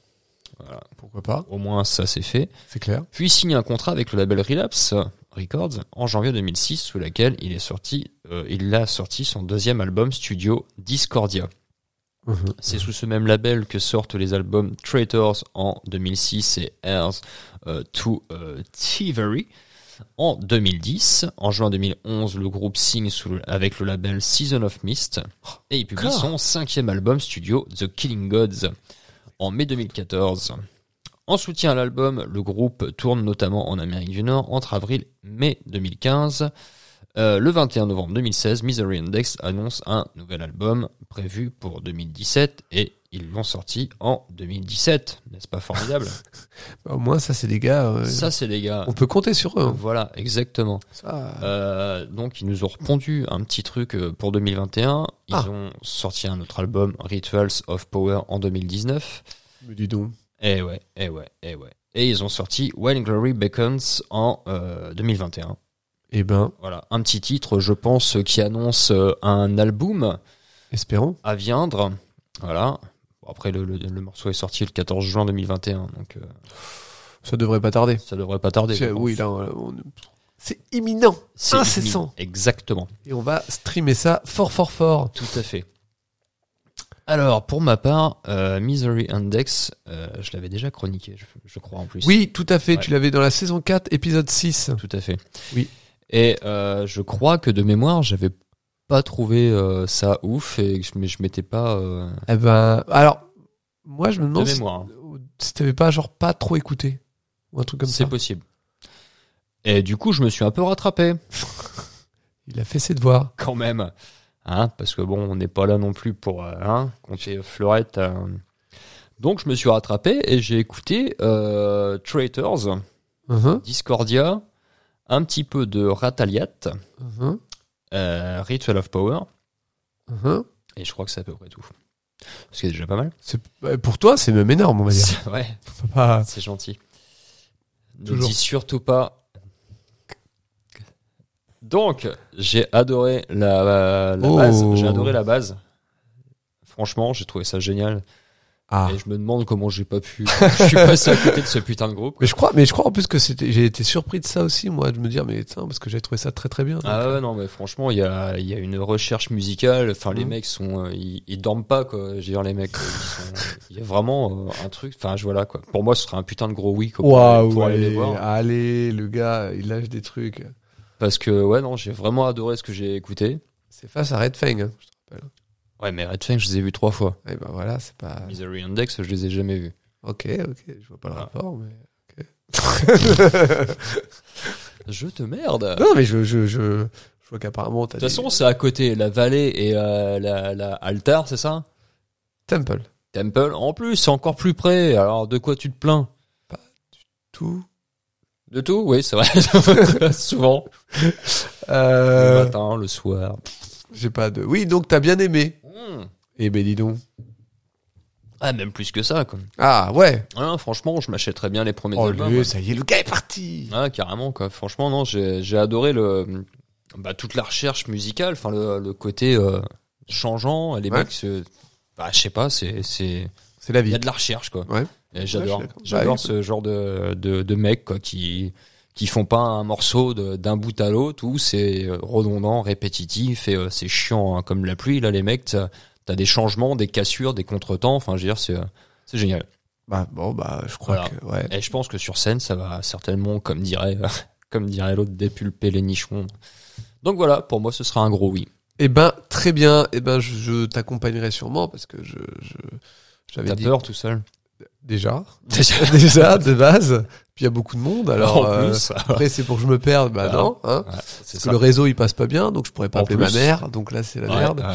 Speaker 2: [laughs] Pourquoi pas
Speaker 3: Au moins, ça c'est fait.
Speaker 2: C'est clair.
Speaker 3: Puis signe un contrat avec le label Relapse Records en janvier 2006, sous laquelle il est sorti, euh, il a sorti son deuxième album studio Discordia. C'est sous ce même label que sortent les albums Traitors en 2006 et Heirs euh, to euh, Thievery en 2010. En juin 2011, le groupe signe sous le- avec le label Season of Mist et il publie
Speaker 2: Encore
Speaker 3: son cinquième album studio The Killing Gods en mai 2014. En soutien à l'album, le groupe tourne notamment en Amérique du Nord entre avril et mai 2015. Euh, le 21 novembre 2016, Misery Index annonce un nouvel album prévu pour 2017 et ils l'ont sorti en 2017. N'est-ce pas formidable
Speaker 2: Bah, au moins, ça, c'est des gars. euh,
Speaker 3: Ça, c'est les gars.
Speaker 2: on peut compter sur eux. hein.
Speaker 3: Voilà, exactement.
Speaker 2: Ça,
Speaker 3: Euh, donc, ils nous ont répondu un petit truc euh, pour 2021. Ils
Speaker 2: Ah.
Speaker 3: ont sorti un autre album, Rituals of Power, en 2019.
Speaker 2: me dis donc.
Speaker 3: Eh ouais, eh ouais, eh ouais. Et ils ont sorti When Glory Beacons en euh, 2021.
Speaker 2: Eh ben,
Speaker 3: Voilà, un petit titre, je pense, qui annonce euh, un album
Speaker 2: espérons.
Speaker 3: à viendre. Voilà. Bon, après, le, le- le morceau est sorti le 14 juin 2021, donc euh,
Speaker 2: Ça devrait pas tarder.
Speaker 3: ça devrait pas tarder.
Speaker 2: C'est-
Speaker 3: je pense.
Speaker 2: oui, là, Ah, on- on- c'est imminent.
Speaker 3: C'est
Speaker 2: incessant.
Speaker 3: imminent. Exactement. Oh,
Speaker 2: Et on va streamer ça fort, fort, fort.
Speaker 3: Tout à fait. Alors, pour ma part, euh, Misery Index, euh, je l'avais déjà chroniqué, je, je crois en plus.
Speaker 2: Oui, tout à fait.
Speaker 3: Ouais.
Speaker 2: Tu l'avais dans la saison 4, épisode 6.
Speaker 3: Tout à fait.
Speaker 2: Oui.
Speaker 3: Et euh, je crois que de mémoire, j'avais pas trouvé euh, ça ouf et que je, mais je m'étais pas. euh,
Speaker 2: Eh ben, alors, moi, je me
Speaker 3: de
Speaker 2: demande si,
Speaker 3: mémoire. hein.
Speaker 2: si t'avais pas, genre, pas trop écouté. Ou un truc comme
Speaker 3: C'est
Speaker 2: ça.
Speaker 3: possible. Et du coup, je me suis un peu rattrapé [laughs]
Speaker 2: Il a fait ses devoirs.
Speaker 3: quand même. Hein, parce que bon, on n'est pas là non plus pour euh, hein, compter fleurette. euh. Donc, je me suis rattrapé et j'ai écouté euh, Traitors,
Speaker 2: Mhm,
Speaker 3: Discordia, un petit peu de Rataliat,
Speaker 2: mhm,
Speaker 3: euh, Ritual of Power,
Speaker 2: mhm.
Speaker 3: et je crois que c'est à peu près tout. Ce qui est déjà pas mal.
Speaker 2: C'est- bah, Pour toi, c'est même énorme, on va dire.
Speaker 3: [laughs] Ouais.
Speaker 2: Faut pas-
Speaker 3: C'est gentil. Ne
Speaker 2: Toujours.
Speaker 3: dis surtout pas. Donc, j'ai adoré la, la- la
Speaker 2: Oh.
Speaker 3: base. J'ai adoré la base. Franchement, j'ai trouvé ça génial.
Speaker 2: Ah.
Speaker 3: Et je me demande comment j'ai pas pu. je
Speaker 2: [laughs]
Speaker 3: suis passé à côté de ce putain de groupe.
Speaker 2: Mais je crois, mais je crois en plus que c'était, j'ai été surpris de ça aussi, moi, de me dire, mais tiens, parce que j'ai trouvé ça très très bien. donc.
Speaker 3: Ah ouais, non, mais franchement, il y a, il y a une recherche musicale. Enfin, les
Speaker 2: Mhm.
Speaker 3: mecs sont. euh, Ils, ils dorment pas, quoi. J'ai dire, les mecs. quoi. Ils sont- Il y a vraiment euh, un truc. Enfin, je voilà, quoi. Pour moi, ce serait un putain de gros oui, quoi, pour-
Speaker 2: Waouh,
Speaker 3: pour aller les
Speaker 2: allez,
Speaker 3: voir.
Speaker 2: allez, le gars, il lâche des trucs.
Speaker 3: Parce que, ouais, non, j'ai vraiment adoré ce que j'ai écouté.
Speaker 2: C'est face à Red Fang. hein.
Speaker 3: Ouais, mais Red Fang, je les ai vus trois fois.
Speaker 2: Eh ben voilà, c'est pas.
Speaker 3: Misery Index, je les ai jamais vus.
Speaker 2: Ok, ok, je vois pas le
Speaker 3: Ah.
Speaker 2: rapport, mais. ok.
Speaker 3: Je te merde De
Speaker 2: Ah non, mais je, je, je, je vois qu'apparemment t'as. des-
Speaker 3: toute façon, c'est à côté, la vallée et euh, la, la altar, c'est ça
Speaker 2: Temple.
Speaker 3: Temple, en plus, c'est encore plus près, alors de quoi tu te plains
Speaker 2: Tout.
Speaker 3: De tout Oui, c'est vrai, [laughs] souvent. Le
Speaker 2: Euh,
Speaker 3: matin, le soir.
Speaker 2: j'ai pas de. Oui, donc t'as bien aimé.
Speaker 3: Hmm.
Speaker 2: Eh ben dis donc.
Speaker 3: Ah, même plus que ça, quoi.
Speaker 2: Ah ouais.
Speaker 3: Ah, franchement, je m'achèterais bien les premiers
Speaker 2: Oh
Speaker 3: albums.
Speaker 2: lui,
Speaker 3: ouais.
Speaker 2: ça y est, le gars est parti.
Speaker 3: Ah, carrément, quoi. Franchement, non, j'ai j'ai adoré le, bah, toute la recherche musicale, enfin, le, le côté euh, changeant. Les
Speaker 2: Ouais.
Speaker 3: mecs, se- bah, je sais pas, c'est, c'est,
Speaker 2: C'est la
Speaker 3: il
Speaker 2: vie.
Speaker 3: y a de la recherche, quoi.
Speaker 2: Ouais.
Speaker 3: Et j'adore,
Speaker 2: Ouais, je suis d'accord.
Speaker 3: j'adore
Speaker 2: Bah,
Speaker 3: ce genre de, de, de mecs, quoi, qui, qui font pas un morceau de- d'un bout à l'autre où c'est euh, redondant, répétitif et euh, c'est chiant, hein, comme la pluie. Là, les mecs, t'as, t'as des changements, des cassures, des contretemps. Enfin, je veux dire, c'est, euh, c'est génial.
Speaker 2: Bah, bon, bah, je crois
Speaker 3: Voilà.
Speaker 2: que. Ouais.
Speaker 3: Et je pense que sur scène, ça va certainement, comme dirait, [laughs] comme dirait l'autre, dépulper les nichons. Donc voilà, pour moi, ce sera un gros oui.
Speaker 2: Eh ben, très bien. Eh ben, je, je t'accompagnerai sûrement parce que je. je j'avais
Speaker 3: T'as
Speaker 2: dit
Speaker 3: peur tout seul
Speaker 2: déjà [laughs] déjà de base puis il y a beaucoup de monde [laughs] alors
Speaker 3: en
Speaker 2: euh,
Speaker 3: plus,
Speaker 2: après c'est pour que je me perde bah
Speaker 3: Voilà.
Speaker 2: non hein,
Speaker 3: [laughs] Ouais, c'est
Speaker 2: parce que
Speaker 3: ça.
Speaker 2: le réseau il passe pas bien donc je pourrais pas
Speaker 3: En
Speaker 2: appeler ma
Speaker 3: plus.
Speaker 2: mère donc là c'est la
Speaker 3: Ouais,
Speaker 2: merde
Speaker 3: ouais.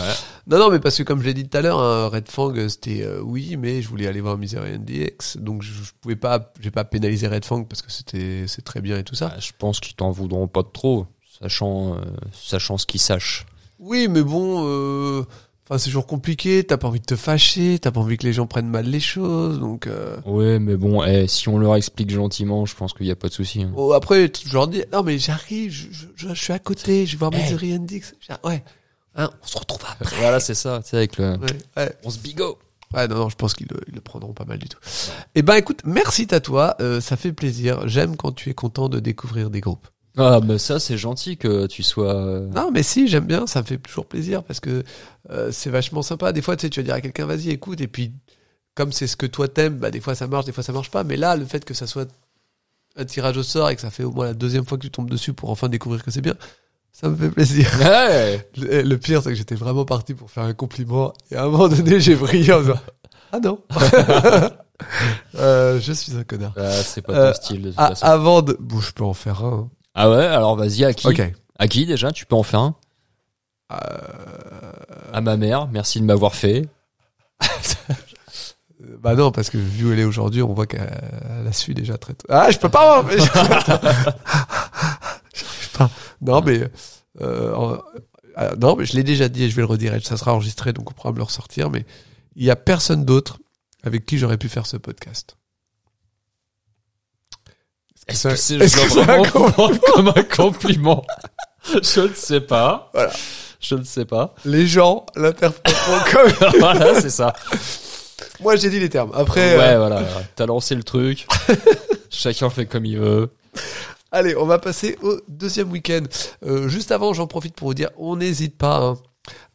Speaker 2: non non mais parce que comme je l'ai dit tout à l'heure hein, Red Fang euh, c'était euh, oui mais je voulais aller voir Misery DX donc je, je pouvais pas j'ai pas pénalisé Red Fang parce que c'était c'est très bien et tout ça
Speaker 3: Bah, je pense qu'ils t'en voudront pas de trop, sachant, euh, sachant ce qu'ils sachent.
Speaker 2: Oui, mais bon, euh, enfin c'est toujours compliqué. T'as pas envie de te fâcher, t'as pas envie que les gens prennent mal les choses. Donc euh,
Speaker 3: Ouais, mais bon, eh, si on leur explique gentiment, je pense qu'il n'y a pas de souci. hein.
Speaker 2: bon, après, tu- je leur dis non mais j'arrive, je, je- je- je suis à côté, je vais voir
Speaker 3: Hey.
Speaker 2: Misery and Dix. J'ai- Ouais, Hein, on se retrouve après.
Speaker 3: Voilà, c'est ça, tu sais, avec le.
Speaker 2: Ouais, ouais.
Speaker 3: On se bigot
Speaker 2: Ouais, non, non, je pense qu'ils le, ils le prendront pas mal du tout. Eh ben, écoute, merci à toi, euh, ça fait plaisir. J'aime quand tu es content de découvrir des groupes.
Speaker 3: Ah, mais ça, c'est gentil que tu sois. euh,
Speaker 2: Non, mais si, j'aime bien, ça me fait toujours plaisir parce que euh, c'est vachement sympa. Des fois, tu sais, tu vas dire à quelqu'un, vas-y, écoute, et puis comme c'est ce que toi t'aimes, bah, des fois ça marche, des fois ça marche pas. Mais là, le fait que ça soit un tirage au sort et que ça fait au moins la deuxième fois que tu tombes dessus pour enfin découvrir que c'est bien, ça me fait plaisir.
Speaker 3: [laughs]
Speaker 2: [laughs]
Speaker 3: Ouais
Speaker 2: Le, le pire, c'est que j'étais vraiment parti pour faire un compliment et à un moment donné, j'ai brillé en disant, ah non, [laughs] Euh, je suis un connard.
Speaker 3: Ah, C'est pas ton
Speaker 2: Euh,
Speaker 3: style, de toute
Speaker 2: Ah,
Speaker 3: façon. Ah,
Speaker 2: avant de. Bon, je peux en faire un. hein.
Speaker 3: ouais, alors vas-y, à qui
Speaker 2: Ok.
Speaker 3: À qui déjà Tu peux en faire un
Speaker 2: Euh,
Speaker 3: À ma mère, merci de m'avoir fait.
Speaker 2: Euh, Bah non, parce que vu où elle est aujourd'hui, on voit qu'elle elle a su déjà très tôt. Ah, je peux pas [laughs] hein, mais- J'arrive pas. Non, mais... euh, en- euh, non, mais je l'ai déjà dit et je vais le redire. et Ça sera enregistré, donc on pourra me le ressortir. Mais il n'y a personne d'autre avec qui j'aurais pu faire ce podcast.
Speaker 3: Est-ce
Speaker 2: ça-
Speaker 3: que [laughs] c'est
Speaker 2: est-ce que
Speaker 3: je dois
Speaker 2: c'est un
Speaker 3: vraiment [laughs] prendre comme un compliment [laughs] Je ne sais pas.
Speaker 2: Voilà.
Speaker 3: Je ne sais pas.
Speaker 2: Les gens l'interpréteront [laughs] comme...
Speaker 3: [laughs] voilà, c'est ça.
Speaker 2: Moi, j'ai dit les termes. Après,
Speaker 3: Ouais,
Speaker 2: euh,
Speaker 3: voilà. ouais. T'as lancé
Speaker 2: [laughs]
Speaker 3: le truc. Chacun fait comme il veut.
Speaker 2: allez, on va passer au deuxième week-end. Euh, juste avant, j'en profite pour vous dire, on n'hésite pas hein,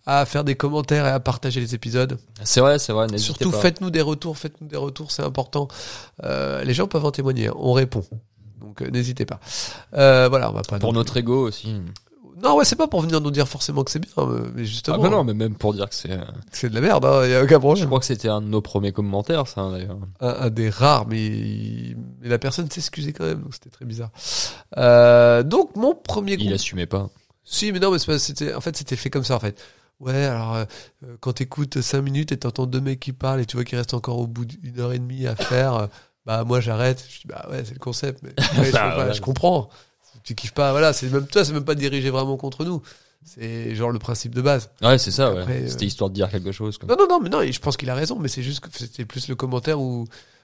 Speaker 2: à faire des commentaires et à partager les épisodes.
Speaker 3: C'est vrai, c'est vrai. n'hésitez
Speaker 2: Surtout,
Speaker 3: pas.
Speaker 2: faites-nous des retours, faites-nous des retours, c'est important. Euh, les gens peuvent en témoigner, hein, on répond. Donc euh, n'hésitez pas. Euh, voilà, on va pas.
Speaker 3: Pour
Speaker 2: non
Speaker 3: notre ego aussi.
Speaker 2: plus- Non, ouais, c'est pas pour venir nous dire forcément que c'est bien, euh, mais justement,
Speaker 3: Ah bah non, mais même pour dire que c'est. euh,
Speaker 2: que c'est de la merde, hein, y a aucun
Speaker 3: Je
Speaker 2: problème.
Speaker 3: crois que c'était un de nos premiers commentaires, ça hein, d'ailleurs.
Speaker 2: Un, un des rares, mais, il- mais la personne s'excusait quand même, donc c'était très bizarre. Euh, donc mon premier
Speaker 3: Il
Speaker 2: groupe.
Speaker 3: assumait pas.
Speaker 2: Si, mais non, mais c'est pas- c'était, en fait, c'était fait comme ça, en fait. Ouais, alors, euh, euh, quand t'écoutes 5 minutes et t'entends deux mecs qui parlent et tu vois qu'il reste encore au bout d'une heure et demie à faire, euh, bah, moi, j'arrête. Je dis, bah, ouais, c'est le concept, mais ouais, je, peux
Speaker 3: Bah,
Speaker 2: pas,
Speaker 3: voilà.
Speaker 2: je comprends. Tu kiffes pas, voilà, c'est même, toi, c'est même pas dirigé vraiment contre nous. C'est genre le principe de base.
Speaker 3: Ouais, c'est ça. Ouais.
Speaker 2: Après, euh,
Speaker 3: C'était histoire de dire quelque chose. Quoi.
Speaker 2: Non, non, non, mais non, et je pense qu'il a raison, mais c'est juste que c'était plus le commentaire où.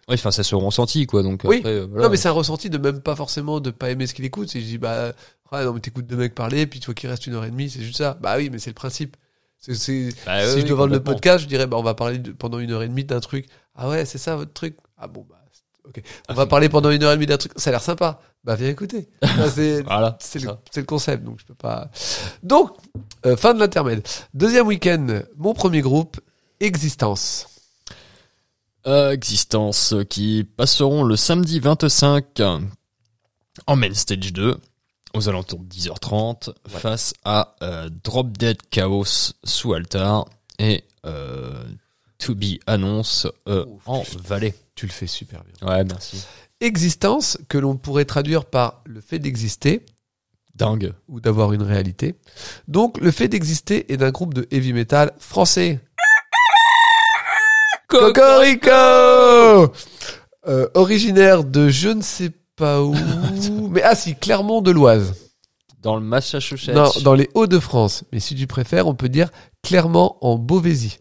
Speaker 3: Ouais, enfin, ça se ressentit quoi. Donc
Speaker 2: Oui.
Speaker 3: après, euh, voilà.
Speaker 2: Non, mais c'est un ressenti de même pas forcément de pas aimer ce qu'il écoute. C'est je dis, bah, ouais, non, mais t'écoutes deux mecs parler, puis tu vois qu'il reste une heure et demie, c'est juste ça. Bah oui, mais c'est le principe. C'est, c'est,
Speaker 3: Bah,
Speaker 2: si
Speaker 3: oui,
Speaker 2: je devais vendre le
Speaker 3: complètement.
Speaker 2: podcast, je dirais bah, on va parler de- pendant une heure et demie d'un truc. Ah ouais, c'est ça votre truc Ah bon, bah, c'est- ok. On va parler pendant une heure et demie d'un truc. Ça a l'air sympa. Bah viens
Speaker 3: [laughs]
Speaker 2: écouter. Ça, c'est,
Speaker 3: Voilà.
Speaker 2: c'est le,
Speaker 3: Ah, ça.
Speaker 2: c'est le concept, donc je peux pas. Donc, euh, fin de l'intermède. Deuxième week-end, mon premier groupe, Existence.
Speaker 3: Euh, Existence euh, qui passeront le samedi 25 euh, en main stage 2 aux alentours de 10h30 face à euh, Drop Dead Chaos sous altar et euh, To Be annonce euh,
Speaker 2: Ouf.
Speaker 3: en Valais.
Speaker 2: Tu le fais super bien.
Speaker 3: Ouais, merci.
Speaker 2: Existence, que l'on pourrait traduire par le fait d'exister
Speaker 3: Dingue.
Speaker 2: ou d'avoir une réalité. Donc, le fait d'exister est d'un groupe de heavy metal français. Cocorico Euh, Originaire de je ne sais pas
Speaker 3: [laughs]
Speaker 2: où, mais ah si, Clermont de l'Oise.
Speaker 3: Dans le Massachusetts.
Speaker 2: Non, dans les Hauts-de-France. Mais si tu préfères, on peut dire Clermont en Beauvaisis.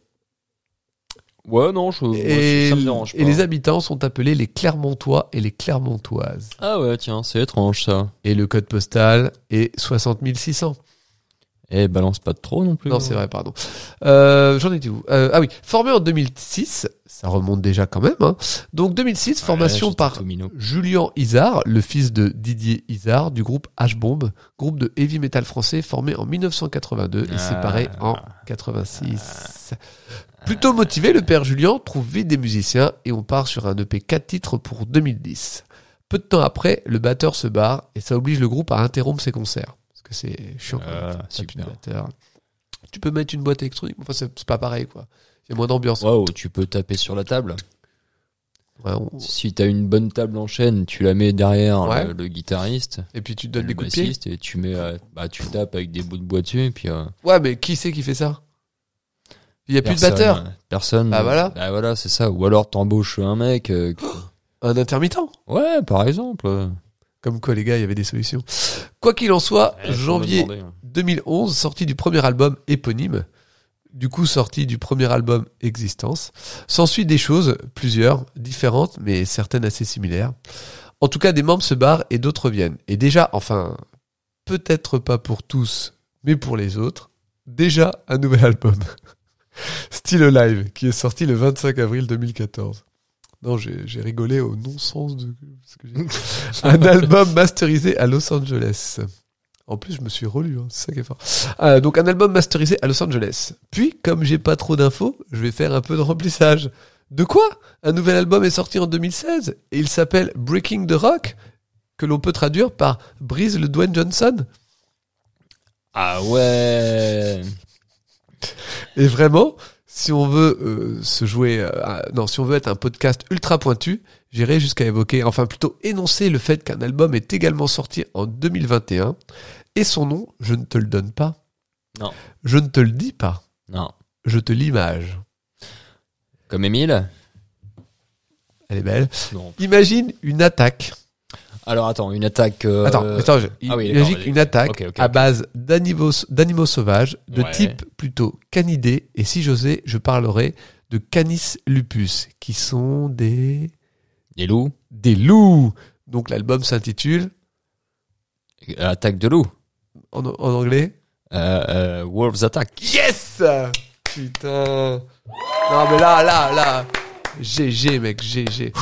Speaker 3: Ouais, non, je, moi,
Speaker 2: Et,
Speaker 3: ça me dérange pas.
Speaker 2: et les habitants sont appelés les Clermontois et les Clermontoises.
Speaker 3: Ah ouais, tiens, c'est étrange ça.
Speaker 2: Et le code postal est 60 600.
Speaker 3: Eh, balance pas trop non plus.
Speaker 2: Non, c'est vrai, pardon. Euh, J'en étais où Euh, Ah oui, formé en 2006, ça remonte déjà quand même. hein. Donc 2006,
Speaker 3: Ouais,
Speaker 2: formation
Speaker 3: j'étais
Speaker 2: par
Speaker 3: tout minot.
Speaker 2: Julien Isard, le fils de Didier Isard du groupe H-Bomb, groupe de heavy metal français formé en 1982 et
Speaker 3: Ah.
Speaker 2: séparé en 86. Plutôt motivé, le père Julien trouve vite des musiciens et on part sur un EP 4 titres pour 2010. Peu de temps après, le batteur se barre et ça oblige le groupe à interrompre ses concerts. Parce que c'est chiant quand
Speaker 3: Ah,
Speaker 2: même, t'as plus de
Speaker 3: super.
Speaker 2: batteur. Tu peux mettre une boîte électronique, mais enfin c'est c'est pas pareil quoi. Il y a moins d'ambiance.
Speaker 3: Waouh, tu peux taper sur la table.
Speaker 2: Ouais, on-
Speaker 3: Si t'as une bonne table en chaîne, tu la mets derrière
Speaker 2: Ouais.
Speaker 3: le, le guitariste,
Speaker 2: Et puis tu te donnes
Speaker 3: le
Speaker 2: des coups de pied.
Speaker 3: bassiste, et tu mets, euh, bah, tu tapes avec des bouts de bois dessus, et puis. euh,
Speaker 2: Ouais, mais qui c'est qui fait ça Il n'y a plus de
Speaker 3: personne,
Speaker 2: batteur.
Speaker 3: euh, Personne.
Speaker 2: Ah, voilà.
Speaker 3: Bah voilà, c'est ça. Ou alors t'embauches un
Speaker 2: [gasps]
Speaker 3: mec. euh, que-
Speaker 2: Un intermittent.
Speaker 3: Ouais, par exemple.
Speaker 2: Comme quoi, les gars, il y avait des solutions. Quoi qu'il en soit,
Speaker 3: Ouais, faut
Speaker 2: janvier
Speaker 3: me demander.
Speaker 2: 2011, sortie du premier album éponyme. Du coup, sortie du premier album Existence. S'ensuit des choses, plusieurs, différentes, mais certaines assez similaires. En tout cas, des membres se barrent et d'autres viennent. Et déjà, enfin, peut-être pas pour tous, mais pour les autres, déjà un nouvel album. [laughs] Still Alive, qui est sorti le 25 avril 2014. Non, j'ai j'ai rigolé au non-sens de ce que j'ai dit. Un album masterisé à Los Angeles. En plus, je me suis relu, hein, c'est ça qui est fort. Euh, donc, un album masterisé à Los Angeles. Puis, comme j'ai pas trop d'infos, je vais faire un peu de remplissage. De quoi Un nouvel album est sorti en 2016 et il s'appelle Breaking the Rock, que l'on peut traduire par Brise le Dwayne Johnson.
Speaker 3: Ah ouais.
Speaker 2: Et vraiment, si on veut euh, se jouer, euh, à- non, si on veut être un podcast ultra pointu, j'irai jusqu'à évoquer, enfin plutôt énoncer le fait qu'un album est également sorti en 2021 et son nom, je ne te le donne pas.
Speaker 3: Non.
Speaker 2: Je ne te le dis pas.
Speaker 3: Non.
Speaker 2: Je te l'image.
Speaker 3: Comme Émile
Speaker 2: Elle est belle.
Speaker 3: Non.
Speaker 2: Imagine une attaque.
Speaker 3: Alors attends, une attaque. euh,
Speaker 2: Attends, attends. je-
Speaker 3: ah oui,
Speaker 2: imagine
Speaker 3: d'accord,
Speaker 2: une
Speaker 3: vas-y.
Speaker 2: attaque
Speaker 3: Ok, ok,
Speaker 2: à
Speaker 3: ok.
Speaker 2: base d'animaux d'animaux sauvages, de
Speaker 3: Ouais.
Speaker 2: type plutôt canidé. Et si j'osais, je parlerais de canis lupus, qui sont des
Speaker 3: Des loups
Speaker 2: des loups. Donc l'album s'intitule
Speaker 3: Attaque de loups.
Speaker 2: en, en anglais.
Speaker 3: Euh, euh, wolves Attack.
Speaker 2: Yes Putain. Non mais là, là, là. GG mec, GG.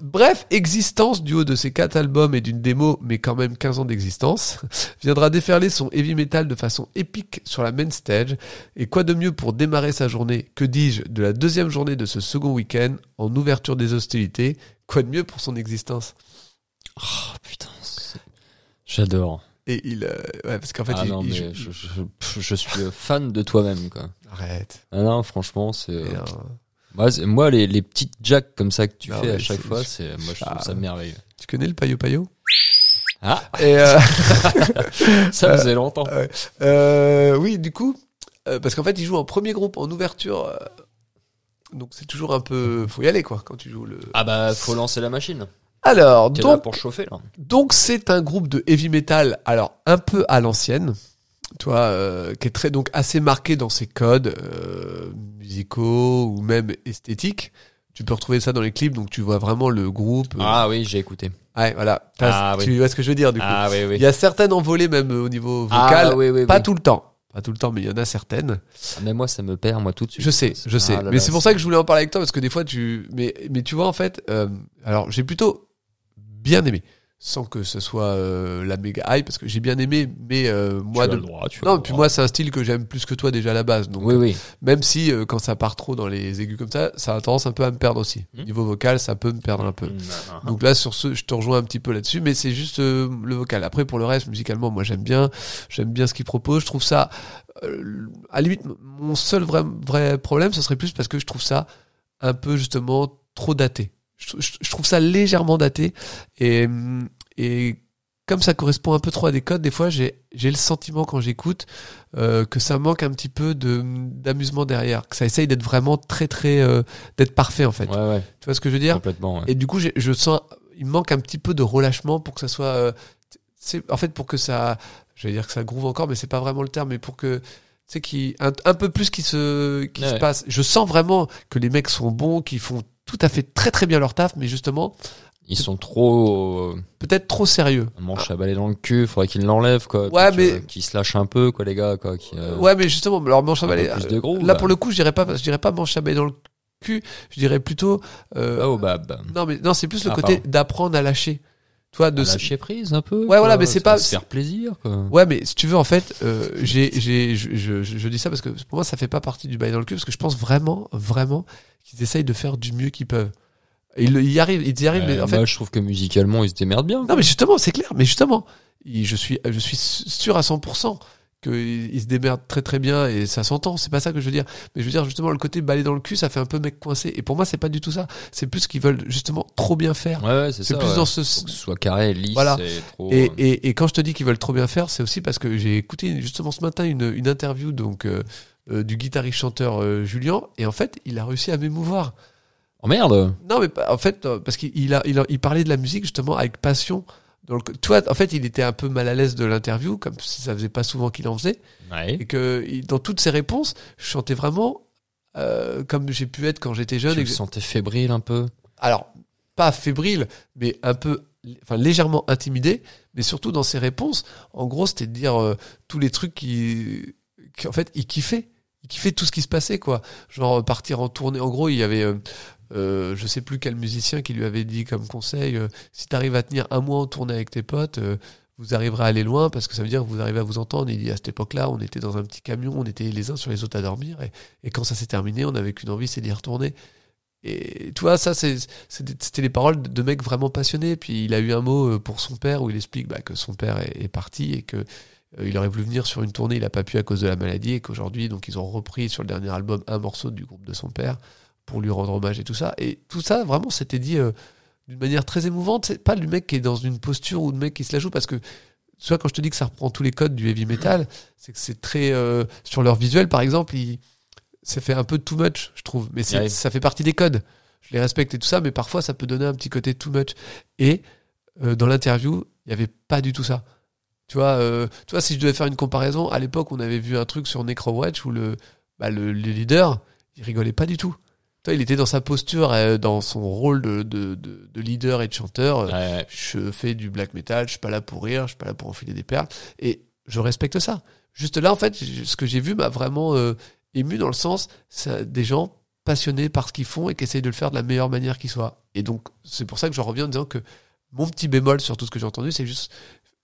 Speaker 2: Bref, existence du haut de ces quatre albums et d'une démo, mais quand même 15 ans d'existence, viendra déferler son heavy metal de façon épique sur la main stage. Et quoi de mieux pour démarrer sa journée, que dis-je, de la deuxième journée de ce second week-end, en ouverture des hostilités, quoi de mieux pour son existence
Speaker 3: Oh putain. c'est- J'adore.
Speaker 2: Et il... euh, ouais, parce qu'en fait,
Speaker 3: ah
Speaker 2: il-
Speaker 3: non,
Speaker 2: il-
Speaker 3: mais
Speaker 2: il-
Speaker 3: je, je- pff, je suis euh, fan de toi-même, quoi.
Speaker 2: Arrête.
Speaker 3: Ah non, franchement, c'est. euh,
Speaker 2: Et, euh,
Speaker 3: moi, c'est- moi, les, les petites jacks comme ça que tu
Speaker 2: Non,
Speaker 3: fais
Speaker 2: mais
Speaker 3: à chaque
Speaker 2: Ah c'est-
Speaker 3: fois, c'est, moi, je
Speaker 2: Ah.
Speaker 3: trouve ça merveilleux.
Speaker 2: tu connais le payo payo
Speaker 3: Ah,
Speaker 2: Et
Speaker 3: [laughs]
Speaker 2: euh,
Speaker 3: ça faisait longtemps.
Speaker 2: euh, oui, du coup, euh, parce qu'en fait, ils jouent en premier groupe en ouverture, euh, donc c'est toujours un peu, faut y aller quoi quand tu joues le.
Speaker 3: Ah bah, faut lancer la machine.
Speaker 2: Alors
Speaker 3: T'es là
Speaker 2: donc
Speaker 3: pour chauffer, là.
Speaker 2: donc c'est un groupe de heavy metal, alors un peu à l'ancienne, toi, euh, qui est très donc assez marqué dans ses codes euh, musicaux ou même esthétiques. Tu peux retrouver ça dans les clips, donc tu vois vraiment le groupe. euh,
Speaker 3: Ah oui, j'ai écouté.
Speaker 2: Ouais, voilà. T'as-
Speaker 3: Ah, oui.
Speaker 2: tu vois ce que je veux dire du coup.
Speaker 3: Ah oui, oui.
Speaker 2: Il y a certaines envolées même euh, au niveau
Speaker 3: Ah,
Speaker 2: vocal.
Speaker 3: oui, oui,
Speaker 2: Pas
Speaker 3: oui.
Speaker 2: tout le temps. Pas tout le temps, mais il y en a certaines.
Speaker 3: Ah, Mais moi, ça me perd, moi, tout de suite.
Speaker 2: Je sais, je
Speaker 3: Ah
Speaker 2: sais.
Speaker 3: là là,
Speaker 2: mais c'est pour ça que je voulais en parler avec toi parce que des fois tu. Mais, mais tu vois, en fait, euh, alors j'ai plutôt bien aimé. Sans que ce soit euh, la méga hype parce que j'ai bien aimé, mais euh, moi.
Speaker 3: tu as
Speaker 2: de-
Speaker 3: le droit, tu as
Speaker 2: Non,
Speaker 3: le
Speaker 2: puis
Speaker 3: droit.
Speaker 2: moi, c'est un style que j'aime plus que toi déjà à la base. Donc,
Speaker 3: Oui, oui.
Speaker 2: même si euh, quand ça part trop dans les aigus comme ça, ça a tendance un peu à me perdre aussi.
Speaker 3: Mhm.
Speaker 2: Niveau vocal, ça peut me perdre un peu.
Speaker 3: Mm, ah,
Speaker 2: Donc là, sur ce, je te rejoins un petit peu là-dessus, mais c'est juste euh, le vocal. Après, pour le reste, musicalement, moi, j'aime bien, j'aime bien ce qu'il propose. Je trouve ça, euh, à la limite, m- mon seul vrai, vrai problème, ce serait plus parce que je trouve ça un peu justement trop daté. Je, trou- je- je trouve ça légèrement daté et hum, et comme ça correspond un peu trop à des codes, des fois, j'ai j'ai le sentiment quand j'écoute euh, que ça manque un petit peu de d'amusement derrière, que ça essaye d'être vraiment très très euh, d'être parfait en fait.
Speaker 3: Ouais, ouais,
Speaker 2: Tu vois ce que je veux dire
Speaker 3: complètement. ouais.
Speaker 2: et du coup, j'ai- je sens, il me manque un petit peu de relâchement pour que ça soit. euh, t- c'est- en fait, pour que ça. J'allais dire que ça groove encore, mais c'est pas vraiment le terme, mais pour que. Tu sais, qui, un, un peu plus qui se, qui
Speaker 3: Ouais,
Speaker 2: se
Speaker 3: ouais.
Speaker 2: passe. Je sens vraiment que les mecs sont bons, qu'ils font tout à fait très très bien leur taf, mais justement,
Speaker 3: Ils sont trop euh,
Speaker 2: Peut-être trop sérieux.
Speaker 3: manche à balai dans le cul, faudrait qu'ils l'enlèvent quoi.
Speaker 2: Ah. Ouais,
Speaker 3: Puis que-
Speaker 2: mais-
Speaker 3: qu'ils se lâchent un peu quoi les gars quoi. qui, euh,
Speaker 2: Ouais, mais justement, leur manche à
Speaker 3: un peu
Speaker 2: balai.
Speaker 3: plus
Speaker 2: euh,
Speaker 3: de gros.
Speaker 2: Là,
Speaker 3: bah.
Speaker 2: pour le coup, je dirais pas, je dirais pas manche à balai dans le cul. Je dirais plutôt. euh,
Speaker 3: Baobab.
Speaker 2: Non, mais non, c'est plus le
Speaker 3: Ah,
Speaker 2: côté
Speaker 3: pardon.
Speaker 2: d'apprendre à lâcher. Toi, de.
Speaker 3: Lâcher prise un peu.
Speaker 2: Ouais, voilà, mais c'est pas-
Speaker 3: se faire plaisir quoi.
Speaker 2: Ouais, mais si tu veux, en fait, euh, j'ai, j'ai, je, je, je- je dis ça parce que pour moi, ça fait pas partie du bail dans le cul, parce que je pense vraiment, vraiment qu'ils essayent de faire du mieux qu'ils peuvent. Et Ils, le- ils y arrivent, ils y arrivent, mais
Speaker 3: Euh,
Speaker 2: en fait,
Speaker 3: moi, je trouve que musicalement, ils se démerdent bien.
Speaker 2: non, mais justement, c'est clair, mais justement, ils- je suis, je suis sûr à 100% qu'ils se démerdent très très bien et ça s'entend, c'est pas ça que je veux dire. Mais je veux dire, justement, le côté balai dans le cul, ça fait un peu mec coincé. Et pour moi, c'est pas du tout ça. C'est plus qu'ils veulent justement trop bien faire.
Speaker 3: Ouais, ouais, c'est
Speaker 2: c'est
Speaker 3: ça.
Speaker 2: plus
Speaker 3: ouais.
Speaker 2: dans
Speaker 3: Faut
Speaker 2: ce,
Speaker 3: que ce soit carré, lisse
Speaker 2: Voilà.
Speaker 3: et trop.
Speaker 2: Et, et- et quand je te dis qu'ils veulent trop bien faire, c'est aussi parce que j'ai écouté justement ce matin une, une interview donc euh, euh, du guitariste chanteur euh, Julien et en fait il a réussi à m'émouvoir.
Speaker 3: Oh merde
Speaker 2: Non mais pas- en fait euh, parce qu'il il a, il a- il parlait de la musique justement avec passion. Donc toi en fait il était un peu mal à l'aise de l'interview comme si ça faisait pas souvent qu'il en faisait
Speaker 3: Ouais.
Speaker 2: et que il- dans toutes ses réponses je chantais vraiment euh, comme j'ai pu être quand j'étais jeune.
Speaker 3: Tu
Speaker 2: et
Speaker 3: me
Speaker 2: que-
Speaker 3: sentais fébrile un peu.
Speaker 2: alors pas fébrile, mais un peu, enfin légèrement intimidé, mais surtout dans ses réponses, en gros, c'était de dire euh, tous les trucs qui, qui, en fait, il kiffait, il kiffait tout ce qui se passait, quoi. Genre euh, partir en tournée. En gros, il y avait, euh, euh, je sais plus quel musicien qui lui avait dit comme conseil, euh, si t'arrives à tenir un mois en tournée avec tes potes. euh, vous arriverez à aller loin parce que ça veut dire que vous arrivez à vous entendre. Il dit à cette époque-là, on était dans un petit camion, on était les uns sur les autres à dormir. Et, et quand ça s'est terminé, on n'avait qu'une envie, c'est d'y retourner. Et tu vois, ça, c'est c'était c'était les paroles de- de mecs vraiment passionnés. Puis il a eu un mot euh, pour son père où il explique bah, que son père est, est parti et que euh, il aurait voulu venir sur une tournée, il n'a pas pu à cause de la maladie et qu'aujourd'hui, donc ils ont repris sur le dernier album un morceau du groupe de son père pour lui rendre hommage et tout ça. Et tout ça, vraiment, c'était dit euh, d'une manière très émouvante. C'est pas le mec qui est dans une posture ou le mec qui se la joue parce que tu vois, quand je te dis que ça reprend tous les codes du heavy metal, c'est que c'est très euh, sur leur visuel, par exemple, il, ça fait un peu too much, je trouve. Mais c'est-
Speaker 3: Ouais.
Speaker 2: ça fait partie des codes. Je les respecte et tout ça, mais parfois ça peut donner un petit côté too much. Et euh, dans l'interview, il n'y avait pas du tout ça. Tu vois, euh, tu vois, si je devais faire une comparaison, à l'époque, on avait vu un truc sur Necrowatch où le, bah, le, le leader, il rigolait pas du tout. Tu vois, il était dans sa posture, euh, dans son rôle de, de- de- de leader et de chanteur. euh,
Speaker 3: Ouais.
Speaker 2: je fais du black metal, je suis pas là pour rire, je suis pas là pour enfiler des perles, et je respecte ça. Juste là, en fait, j- ce que j'ai vu m'a vraiment euh, ému dans le sens ça, des gens passionnés par ce qu'ils font et qui essayent de le faire de la meilleure manière qui soit. Et donc, c'est pour ça que j'en reviens en disant que mon petit bémol sur tout ce que j'ai entendu, c'est juste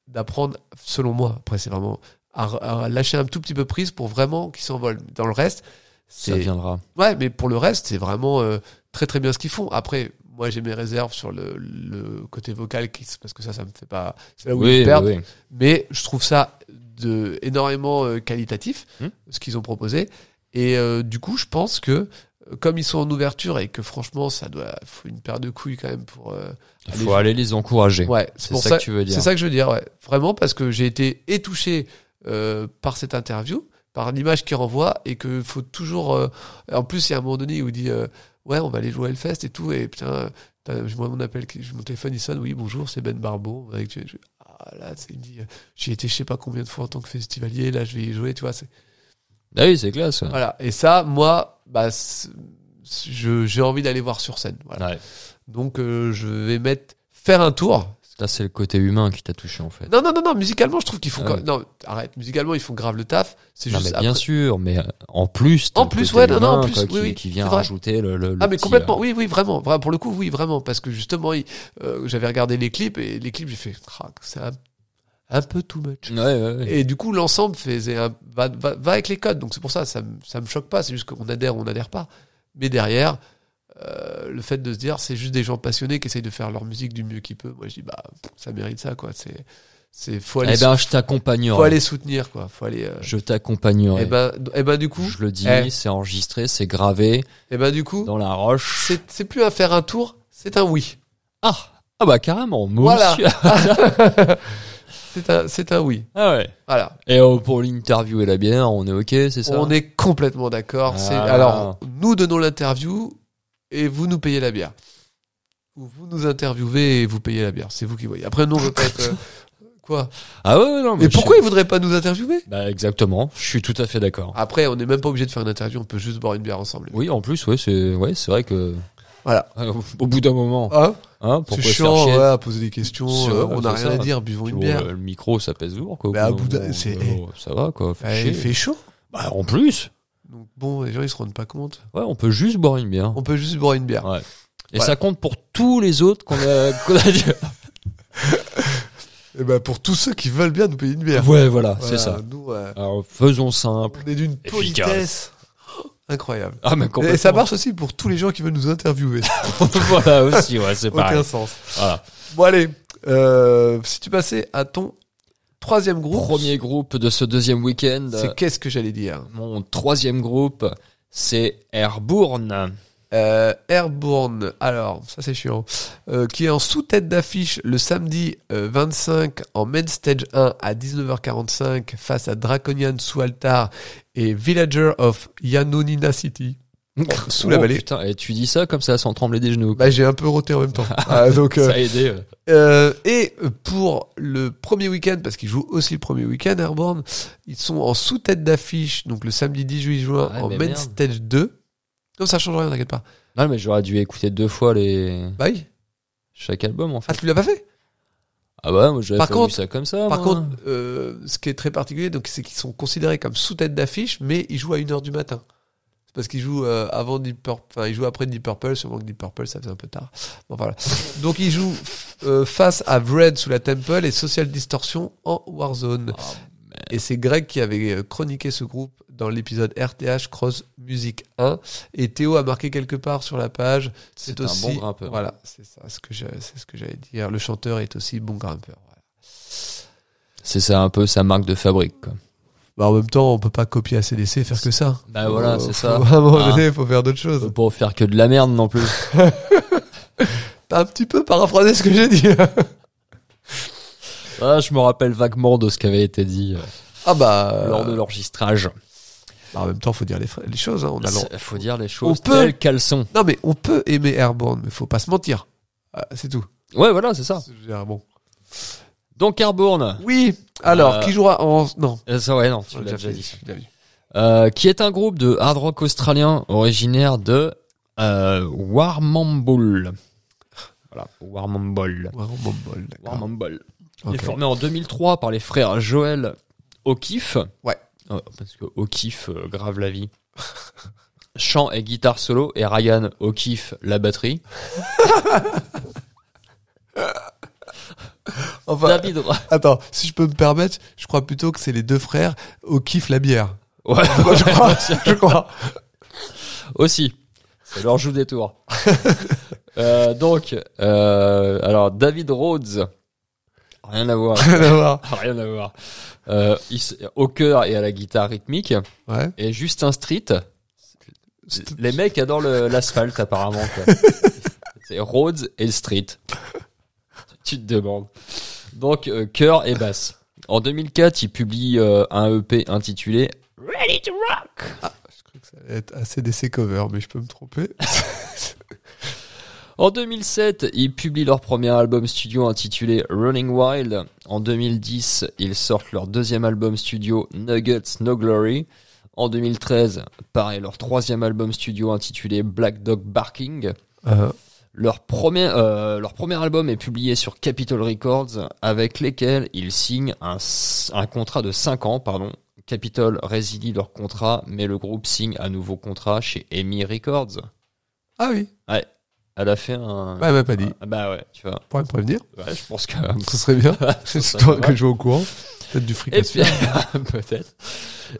Speaker 2: d'apprendre, selon moi, après c'est vraiment à, à lâcher un tout petit peu prise pour vraiment qu'ils s'envolent. Dans le reste,
Speaker 3: Ça
Speaker 2: c'est
Speaker 3: viendra.
Speaker 2: Ouais, mais pour le reste, c'est vraiment euh, très très bien ce qu'ils font. Après, moi j'ai mes réserves sur le, le côté vocal qui- parce que ça, ça me fait pas. C'est là où ils
Speaker 3: Oui,
Speaker 2: se perdent.
Speaker 3: oui, oui.
Speaker 2: Mais je trouve ça de, énormément euh, qualitatif
Speaker 3: Hmm.
Speaker 2: ce qu'ils ont proposé. Et euh, du coup, je pense que euh, comme ils sont en ouverture et que franchement, ça doit faut une paire de couilles quand même pour. euh,
Speaker 3: Faut aller les encourager.
Speaker 2: Ouais,
Speaker 3: C'est
Speaker 2: c'est pour
Speaker 3: ça
Speaker 2: ça
Speaker 3: que tu veux dire.
Speaker 2: c'est ça que je veux dire, ouais. Vraiment, parce que j'ai été étouché euh, par cette interview, par l'image qu'il renvoie, et que faut toujours. euh, en plus, il y a un moment donné où il dit euh, Ouais, on va aller jouer à Hellfest et tout, et putain, t'as- moi, mon, appel, qui- mon téléphone il sonne Oui, bonjour, c'est Ben Barbeau. on va avec- je- je- Ah là, c'est- il me dit euh, J'y ai été je sais pas combien de fois en tant que festivalier, là, je vais y jouer, tu vois. c'est-
Speaker 3: Ah oui, c'est classe. ouais.
Speaker 2: Voilà. Et ça, moi, bah, c'est- je- j'ai envie d'aller voir sur scène. Voilà.
Speaker 3: Ouais.
Speaker 2: Donc, euh, je vais mettre faire un tour.
Speaker 3: Là, c'est le côté humain qui t'a touché en fait.
Speaker 2: Non, non, non, non, musicalement, je trouve qu'ils font.
Speaker 3: Ah
Speaker 2: quand-
Speaker 3: ouais.
Speaker 2: Non, arrête, musicalement, ils font grave le taf. C'est
Speaker 3: Non,
Speaker 2: juste.
Speaker 3: mais
Speaker 2: après-
Speaker 3: bien sûr, mais euh, en plus, t'as
Speaker 2: En
Speaker 3: le
Speaker 2: plus,
Speaker 3: côté
Speaker 2: ouais, non, non, en
Speaker 3: humain,
Speaker 2: plus,
Speaker 3: quoi,
Speaker 2: oui,
Speaker 3: qui,
Speaker 2: oui,
Speaker 3: qui vient
Speaker 2: c'est vrai.
Speaker 3: rajouter le, le- le
Speaker 2: Ah, mais
Speaker 3: petit,
Speaker 2: complètement,
Speaker 3: euh,
Speaker 2: oui, oui, vraiment. Vra- Pour le coup, oui, vraiment. Parce que justement, il- euh, j'avais regardé les clips et les clips, j'ai fait, crac, c'est un, un peu too much.
Speaker 3: Ouais, ouais, ouais.
Speaker 2: Et du coup, l'ensemble faisait un- va, va- va avec les codes. Donc c'est pour ça, ça, me- ça me choque pas. C'est juste qu'on adhère ou on adhère pas. Mais derrière, euh, le fait de se dire, c'est juste des gens passionnés qui essayent de faire leur musique du mieux qu'ils peuvent. Moi, je dis, bah, ça mérite ça, quoi. C'est, c'est faut aller,
Speaker 3: Eh ben, je t'accompagnerai.
Speaker 2: faut aller soutenir, quoi. Faut aller. euh,
Speaker 3: Je t'accompagnerai.
Speaker 2: Et ben, et ben, du coup,
Speaker 3: je le dis,
Speaker 2: eh.
Speaker 3: c'est enregistré, c'est gravé
Speaker 2: Et ben du coup,
Speaker 3: dans la roche.
Speaker 2: c'est c'est plus un faire un tour, c'est un oui.
Speaker 3: Ah, ah bah carrément,
Speaker 2: Voilà.
Speaker 3: monsieur.
Speaker 2: C'est un, c'est un oui.
Speaker 3: [laughs] Ah ouais.
Speaker 2: Voilà.
Speaker 3: Et euh, pour l'interview et la bière, on est ok, c'est ça
Speaker 2: On est complètement d'accord. C'est
Speaker 3: Ah.
Speaker 2: alors nous donnons l'interview et vous nous payez la bière. Ou vous nous interviewez et vous payez la bière. C'est vous qui voyez. Après nous on veut pas être
Speaker 3: [laughs]
Speaker 2: euh, quoi.
Speaker 3: Ah ouais, ouais, non, mais
Speaker 2: Mais
Speaker 3: je-
Speaker 2: pourquoi ils voudraient pas nous interviewer
Speaker 3: Bah exactement, je suis tout à fait d'accord.
Speaker 2: Ah. Après on n'est même pas obligé de faire une interview. On peut juste boire une bière ensemble.
Speaker 3: Oui, en plus, ouais, c'est ouais, c'est vrai que
Speaker 2: Voilà.
Speaker 3: Euh, [laughs] Au bout d'un moment,
Speaker 2: Ah,
Speaker 3: hein,
Speaker 2: c'est
Speaker 3: pourquoi se faire
Speaker 2: chiant
Speaker 3: chier
Speaker 2: ouais, à poser des questions.
Speaker 3: Sur-
Speaker 2: euh, on n'a
Speaker 3: c'est
Speaker 2: rien à
Speaker 3: ça.
Speaker 2: dire, buvons
Speaker 3: Tu
Speaker 2: une
Speaker 3: vois,
Speaker 2: bière.
Speaker 3: Le micro, ça pèse lourd, quoi. au
Speaker 2: Bah,
Speaker 3: bout
Speaker 2: à bout
Speaker 3: d'un
Speaker 2: d'un-
Speaker 3: moment,
Speaker 2: c'est-
Speaker 3: euh, ça va, quoi. faut
Speaker 2: Eh,
Speaker 3: chier.
Speaker 2: il fait chaud.
Speaker 3: Bah, en plus,
Speaker 2: Donc bon, les gens ils se rendent pas compte.
Speaker 3: ouais, on peut juste boire une bière.
Speaker 2: On peut juste boire une bière.
Speaker 3: Ouais. Et
Speaker 2: Voilà.
Speaker 3: ça compte pour tous les autres qu'on a, [laughs] qu'on a dit.
Speaker 2: Et ben pour tous ceux qui veulent bien nous payer une bière.
Speaker 3: Ouais, voilà,
Speaker 2: Voilà,
Speaker 3: c'est ça.
Speaker 2: Nous, euh,
Speaker 3: Alors, faisons simple.
Speaker 2: on est d'une
Speaker 3: Efficace.
Speaker 2: politesse incroyable.
Speaker 3: Ah, mais
Speaker 2: Et ça
Speaker 3: complètement.
Speaker 2: marche aussi pour tous les gens qui veulent nous
Speaker 3: [laughs]
Speaker 2: interviewer. Ça
Speaker 3: voilà aussi, ouais, c'est
Speaker 2: n'a aucun
Speaker 3: pareil.
Speaker 2: sens.
Speaker 3: Voilà.
Speaker 2: Bon allez, euh, si tu passais à ton troisième groupe,
Speaker 3: Premier groupe de ce deuxième week-end.
Speaker 2: c'est qu'est-ce que j'allais dire
Speaker 3: Mon troisième groupe, c'est Airborne.
Speaker 2: Euh, Airborne, alors ça c'est chiant, Euh, qui est en sous-tête d'affiche le samedi euh, 25 en Main Stage 1 à 19h45 face à Draconian sous Altar et Villager of Yanonina City. Sous la
Speaker 3: Oh,
Speaker 2: vallée.
Speaker 3: Putain, et tu dis ça comme ça sans trembler des genoux. quoi.
Speaker 2: Bah j'ai un peu roté en même
Speaker 3: [laughs]
Speaker 2: temps. Ah, donc, euh,
Speaker 3: ça a aidé. euh.
Speaker 2: Euh, et pour le premier week-end, parce qu'ils jouent aussi le premier week-end, Airborne, ils sont en sous-tête d'affiche, donc le samedi 18 juin,
Speaker 3: Ah Ouais,
Speaker 2: en
Speaker 3: mais
Speaker 2: main
Speaker 3: merde.
Speaker 2: stage 2. Non, ça change rien, t'inquiète pas.
Speaker 3: Non, mais j'aurais dû écouter deux fois les...
Speaker 2: Bah oui.
Speaker 3: chaque album, en fait.
Speaker 2: Ah, tu l'as pas fait
Speaker 3: Ah bah, moi, j'avais
Speaker 2: Par
Speaker 3: pas
Speaker 2: contre-
Speaker 3: vu ça comme ça.
Speaker 2: Par
Speaker 3: moi.
Speaker 2: contre, euh, ce qui est très particulier, donc, c'est qu'ils sont considérés comme sous-tête d'affiche, mais ils jouent à 1h du matin. C'est parce qu'ils jouent euh, avant Deep Purple, enfin, ils jouent après Deep Purple, sûrement que Deep Purple, ça faisait un peu tard. Bon, voilà. donc, ils jouent euh, face à Vred sous la Temple et Social Distortion en Warzone.
Speaker 3: Ah,
Speaker 2: Et c'est Greg qui avait euh, chroniqué ce groupe dans l'épisode RTH Cross Music 1. Et Théo a marqué quelque part sur la page. C'est
Speaker 3: un
Speaker 2: aussi.
Speaker 3: bon grimpeur.
Speaker 2: Voilà, c'est ça ce que je- c'est ce que j'allais dire. Le chanteur est aussi bon grimpeur. voilà.
Speaker 3: C'est ça, un peu sa marque de fabrique, quoi.
Speaker 2: Bah, en même temps, on peut pas copier ACDC, faire que ça.
Speaker 3: Bah voilà,
Speaker 2: Faut-
Speaker 3: c'est ça.
Speaker 2: Faut, à un moment
Speaker 3: Ah.
Speaker 2: donné, faut faire d'autres
Speaker 3: On peut
Speaker 2: choses.
Speaker 3: pas faire que de la merde non plus.
Speaker 2: [laughs] T'as un petit peu paraphrasé ce que j'ai dit. [laughs]
Speaker 3: Ah, je me rappelle vaguement de ce qui avait été dit euh,
Speaker 2: ah bah.
Speaker 3: lors de l'enregistrage.
Speaker 2: bah, en même temps, faut dire les, fra- les choses. hein, on a l'en-
Speaker 3: Il faut dire les choses
Speaker 2: On peut-
Speaker 3: telles qu'elles sont.
Speaker 2: Non, mais on peut aimer Airborne, mais faut pas se mentir. Ah, c'est tout.
Speaker 3: Ouais, voilà, c'est ça.
Speaker 2: Je veux dire, bon.
Speaker 3: Donc Airborne.
Speaker 2: Oui. Alors,
Speaker 3: Euh,
Speaker 2: qui jouera en non
Speaker 3: Euh, Ça, ouais, non, tu
Speaker 2: On
Speaker 3: l'as
Speaker 2: l'a
Speaker 3: déjà
Speaker 2: fait,
Speaker 3: dit.
Speaker 2: on l'a vu.
Speaker 3: Euh, qui est un groupe de hard rock australien originaire de euh, Warrnambool. Voilà, Warrnambool.
Speaker 2: Ouais, on bambole, d'accord.
Speaker 3: Warrnambool. Il
Speaker 2: Ok.
Speaker 3: est formé en 2003 par les frères Joël O'Keefe.
Speaker 2: Ouais.
Speaker 3: Euh, parce que O'Keefe, euh, grave la vie. [laughs] Chant et guitare solo et Ryan O'Keefe, la batterie.
Speaker 2: Enfin,
Speaker 3: David Ra-
Speaker 2: attends, si je peux me permettre, je crois plutôt que c'est les deux frères au kiff la bière. [laughs]
Speaker 3: Ouais,
Speaker 2: je
Speaker 3: [laughs]
Speaker 2: crois. je crois.
Speaker 3: aussi. Ça leur joue des tours. [laughs] Euh, donc, euh, alors David Rhodes. Rien à voir.
Speaker 2: [laughs] Rien à voir.
Speaker 3: Rien à voir. Euh, il s- au cœur et à la guitare rythmique.
Speaker 2: Ouais.
Speaker 3: Et Justin Street.
Speaker 2: C'est-
Speaker 3: Les mecs adorent le- l'asphalte apparemment. quoi.
Speaker 2: [laughs]
Speaker 3: C'est Rhodes et Street. Tu te demandes. Donc, euh, cœur et basse. En 2004, il publie euh, un EP intitulé Ready to Rock.
Speaker 2: Je crois que ça allait être ACDC cover, mais je peux me tromper.
Speaker 3: En 2007, ils publient leur premier album studio intitulé Running Wild. En 2010, ils sortent leur deuxième album studio Nuggets No Glory. En 2013, pareil, leur troisième album studio intitulé Black Dog Barking.
Speaker 2: Euh,
Speaker 3: Leur premier, euh, leur premier album est publié sur Capitol Records, avec lesquels ils signent un, s- un contrat de 5 ans. Pardon. Capitol résilie leur contrat, mais le groupe signe un nouveau contrat chez EMI Records.
Speaker 2: Ah oui.
Speaker 3: Elle a fait un...
Speaker 2: Bah, elle m'a pas dit.
Speaker 3: Ah, Bah ouais, tu vois.
Speaker 2: Pour me prévenir.
Speaker 3: Ouais, je pense que.
Speaker 2: Ce serait
Speaker 3: [laughs]
Speaker 2: bien. [laughs] C'est
Speaker 3: serait
Speaker 2: toi
Speaker 3: pas
Speaker 2: que
Speaker 3: mal.
Speaker 2: je vois au courant. Peut-être du fric
Speaker 3: Et
Speaker 2: à se
Speaker 3: puis, [laughs]
Speaker 2: faire.
Speaker 3: peut-être.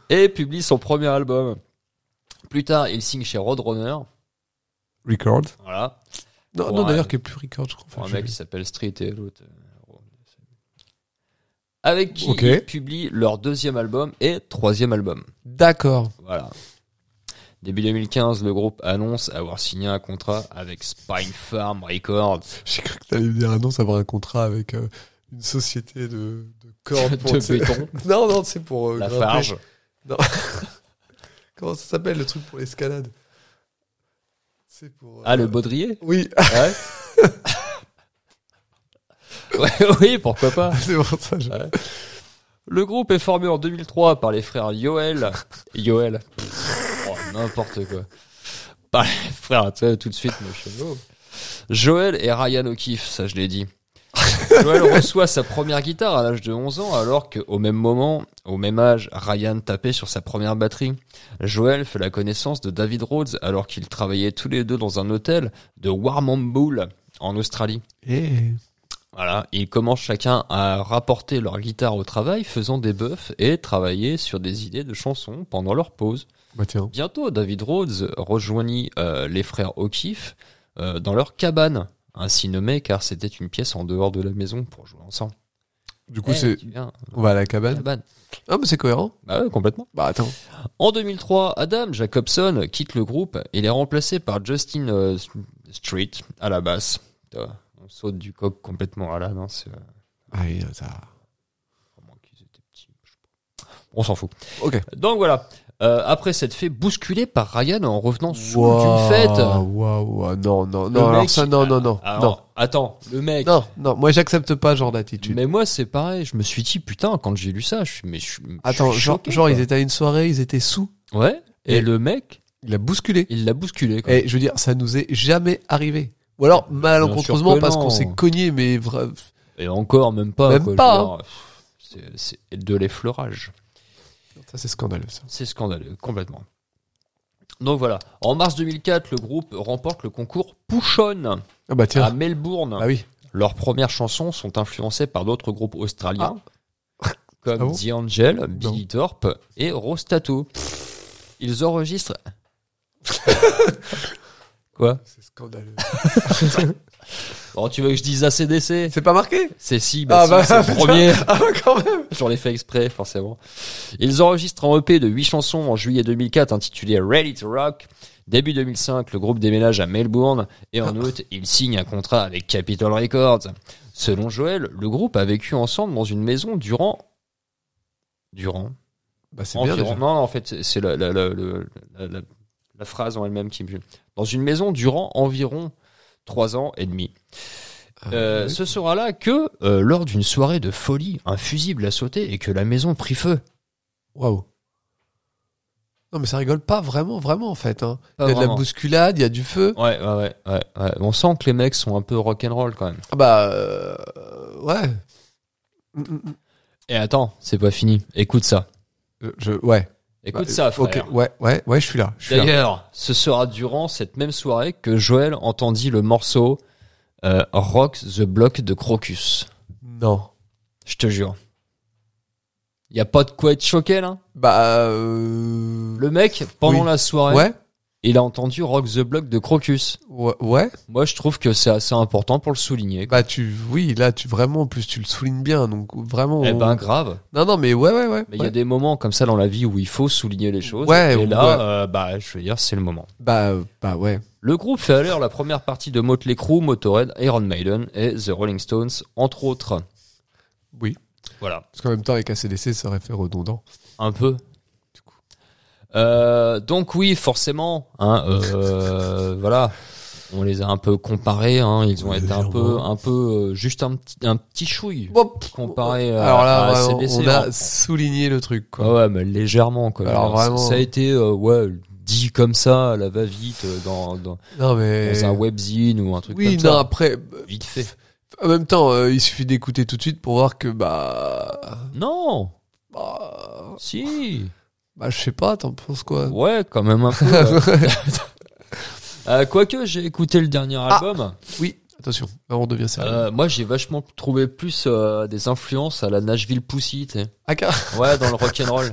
Speaker 3: Et publie son premier album. Plus tard, il signe chez Roadrunner.
Speaker 2: Record.
Speaker 3: Voilà.
Speaker 2: Non,
Speaker 3: Pour
Speaker 2: non
Speaker 3: un-
Speaker 2: d'ailleurs, qui est plus record, je crois. Enfin,
Speaker 3: Pour un
Speaker 2: je-
Speaker 3: mec qui s'appelle Street et l'autre. euh, Avec qui
Speaker 2: Ok.
Speaker 3: ils publient leur deuxième album et troisième album.
Speaker 2: D'accord.
Speaker 3: Voilà. Début 2015, le groupe annonce avoir signé un contrat avec Spine Farm Records.
Speaker 2: J'ai cru que t'allais me dire, ah non, ça va avoir un contrat avec euh, une société de, de cordes pour-
Speaker 3: [laughs] De béton.
Speaker 2: Non, non, c'est pour. euh,
Speaker 3: La
Speaker 2: grimper.
Speaker 3: Farge.
Speaker 2: Comment ça s'appelle le truc pour l'escalade C'est pour.
Speaker 3: Ah,
Speaker 2: euh,
Speaker 3: le baudrier
Speaker 2: [laughs] Oui, ah,
Speaker 3: Ouais. [laughs] Ouais, oui, pourquoi pas.
Speaker 2: c'est pour ça. je-
Speaker 3: Ouais. Le groupe est formé en 2003 par les frères Yoel. Yoel. Oh, n'importe quoi. Bah, frère, tu sais, tout de suite, moi, je suis, oh. Joël et Ryan O'Keefe, ça je l'ai dit. Joël reçoit sa première guitare à l'âge de 11 ans, alors qu'au même moment, au même âge, Ryan tapait sur sa première batterie. Joël fait la connaissance de David Rhodes, alors qu'ils travaillaient tous les deux dans un hôtel de Warrnambool, en Australie.
Speaker 2: Et...
Speaker 3: Voilà, ils commencent chacun à rapporter leur guitare au travail, faisant des buffs et travailler sur des idées de chansons pendant leur pause.
Speaker 2: Bah tiens.
Speaker 3: Bientôt, David Rhodes rejoignit euh, les frères O'Keefe euh, dans leur cabane, ainsi nommée car c'était une pièce en dehors de la maison pour jouer ensemble.
Speaker 2: Du coup,
Speaker 3: Eh,
Speaker 2: c'est.
Speaker 3: tu viens,
Speaker 2: On va à la cabane.
Speaker 3: cabane.
Speaker 2: Ah, mais c'est cohérent.
Speaker 3: Bah ouais, complètement.
Speaker 2: Bah attends.
Speaker 3: En 2003, Adam Jacobson quitte le groupe. Il est remplacé par Justin euh, Street à la basse. Putain, On saute du coq complètement à l'âne. hein, c'est, euh,
Speaker 2: Ah, oui, ça.
Speaker 3: à moins qu'ils étaient petits, je sais pas. On s'en fout.
Speaker 2: Ok.
Speaker 3: Donc voilà. Euh, après s'être fait bousculer par Ryan en revenant sous d'une fête.
Speaker 2: Waouh, waouh, non, non,
Speaker 3: Le
Speaker 2: non, alors
Speaker 3: mec-
Speaker 2: ça, non, non, non,
Speaker 3: Alors, attends, le mec.
Speaker 2: non, non, non, moi j'accepte pas ce genre d'attitude.
Speaker 3: Mais moi, c'est pareil. Je me suis dit, putain, quand j'ai lu ça, je suis, mais je suis.
Speaker 2: Attends,
Speaker 3: je suis
Speaker 2: genre,
Speaker 3: choqué,
Speaker 2: genre
Speaker 3: quoi.
Speaker 2: ils étaient à une soirée, ils étaient sous,
Speaker 3: Ouais. Et,
Speaker 2: Et-
Speaker 3: le mec,
Speaker 2: il a bousculé.
Speaker 3: il l'a bousculé. Quoi.
Speaker 2: Et je veux dire, ça nous est jamais arrivé. Ou alors malencontreusement
Speaker 3: sûr que
Speaker 2: parce
Speaker 3: non.
Speaker 2: qu'on s'est cogné, mais vra-
Speaker 3: Et encore, même pas.
Speaker 2: Même
Speaker 3: quoi, je
Speaker 2: pas, hein.
Speaker 3: veux dire, c'est- C'est de l'effleurage.
Speaker 2: ça c'est scandaleux. Ça.
Speaker 3: C'est scandaleux, complètement. Donc voilà. En mars 2004, le groupe remporte le concours Pouchonne
Speaker 2: Ah bah
Speaker 3: à
Speaker 2: tiens,
Speaker 3: Melbourne.
Speaker 2: ah oui,
Speaker 3: Leurs premières chansons sont influencées par d'autres groupes australiens, [laughs] comme
Speaker 2: Ah bon
Speaker 3: The Angel, Billy Thorpe et Rose Tattoo.
Speaker 2: [laughs]
Speaker 3: Ils enregistrent. Quoi
Speaker 2: c'est scandaleux.
Speaker 3: Oh, tu veux que je dise ACDC
Speaker 2: c'est pas marqué
Speaker 3: C'est si, bah
Speaker 2: Ah
Speaker 3: si,
Speaker 2: bah,
Speaker 3: c'est le
Speaker 2: [laughs] putain.
Speaker 3: premier.
Speaker 2: Ah quand même.
Speaker 3: [laughs] J'en ai fait exprès, forcément. Ils enregistrent un EP de 8 chansons en juillet 2004 intitulé Ready to Rock. Début 2005, le groupe déménage à Melbourne et
Speaker 2: Ah.
Speaker 3: en août, ils signent un contrat avec Capitol Records. Selon Joël, le groupe a vécu ensemble dans une maison durant durant
Speaker 2: Bah c'est bien
Speaker 3: environ-
Speaker 2: déjà.
Speaker 3: Non, non, en fait, c'est- c'est la, la- la- la- la- la- la phrase en elle-même qui me Dans une maison durant environ trois ans et demi. Euh,
Speaker 2: oui.
Speaker 3: ce sera là que, euh, lors d'une soirée de folie, un fusible a sauté et que la maison prit feu.
Speaker 2: Waouh. Non mais ça rigole pas vraiment, vraiment en fait. hein. Il y
Speaker 3: Pas
Speaker 2: a de la
Speaker 3: vraiment.
Speaker 2: bousculade, il y a du feu.
Speaker 3: Ouais, ouais, ouais, ouais, ouais. On sent que les mecs sont un peu rock'n'roll quand même.
Speaker 2: Ah bah euh, ouais. Mm, mm, mm.
Speaker 3: Et attends, c'est pas fini. Écoute ça.
Speaker 2: Je- Je, ouais.
Speaker 3: Écoute
Speaker 2: Bah,
Speaker 3: ça,
Speaker 2: euh,
Speaker 3: frère.
Speaker 2: ok, ouais, ouais, ouais, je suis là. Je suis là.
Speaker 3: D'ailleurs, ce sera durant cette même soirée que Joël entendit le morceau euh, Rock the Block de Crocus.
Speaker 2: Non.
Speaker 3: Je te jure. Y a pas de quoi être choqué là.
Speaker 2: Bah. euh,
Speaker 3: Le mec, pendant
Speaker 2: Oui.
Speaker 3: la soirée,
Speaker 2: Ouais.
Speaker 3: il a entendu Rock the Block de Crocus.
Speaker 2: Ouais. ouais.
Speaker 3: Moi, je trouve que c'est assez important pour le souligner.
Speaker 2: Bah tu, oui, là tu vraiment, en plus tu le soulignes bien, donc vraiment.
Speaker 3: Eh
Speaker 2: on-
Speaker 3: ben, grave.
Speaker 2: Non, non, mais ouais, ouais, ouais.
Speaker 3: Mais il y a
Speaker 2: ouais.
Speaker 3: des moments comme ça dans la vie où il faut souligner les choses.
Speaker 2: Ouais,
Speaker 3: et
Speaker 2: ouais.
Speaker 3: là, euh, bah, je veux dire, c'est le moment.
Speaker 2: Bah, euh, bah ouais.
Speaker 3: Le groupe fait alors la première partie de Motley Crue, Motorhead, Iron Maiden et The Rolling Stones, entre autres.
Speaker 2: Oui.
Speaker 3: Voilà.
Speaker 2: Parce qu'en même temps, avec ACDC, ça aurait fait redondant.
Speaker 3: Un peu. Euh, donc oui, forcément, hein, euh, [laughs] voilà, on les a un peu comparés, hein, ils ont
Speaker 2: Oui,
Speaker 3: été un peu,
Speaker 2: légèrement.
Speaker 3: un peu, euh, juste un petit, un petit chouille comparé à,
Speaker 2: Alors là,
Speaker 3: à
Speaker 2: vraiment,
Speaker 3: CDC,
Speaker 2: on
Speaker 3: hein.
Speaker 2: a souligné le truc, quoi.
Speaker 3: Ah Ouais, ouais, mais légèrement quoi.
Speaker 2: Alors,
Speaker 3: ça-
Speaker 2: vraiment.
Speaker 3: ça a été, euh, ouais, dit comme ça, à la va vite, dans, dans,
Speaker 2: Non, mais.
Speaker 3: dans un webzine ou un truc
Speaker 2: Oui,
Speaker 3: comme
Speaker 2: non,
Speaker 3: ça.
Speaker 2: après.
Speaker 3: Vite fait.
Speaker 2: En même temps, euh, il suffit d'écouter tout de suite pour voir que, bah.
Speaker 3: Non,
Speaker 2: Bah,
Speaker 3: si.
Speaker 2: bah, je sais pas, t'en penses quoi
Speaker 3: Ouais, quand
Speaker 2: [laughs]
Speaker 3: même un peu. ouais. [laughs] Euh, Quoique j'ai écouté le dernier
Speaker 2: Ah.
Speaker 3: album,
Speaker 2: Oui, attention, là, on devient sérieux.
Speaker 3: euh, moi j'ai vachement trouvé plus euh, des influences à la Nashville Pussy, tu sais.
Speaker 2: Ah, car-
Speaker 3: Ouais, dans le rock'n'roll.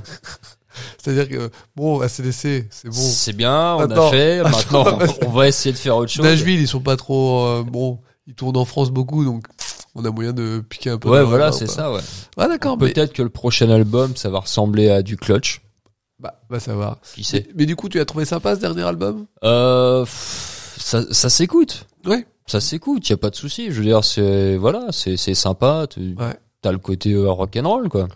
Speaker 2: C'est-à-dire que, bon, ACDC, [laughs] c'est bon.
Speaker 3: C'est bien, on
Speaker 2: Attends. [laughs]
Speaker 3: a fait. Maintenant, on- on va essayer de faire autre chose.
Speaker 2: Nashville, ils sont pas trop. euh, bon, ils tournent en France beaucoup, donc on a moyen de piquer un peu.
Speaker 3: Ouais,
Speaker 2: dans-
Speaker 3: voilà,
Speaker 2: dans-
Speaker 3: c'est
Speaker 2: pas.
Speaker 3: ça, ouais.
Speaker 2: Ah, d'accord, mais.
Speaker 3: Peut-être que le prochain album, ça va ressembler à du clutch.
Speaker 2: Bah, bah, ça va.
Speaker 3: Qui sait
Speaker 2: Mais du coup, tu as trouvé sympa ce dernier album
Speaker 3: Euh, pff, ça, ça s'écoute.
Speaker 2: Ouais.
Speaker 3: Ça s'écoute, y a pas de souci. Je veux dire, c'est voilà, c'est c'est sympa. Tu
Speaker 2: Ouais.
Speaker 3: as le côté euh, rock'n'roll quoi.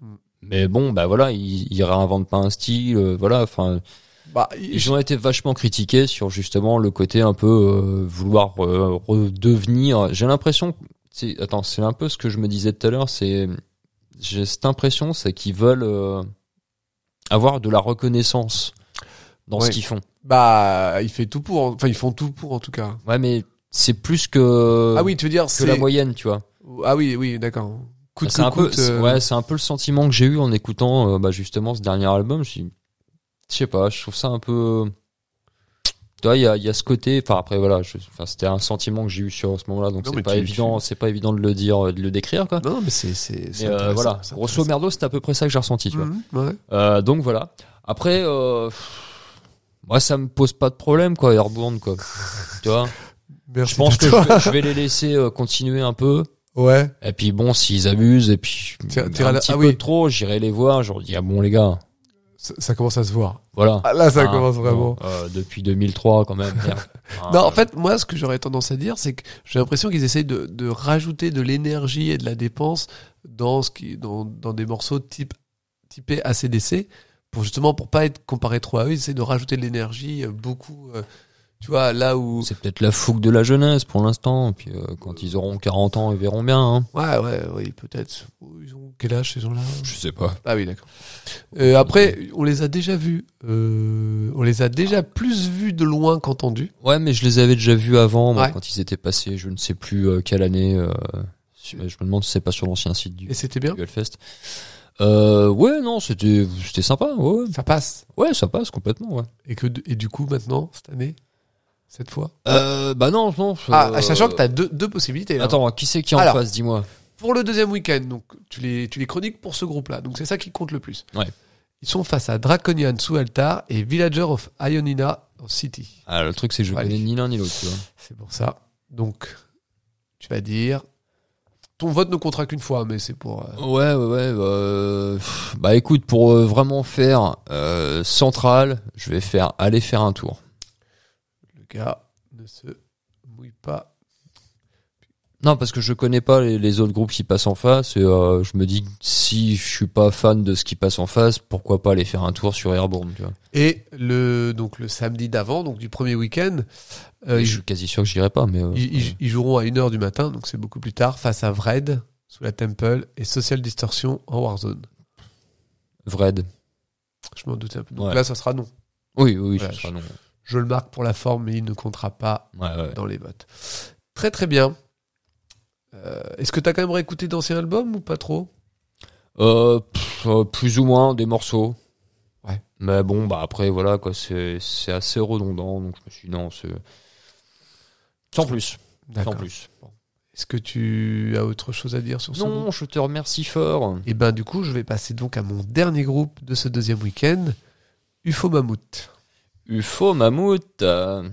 Speaker 2: Mm.
Speaker 3: Mais bon, bah voilà, ils, ils réinventent pas un style, euh, voilà. Enfin,
Speaker 2: Bah,
Speaker 3: ils ont été vachement critiqués sur justement le côté un peu euh, vouloir euh, redevenir. J'ai l'impression, que c'est attends, c'est un peu ce que je me disais tout à l'heure. C'est j'ai cette impression, c'est qu'ils veulent euh, avoir de la reconnaissance dans
Speaker 2: Ouais.
Speaker 3: ce qu'ils font.
Speaker 2: Bah, il fait tout pour. Enfin, ils font tout pour en tout cas.
Speaker 3: Ouais, mais c'est plus que,
Speaker 2: ah oui, tu veux dire
Speaker 3: Euh, que
Speaker 2: c'est.
Speaker 3: la moyenne, tu vois.
Speaker 2: Ah oui, oui, d'accord. Coûte
Speaker 3: c'est
Speaker 2: que
Speaker 3: un peu,
Speaker 2: coûte,
Speaker 3: c'est-
Speaker 2: euh,
Speaker 3: ouais, c'est un peu le sentiment que j'ai eu en écoutant euh, bah, justement ce dernier album. Je suis- je sais pas, je trouve ça un peu. Tu vois, il y a, il y a ce côté. Enfin après voilà, je- enfin, c'était un sentiment que j'ai eu sur ce moment-là, donc
Speaker 2: Non,
Speaker 3: c'est
Speaker 2: mais
Speaker 3: pas
Speaker 2: tu-
Speaker 3: évident, c'est pas évident de le dire, euh, de le décrire quoi.
Speaker 2: Non, mais c'est c'est. c'est
Speaker 3: Mais, euh,
Speaker 2: intéressant,
Speaker 3: voilà,
Speaker 2: c'est
Speaker 3: grosso merdo, c'est à peu près ça que j'ai ressenti. Tu vois.
Speaker 2: intéressant. Mhm, ouais.
Speaker 3: Euh, donc voilà. Après, euh, pff, moi ça me pose pas de problème quoi, Airborne
Speaker 2: [laughs]
Speaker 3: quoi. tu vois,
Speaker 2: Merci
Speaker 3: je pense
Speaker 2: de
Speaker 3: que je
Speaker 2: toi.
Speaker 3: vais, je vais les laisser euh, continuer un peu.
Speaker 2: Ouais.
Speaker 3: Et puis bon, s'ils abusent, et puis
Speaker 2: Tira-
Speaker 3: un
Speaker 2: tira la-
Speaker 3: petit
Speaker 2: ah
Speaker 3: peu
Speaker 2: oui.
Speaker 3: trop, j'irai les voir, je leur dis, ah bon les gars,
Speaker 2: Ça, ça commence à se voir.
Speaker 3: voilà.
Speaker 2: Ah, là, ça
Speaker 3: Hein,
Speaker 2: commence
Speaker 3: bon,
Speaker 2: vraiment.
Speaker 3: euh, depuis 2003 quand même. merde. Hein,
Speaker 2: [laughs] Non,
Speaker 3: euh,
Speaker 2: en fait, moi, ce que j'aurais tendance à dire, c'est que j'ai l'impression qu'ils essayent de, de rajouter de l'énergie et de la dépense dans, ce qui, dans, dans des morceaux type, typés ACDC, pour justement, pour pas être comparé trop à eux, ils essaient de rajouter de l'énergie, euh, beaucoup, euh, tu vois, là où...
Speaker 3: c'est peut-être la fougue de la jeunesse pour l'instant, et puis euh, quand ils auront 40 ans, ils verront bien. hein.
Speaker 2: Ouais, ouais, oui, peut-être. Ils ont quel âge, ces gens-là
Speaker 3: Je sais pas.
Speaker 2: Ah oui, d'accord. Euh, après, on les a déjà vus. euh, on les a déjà plus vus de loin qu'entendus.
Speaker 3: Ouais, mais je les avais déjà vus avant, moi,
Speaker 2: Ouais.
Speaker 3: quand ils étaient passés, je ne sais plus euh, quelle année. euh, je me demande si c'est pas sur l'ancien site du
Speaker 2: Et c'était bien.
Speaker 3: du Hellfest. Euh, ouais, non, c'était c'était sympa. Ouais, ouais.
Speaker 2: Ça passe.
Speaker 3: ouais, ça passe complètement. Ouais.
Speaker 2: Et, que, et du coup, maintenant, cette année, cette fois
Speaker 3: Euh, bah non, non.
Speaker 2: Ah,
Speaker 3: euh,
Speaker 2: sachant que tu as deux, deux possibilités. là.
Speaker 3: Attends, qui c'est qui est en
Speaker 2: Alors.
Speaker 3: face, dis-moi.
Speaker 2: Pour le deuxième week-end, donc tu les, tu les chroniques pour ce groupe-là. Donc c'est ça qui compte le plus.
Speaker 3: Ouais.
Speaker 2: Ils sont face à Draconian sous Altar et Villager of Ionina en City.
Speaker 3: Ah, le truc, c'est que je
Speaker 2: Allez.
Speaker 3: connais ni l'un ni l'autre. tu vois.
Speaker 2: C'est pour ça. Donc, tu vas dire. Ton vote ne comptera qu'une fois, mais c'est pour. euh,
Speaker 3: Ouais, ouais, ouais. euh, pff, bah écoute, pour euh, vraiment faire euh, central, je vais faire aller faire un tour.
Speaker 2: le gars ne se mouille pas.
Speaker 3: Non, parce que je connais pas les, les autres groupes qui passent en face. Et, euh, je me dis que si je suis pas fan de ce qui passe en face, pourquoi pas aller faire un tour sur Airborne, tu vois.
Speaker 2: Et le, donc, le samedi d'avant, donc du premier week-end, euh,
Speaker 3: Et
Speaker 2: ils,
Speaker 3: je suis quasi sûr que j'irai pas, mais. euh,
Speaker 2: ils- ils- ils joueront à 1h du matin, donc c'est beaucoup plus tard, face à Vred sous la Temple et Social Distortion en Warzone.
Speaker 3: Vred.
Speaker 2: Je m'en doutais un peu. Donc
Speaker 3: Ouais.
Speaker 2: là, ça sera non.
Speaker 3: Oui, oui, oui, ce
Speaker 2: Ouais,
Speaker 3: sera non.
Speaker 2: Je le marque pour la forme, mais il ne comptera pas
Speaker 3: Ouais, ouais.
Speaker 2: dans les votes. Très très bien. Euh, Est-ce que tu as quand même réécouté d'anciens albums ou pas trop
Speaker 3: Euh, pff, euh, plus ou moins des morceaux.
Speaker 2: Ouais.
Speaker 3: Mais bon, bah après, voilà, quoi, c'est c'est assez redondant, donc je me suis dit, non, c'est. Sans plus. Sans plus.
Speaker 2: Est-ce que tu as autre chose à dire sur ce
Speaker 3: Non, je te remercie fort.
Speaker 2: Et ben du coup, je vais passer donc à mon dernier groupe de ce deuxième week-end, UFO Mammouth.
Speaker 3: UFO Mammouth, euh,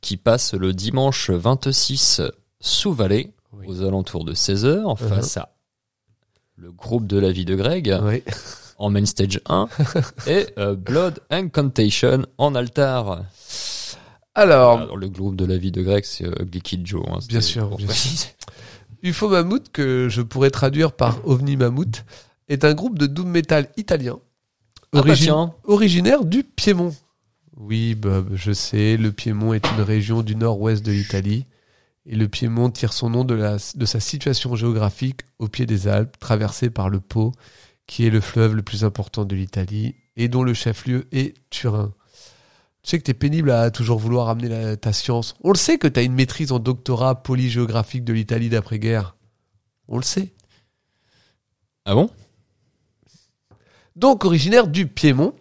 Speaker 3: qui passe le dimanche 26 sous Valais,
Speaker 2: Oui. Uh-huh.
Speaker 3: aux alentours de 16h, face à le groupe de la vie de Greg,
Speaker 2: Ouais.
Speaker 3: en main stage
Speaker 2: [laughs]
Speaker 3: 1, et euh, Blood Incantation en altar.
Speaker 2: Alors,
Speaker 3: Alors, le groupe de la vie de Greg, c'est euh, Ugly Kid Joe. hein, c'était
Speaker 2: sûr,
Speaker 3: pour
Speaker 2: bien
Speaker 3: préciser.
Speaker 2: UFO Mammouth, que je pourrais traduire par OVNI Mammouth, est un groupe de doom metal italien,
Speaker 3: Ah bah
Speaker 2: origine-
Speaker 3: tiens.
Speaker 2: originaire du Piémont. Oui, Bob, je sais, le Piémont est une région du nord-ouest de l'Italie. Et le Piémont tire son nom de, la- de sa situation géographique au pied des Alpes, traversée par le Po, qui est le fleuve le plus important de l'Italie et dont le chef-lieu est Turin. Tu sais que t'es pénible à toujours vouloir amener la- ta science. On le sait que t'as une maîtrise en doctorat polygéographique de l'Italie d'après-guerre. On le sait.
Speaker 3: Ah bon
Speaker 2: Donc originaire du Piémont,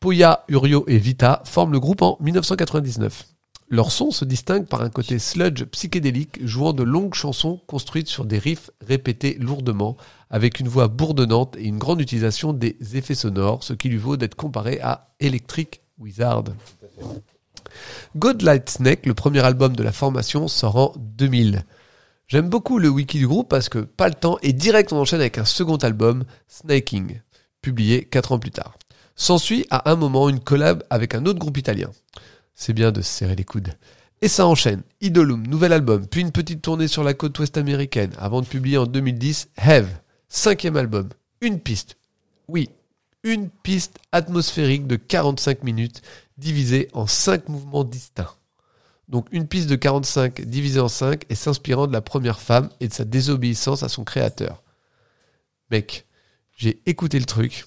Speaker 2: Poya, Urio et Vita forment le groupe en 1999. Leur son se distingue par un côté sludge psychédélique, jouant de longues chansons construites sur des riffs répétés lourdement, avec une voix bourdonnante et une grande utilisation des effets sonores, ce qui lui vaut d'être comparé à Electric Wizard. God Light Snake, le premier album de la formation, sort en 2000. J'aime beaucoup le wiki du groupe parce que pas le temps et direct on enchaîne avec un second album, Snaking publié 4 ans plus tard. S'ensuit à un moment une collab avec un autre groupe italien. C'est bien de se serrer les coudes. Et ça enchaîne. Idolum, nouvel album, puis une petite tournée sur la côte ouest américaine, avant de publier en 2010 Have, cinquième album, une piste. Oui, une piste atmosphérique de 45 minutes, divisée en 5 mouvements distincts. Donc une piste de 45 divisée en 5 et s'inspirant de la première femme et de sa désobéissance à son créateur. Mec, j'ai écouté le truc.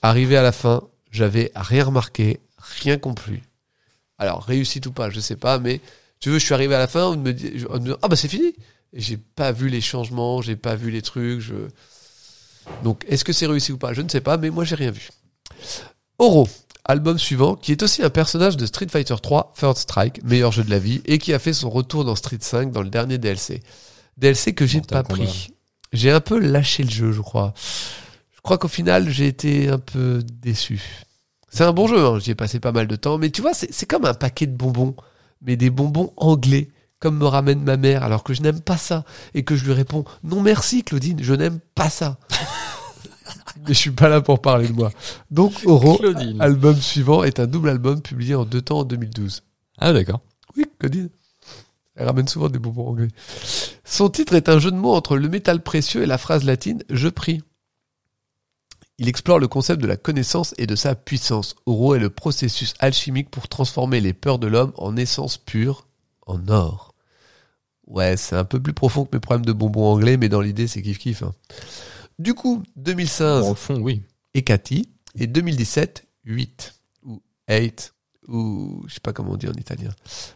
Speaker 2: Arrivé à la fin, j'avais rien remarqué, rien compris. Alors, réussite ou pas, je sais pas, mais tu veux, je suis arrivé à la fin, on me dit, je- on me dit, ah bah c'est fini. Et J'ai pas vu les changements, j'ai pas vu les trucs. Je... Donc, est-ce que c'est réussi ou pas Je ne sais pas, mais moi j'ai rien vu. Oro, album suivant, qui est aussi un personnage de Street Fighter 3, Third Strike, meilleur jeu de la vie, et qui a fait son retour dans Street 5 dans le dernier DLC. DLC que j'ai
Speaker 3: Mortal
Speaker 2: pas
Speaker 3: Kombat.
Speaker 2: pris. J'ai un peu lâché le jeu, je crois. Je crois qu'au final, j'ai été un peu déçu. C'est un bon jeu, hein, j'y ai passé pas mal de temps, mais tu vois, c'est c'est comme un paquet de bonbons, mais des bonbons anglais, comme me ramène ma mère, alors que je n'aime pas ça, et que je lui réponds Non merci Claudine, je n'aime pas ça. mais je suis pas là pour parler de moi. Donc, Oro,
Speaker 3: Claudine.
Speaker 2: album suivant, est un double album publié en deux temps en 2012.
Speaker 3: Ah, d'accord.
Speaker 2: Oui, Claudine. Elle ramène souvent des bonbons anglais. Son titre est un jeu de mots entre le métal précieux et la phrase latine Je prie. Il explore le concept de la connaissance et de sa puissance. Oro est le processus alchimique pour transformer les peurs de l'homme en essence pure, en or. Ouais, c'est un peu plus profond que mes problèmes de bonbons anglais, mais dans l'idée, c'est kiff-kiff. hein. Du coup, 2015
Speaker 3: Bon, au fond, oui.
Speaker 2: et Cathy, et 2017, 8, ou 8, ou je sais pas comment on dit en italien.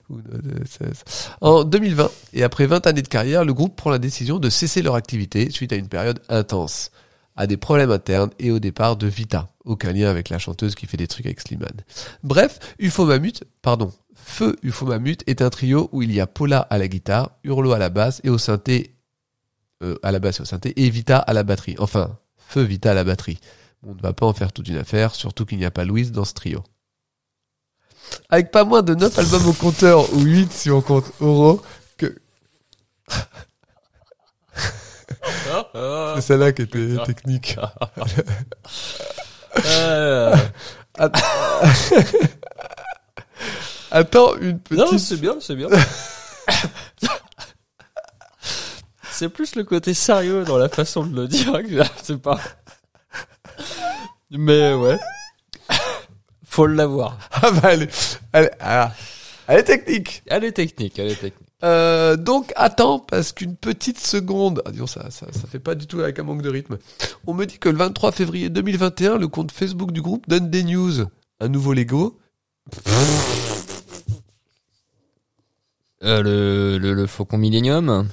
Speaker 2: Ou, euh, ça- ça- En 2020, et après 20 années de carrière, le groupe prend la décision de cesser leur activité suite à une période intense, à des problèmes internes et au départ de Vita, aucun lien avec la chanteuse qui fait des trucs avec Slimane. Bref, UFO Mamut, pardon, Feu UFO Mamut est un trio où il y a Paula à la guitare, Hurlo à la basse et au synthé, euh, à la basse et au synthé, et Vita à la batterie. Enfin, Feu Vita à la batterie. On ne va pas en faire toute une affaire, surtout qu'il n'y a pas Louise dans ce trio. Avec pas moins de 9 albums au compteur, ou 8 si on compte Oro, que...
Speaker 3: Ah,
Speaker 2: [laughs] C'est celle-là qui était technique. Attends, une
Speaker 3: non,
Speaker 2: petite...
Speaker 3: c'est bien, c'est bien. c'est plus le côté sérieux dans la façon de le dire que je sais pas. Mais ouais. Faut l'avoir.
Speaker 2: [laughs] Ah bah, elle est- elle est- ah, elle est technique
Speaker 3: Elle est technique, elle est technique.
Speaker 2: Euh, donc attends, parce qu'une petite seconde, ah, disons ça, ça, ça fait pas du tout avec un manque de rythme. On me dit que le 23 février 2021, le compte Facebook du groupe donne des news. Un nouveau Lego. [laughs]
Speaker 3: Euh, le, le, le Faucon Millenium.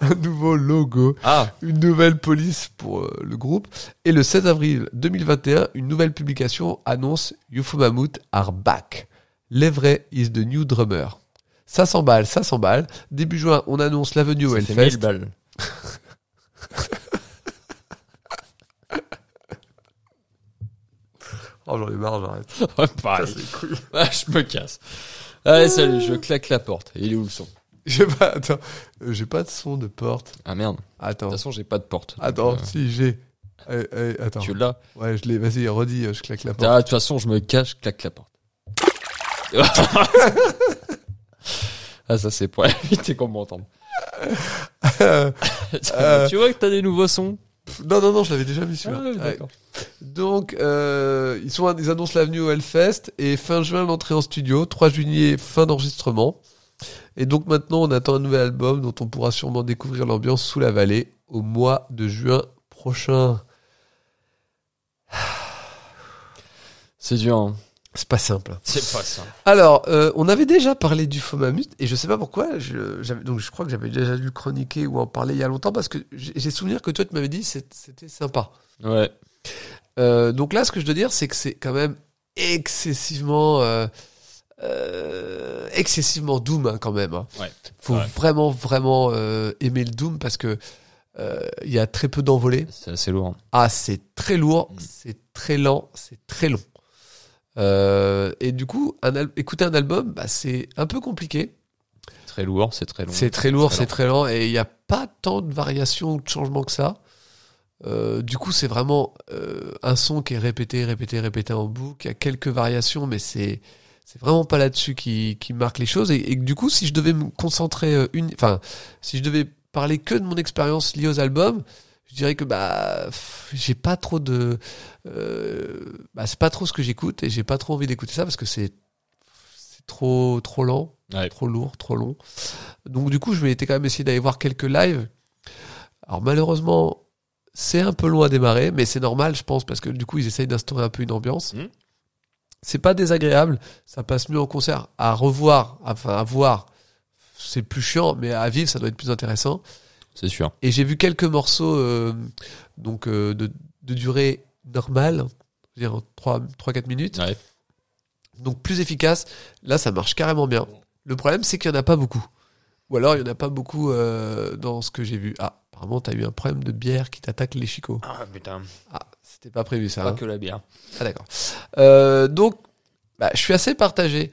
Speaker 2: Un nouveau logo,
Speaker 3: Ah,
Speaker 2: une nouvelle police pour euh, le groupe. Et le 16 avril 2021, une nouvelle publication annonce Yufu Mammoth are back. L'Evray is the new drummer. Ça s'emballe, ça s'emballe. Début juin, on annonce l'avenue au
Speaker 3: c'était 1000
Speaker 2: Hellfest.
Speaker 3: balles.
Speaker 2: Oh, j'en ai marre, j'arrête. [laughs]
Speaker 3: Ouais, pareil. [laughs] Ah, je me casse. Allez, salut, je claque la porte. Il est où le son
Speaker 2: J'ai pas, attends, euh, j'ai pas de son de porte.
Speaker 3: Ah merde. De toute
Speaker 2: Attends,
Speaker 3: façon, j'ai pas de porte.
Speaker 2: attends,
Speaker 3: Donc, euh,
Speaker 2: si j'ai. Euh, euh, attends,
Speaker 3: tu l'as
Speaker 2: ouais, je l'ai. Vas-y, redis, euh, je claque la porte.
Speaker 3: Ah, De toute façon, je me cache, je claque la [laughs] porte. ah, ça, c'est pour éviter qu'on m'entende. [laughs]
Speaker 2: Euh, Euh.
Speaker 3: Tu vois que t'as des nouveaux sons
Speaker 2: pff, [laughs] non, non, non, je l'avais déjà mis celui-là.
Speaker 3: Ah ouais,
Speaker 2: Ouais.
Speaker 3: d'accord.
Speaker 2: Donc, euh, ils sont, ils annoncent l'avenue au Hellfest et fin juin l'entrée en studio, 3 juillet fin d'enregistrement. Et donc maintenant, on attend un nouvel album dont on pourra sûrement découvrir l'ambiance sous la vallée au mois de juin prochain.
Speaker 3: C'est dur. hein.
Speaker 2: C'est pas simple.
Speaker 3: C'est pas ça.
Speaker 2: Alors, euh, on avait déjà parlé du faux mammouth, et je sais pas pourquoi, je, j'avais- donc je crois que j'avais déjà dû le chroniquer ou en parler il y a longtemps, parce que j'ai j'ai souvenir que toi, tu m'avais dit c'est- c'était sympa.
Speaker 3: Ouais.
Speaker 2: Euh, donc là, ce que je dois dire, c'est que c'est quand même excessivement... euh, euh, excessivement Doom, hein, quand même. hein.
Speaker 3: Ouais.
Speaker 2: Faut
Speaker 3: Ouais.
Speaker 2: vraiment, vraiment euh, aimer le Doom, parce que euh, il y a très peu d'envolées.
Speaker 3: C'est assez lourd. hein.
Speaker 2: Ah, c'est très lourd,
Speaker 3: Mm.
Speaker 2: c'est très lent, c'est très long. Euh, et du coup, un al- écouter un album, bah, c'est un peu compliqué.
Speaker 3: Très lourd, c'est très long.
Speaker 2: C'est très lourd,
Speaker 3: Très
Speaker 2: c'est
Speaker 3: lent.
Speaker 2: très lent, et il n'y a pas tant de variations ou de changements que ça. Euh, du coup, c'est vraiment euh, un son qui est répété, répété, répété en boucle. Il y a quelques variations, mais c'est c'est vraiment pas là-dessus qui, qui marque les choses. Et, et du coup, si je devais me concentrer euh, une, enfin, si je devais parler que de mon expérience liée aux albums, je dirais que bah pff, j'ai pas trop de, euh, bah, c'est pas trop ce que j'écoute et j'ai pas trop envie d'écouter ça parce que c'est c'est trop trop lent
Speaker 3: Ouais.
Speaker 2: trop lourd, trop long. Donc du coup, je vais quand même essayer d'aller voir quelques lives. Alors malheureusement, c'est un peu long à démarrer, mais c'est normal, je pense, parce que du coup, ils essayent d'instaurer un peu une ambiance.
Speaker 3: Mhm.
Speaker 2: C'est pas désagréable, ça passe mieux en concert. À revoir, enfin à voir, c'est plus chiant, mais à vivre, ça doit être plus intéressant.
Speaker 3: c'est sûr.
Speaker 2: Et j'ai vu quelques morceaux euh, donc euh, de, de durée normale, c'est-à-dire 3-4 minutes,
Speaker 3: Ouais.
Speaker 2: donc plus efficace. Là, ça marche carrément bien. Le problème, c'est qu'il n'y en a pas beaucoup. Ou alors, il n'y en a pas beaucoup euh, dans ce que j'ai vu. Ah, apparemment, t'as eu un problème de bière qui t'attaque les chicots.
Speaker 3: Ah putain,
Speaker 2: Ah, c'était pas prévu ça.
Speaker 3: pas
Speaker 2: hein.
Speaker 3: que la bière.
Speaker 2: Ah d'accord. Euh, donc, bah, je suis assez partagé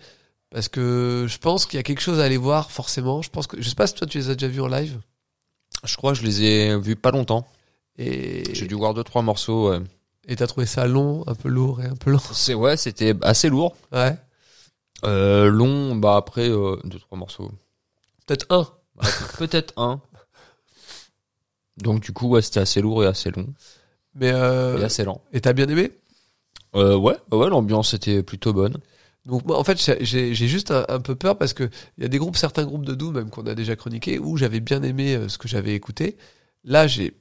Speaker 2: parce que je pense qu'il y a quelque chose à aller voir forcément. Je pense que je sais pas si toi tu les as déjà vus en live.
Speaker 3: Je crois que je les ai vus pas longtemps.
Speaker 2: Et
Speaker 3: J'ai dû voir deux trois morceaux. ouais.
Speaker 2: et t'as trouvé ça long, un peu lourd et un peu lent.
Speaker 3: C'est ouais, c'était assez lourd,
Speaker 2: Ouais.
Speaker 3: Euh, long. Bah après euh, deux trois morceaux.
Speaker 2: Peut-être un.
Speaker 3: Bah, Peut-être un. [laughs] Donc du coup, ouais, c'était assez lourd et assez long
Speaker 2: Mais euh,
Speaker 3: et assez lent.
Speaker 2: et t'as bien aimé
Speaker 3: Euh, ouais, bah ouais, l'ambiance était plutôt bonne.
Speaker 2: Donc moi, en fait, j'ai- j'ai j'ai juste un, un peu peur parce que il y a des groupes, certains groupes de doom même qu'on a déjà chroniqué, où j'avais bien aimé euh, ce que j'avais écouté. Là, j'ai,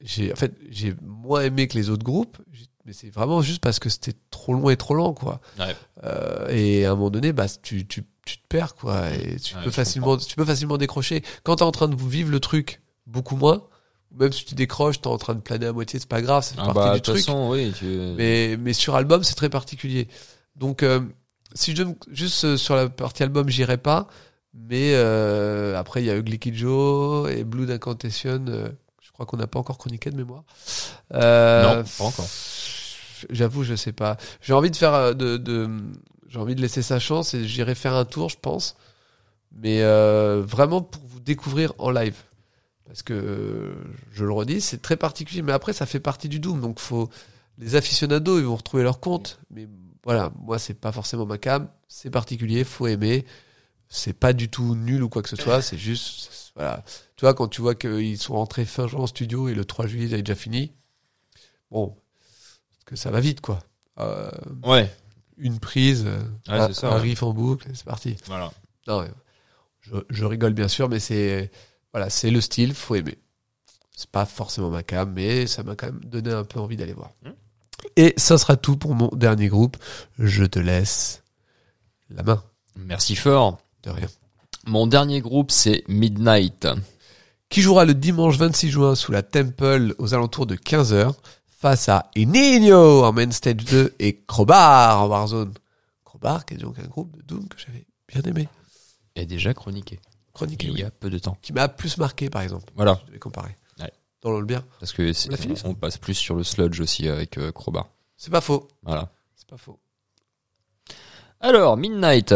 Speaker 2: j'ai, en fait, j'ai moins aimé que les autres groupes, j'ai- mais c'est vraiment juste parce que c'était trop long et trop lent, quoi.
Speaker 3: Ouais.
Speaker 2: Euh, et à un moment donné, bah, tu, tu, tu te perds, quoi. Et tu
Speaker 3: Ouais,
Speaker 2: peux
Speaker 3: je
Speaker 2: facilement, tu peux facilement décrocher quand t'es en train de vivre le truc beaucoup moins. Même si tu décroches, t'es en train de planer à moitié, c'est pas grave, ça fait
Speaker 3: Ah
Speaker 2: partie
Speaker 3: bah,
Speaker 2: du
Speaker 3: de toute
Speaker 2: truc.
Speaker 3: façon, oui. tu-
Speaker 2: Mais, mais sur album, c'est très particulier. Donc, euh, si je me- juste euh, sur la partie album, j'irai pas. Mais euh, après, il y a Ugly Kid Joe et Blood Incantation. euh, je crois qu'on n'a pas encore chroniqué de mémoire. Euh,
Speaker 3: Non, pas encore.
Speaker 2: J'avoue, je sais pas. J'ai envie de faire euh, de, de- j'ai envie de laisser sa chance et j'irai faire un tour, je pense. Mais euh, vraiment pour vous découvrir en live. Parce que, euh, je le redis, c'est très particulier. Mais après, ça fait partie du Doom. Donc, faut, les aficionados, ils vont retrouver leur compte. Mais voilà, moi, c'est pas forcément ma cam. C'est particulier, faut aimer. C'est pas du tout nul ou quoi que ce soit. C'est juste, c'est- voilà. Tu vois, quand tu vois qu'ils sont rentrés fin juin en studio et le 3 juillet, ils avaient déjà fini. Bon, parce que ça va vite, quoi. Euh,
Speaker 3: Ouais,
Speaker 2: une prise, euh,
Speaker 3: Ouais,
Speaker 2: un,
Speaker 3: c'est ça,
Speaker 2: un
Speaker 3: ouais.
Speaker 2: riff en boucle, et c'est parti.
Speaker 3: voilà.
Speaker 2: Non, mais je, je rigole bien sûr, mais c'est voilà, c'est le style, faut aimer. C'est pas forcément ma cam, mais ça m'a quand même donné un peu envie d'aller voir.
Speaker 3: Hmm.
Speaker 2: Et ça sera tout pour mon dernier groupe. Je te laisse la main
Speaker 3: Merci fort.
Speaker 2: de rien.
Speaker 3: Mon dernier groupe, c'est Midnight.
Speaker 2: Qui jouera le dimanche 26 juin sous la Temple aux alentours de 15h face à Enigno en Main Stage 2 et Crowbar en Warzone. Crowbar qui est donc un groupe de Doom que j'avais bien aimé.
Speaker 3: Est déjà chroniqué.
Speaker 2: Chronique
Speaker 3: Il y a peu de temps.
Speaker 2: qui m'a plus marqué par exemple.
Speaker 3: Voilà,
Speaker 2: Je devais comparer.
Speaker 3: Ouais.
Speaker 2: Dans le bien.
Speaker 3: parce que c'est-
Speaker 2: On l'a fini, ça.
Speaker 3: on passe plus sur le sludge aussi avec euh, Crowbar.
Speaker 2: C'est pas faux.
Speaker 3: Voilà.
Speaker 2: C'est pas faux.
Speaker 3: Alors, Midnight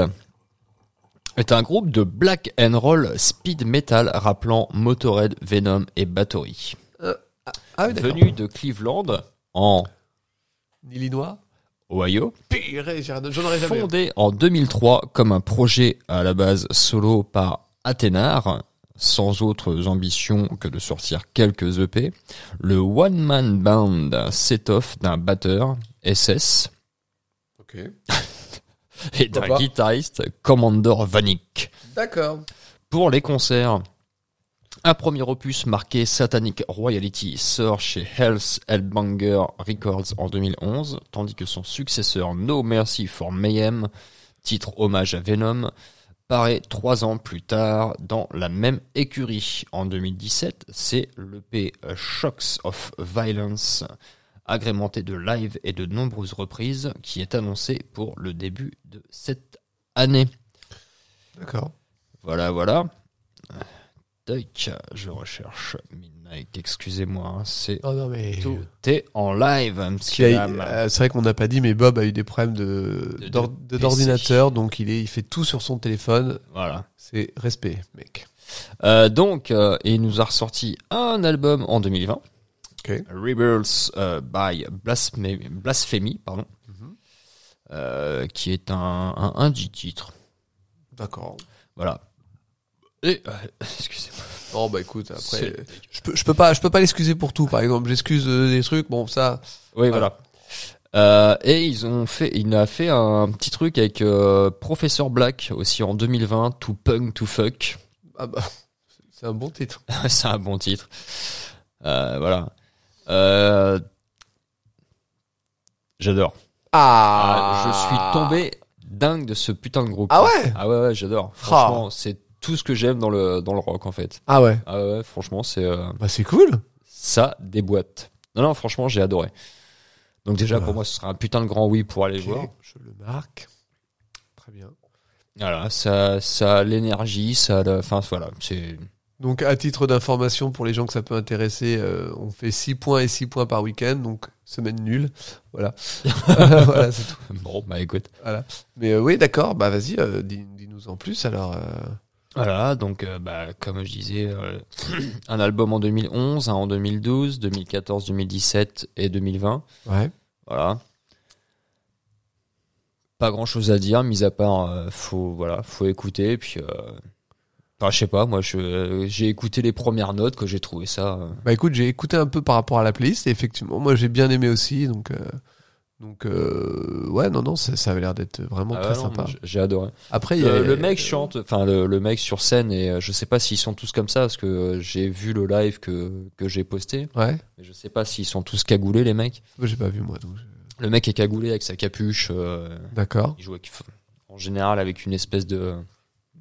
Speaker 3: est un groupe de black and roll speed metal rappelant Motorhead, Venom et Bathory.
Speaker 2: Ah oui, d'accord.
Speaker 3: Venu de Cleveland, en
Speaker 2: Illinois.
Speaker 3: Ohio,
Speaker 2: Purée, j'ai- j'en aurais jamais.
Speaker 3: Fondé en 2003 comme un projet à la base solo par Athénard, sans autres ambitions que de sortir quelques EP, le One Man Band s'étoffe d'un batteur, SS,
Speaker 2: Ok.
Speaker 3: et d'un
Speaker 2: Pourquoi pas
Speaker 3: guitariste, Commander Vanik.
Speaker 2: D'accord.
Speaker 3: pour les concerts. Un premier opus marqué Satanic Royalty sort chez Hell's Hellbanger Records en 2011, tandis que son successeur No Mercy for Mayhem, titre hommage à Venom, paraît trois ans plus tard dans la même écurie. En 2017, c'est l'EP Shocks of Violence, agrémenté de live et de nombreuses reprises, qui est annoncé pour le début de cette année.
Speaker 2: D'accord.
Speaker 3: Voilà, voilà. Tac, je recherche Midnight. Excusez-moi, hein, c'est
Speaker 2: Oh Non, non, mais.
Speaker 3: tout est en live, hein,
Speaker 2: Qui a-
Speaker 3: monsieur. dame.
Speaker 2: euh, c'est vrai qu'on n'a pas dit, mais Bob a eu des problèmes de
Speaker 3: De-
Speaker 2: d'or-
Speaker 3: de
Speaker 2: de- d'ordinateur, donc il est, il fait tout sur son téléphone.
Speaker 3: Voilà.
Speaker 2: C'est respect, mec.
Speaker 3: Euh, donc, euh, il nous a ressorti un album en 2020.
Speaker 2: Ok.
Speaker 3: Rebels euh, by Blasphemy, Blasphemy, pardon.
Speaker 2: Mhm.
Speaker 3: Euh, qui est un, un indie titre.
Speaker 2: D'accord.
Speaker 3: Voilà. Et, euh, [laughs] excusez-moi.
Speaker 2: Bon bah écoute, après,
Speaker 3: C'est-
Speaker 2: je peux, je peux pas, je peux pas l'excuser pour tout. Par exemple, j'excuse euh, des trucs. Bon, ça,
Speaker 3: Oui, voilà. Euh, et ils ont fait, il a fait un petit truc avec euh, Professeur Black aussi en 2020, To Punk To Fuck. [laughs]
Speaker 2: ah bah, [laughs] c'est un bon titre.
Speaker 3: C'est un bon titre. Euh, voilà. Euh, J'adore.
Speaker 2: Ah,
Speaker 3: Ah, je suis tombé dingue de ce putain de groupe.
Speaker 2: Ah ouais
Speaker 3: Ah ouais, ouais, j'adore. Franchement, c'est tout ce que j'aime dans le, dans le rock en fait.
Speaker 2: Ah ouais.
Speaker 3: Ah ouais, franchement, c'est euh,
Speaker 2: Bah c'est cool.
Speaker 3: ça déboîte. Non, non, franchement, j'ai adoré. Donc déjà, pour moi, ce sera un putain de grand oui pour aller
Speaker 2: Ok,
Speaker 3: voir.
Speaker 2: Je le marque. Très bien.
Speaker 3: Voilà, ça, ça a l'énergie, ça a la... Enfin, voilà, c'est... [laughs]
Speaker 2: Donc, à titre d'information, pour les gens que ça peut intéresser, euh, on fait 6 points et 6 points par week-end, donc semaine nulle.
Speaker 3: [laughs]
Speaker 2: Voilà. [laughs] voilà c'est tout.
Speaker 3: Bon, bah écoute.
Speaker 2: Mais euh, oui, d'accord, bah vas-y, euh, dis- dis-nous en plus alors. euh.
Speaker 3: Voilà, donc, euh, bah, comme je disais, euh, [clears throat] un album en 2011, un en 2012, 2014, 2017 et 2020.
Speaker 2: Ouais.
Speaker 3: Voilà. Pas grand chose à dire, mis à part, euh, faut, voilà, faut écouter, puis... euh, Enfin, je sais pas, moi, je- euh, j'ai écouté les premières notes, que j'ai trouvé ça... euh,
Speaker 2: Bah écoute, j'ai écouté un peu par rapport à la playlist, et effectivement, moi j'ai bien aimé aussi, donc. euh, Donc, euh, ouais, non, non, ça, ça avait l'air d'être vraiment
Speaker 3: ah
Speaker 2: très
Speaker 3: ouais, non,
Speaker 2: sympa.
Speaker 3: moi, j'- J'ai adoré.
Speaker 2: Après, il y a-
Speaker 3: Le, le mec chante, enfin le, le mec sur scène et euh, je sais pas s'ils sont tous comme ça parce que euh, j'ai vu le live que, que j'ai posté,
Speaker 2: Ouais,
Speaker 3: mais je sais pas s'ils sont tous cagoulés les mecs.
Speaker 2: Moi, j'ai pas vu moi, donc. je-
Speaker 3: Le mec est cagoulé avec sa capuche, euh,
Speaker 2: D'accord.
Speaker 3: il joue avec- en général avec une espèce de,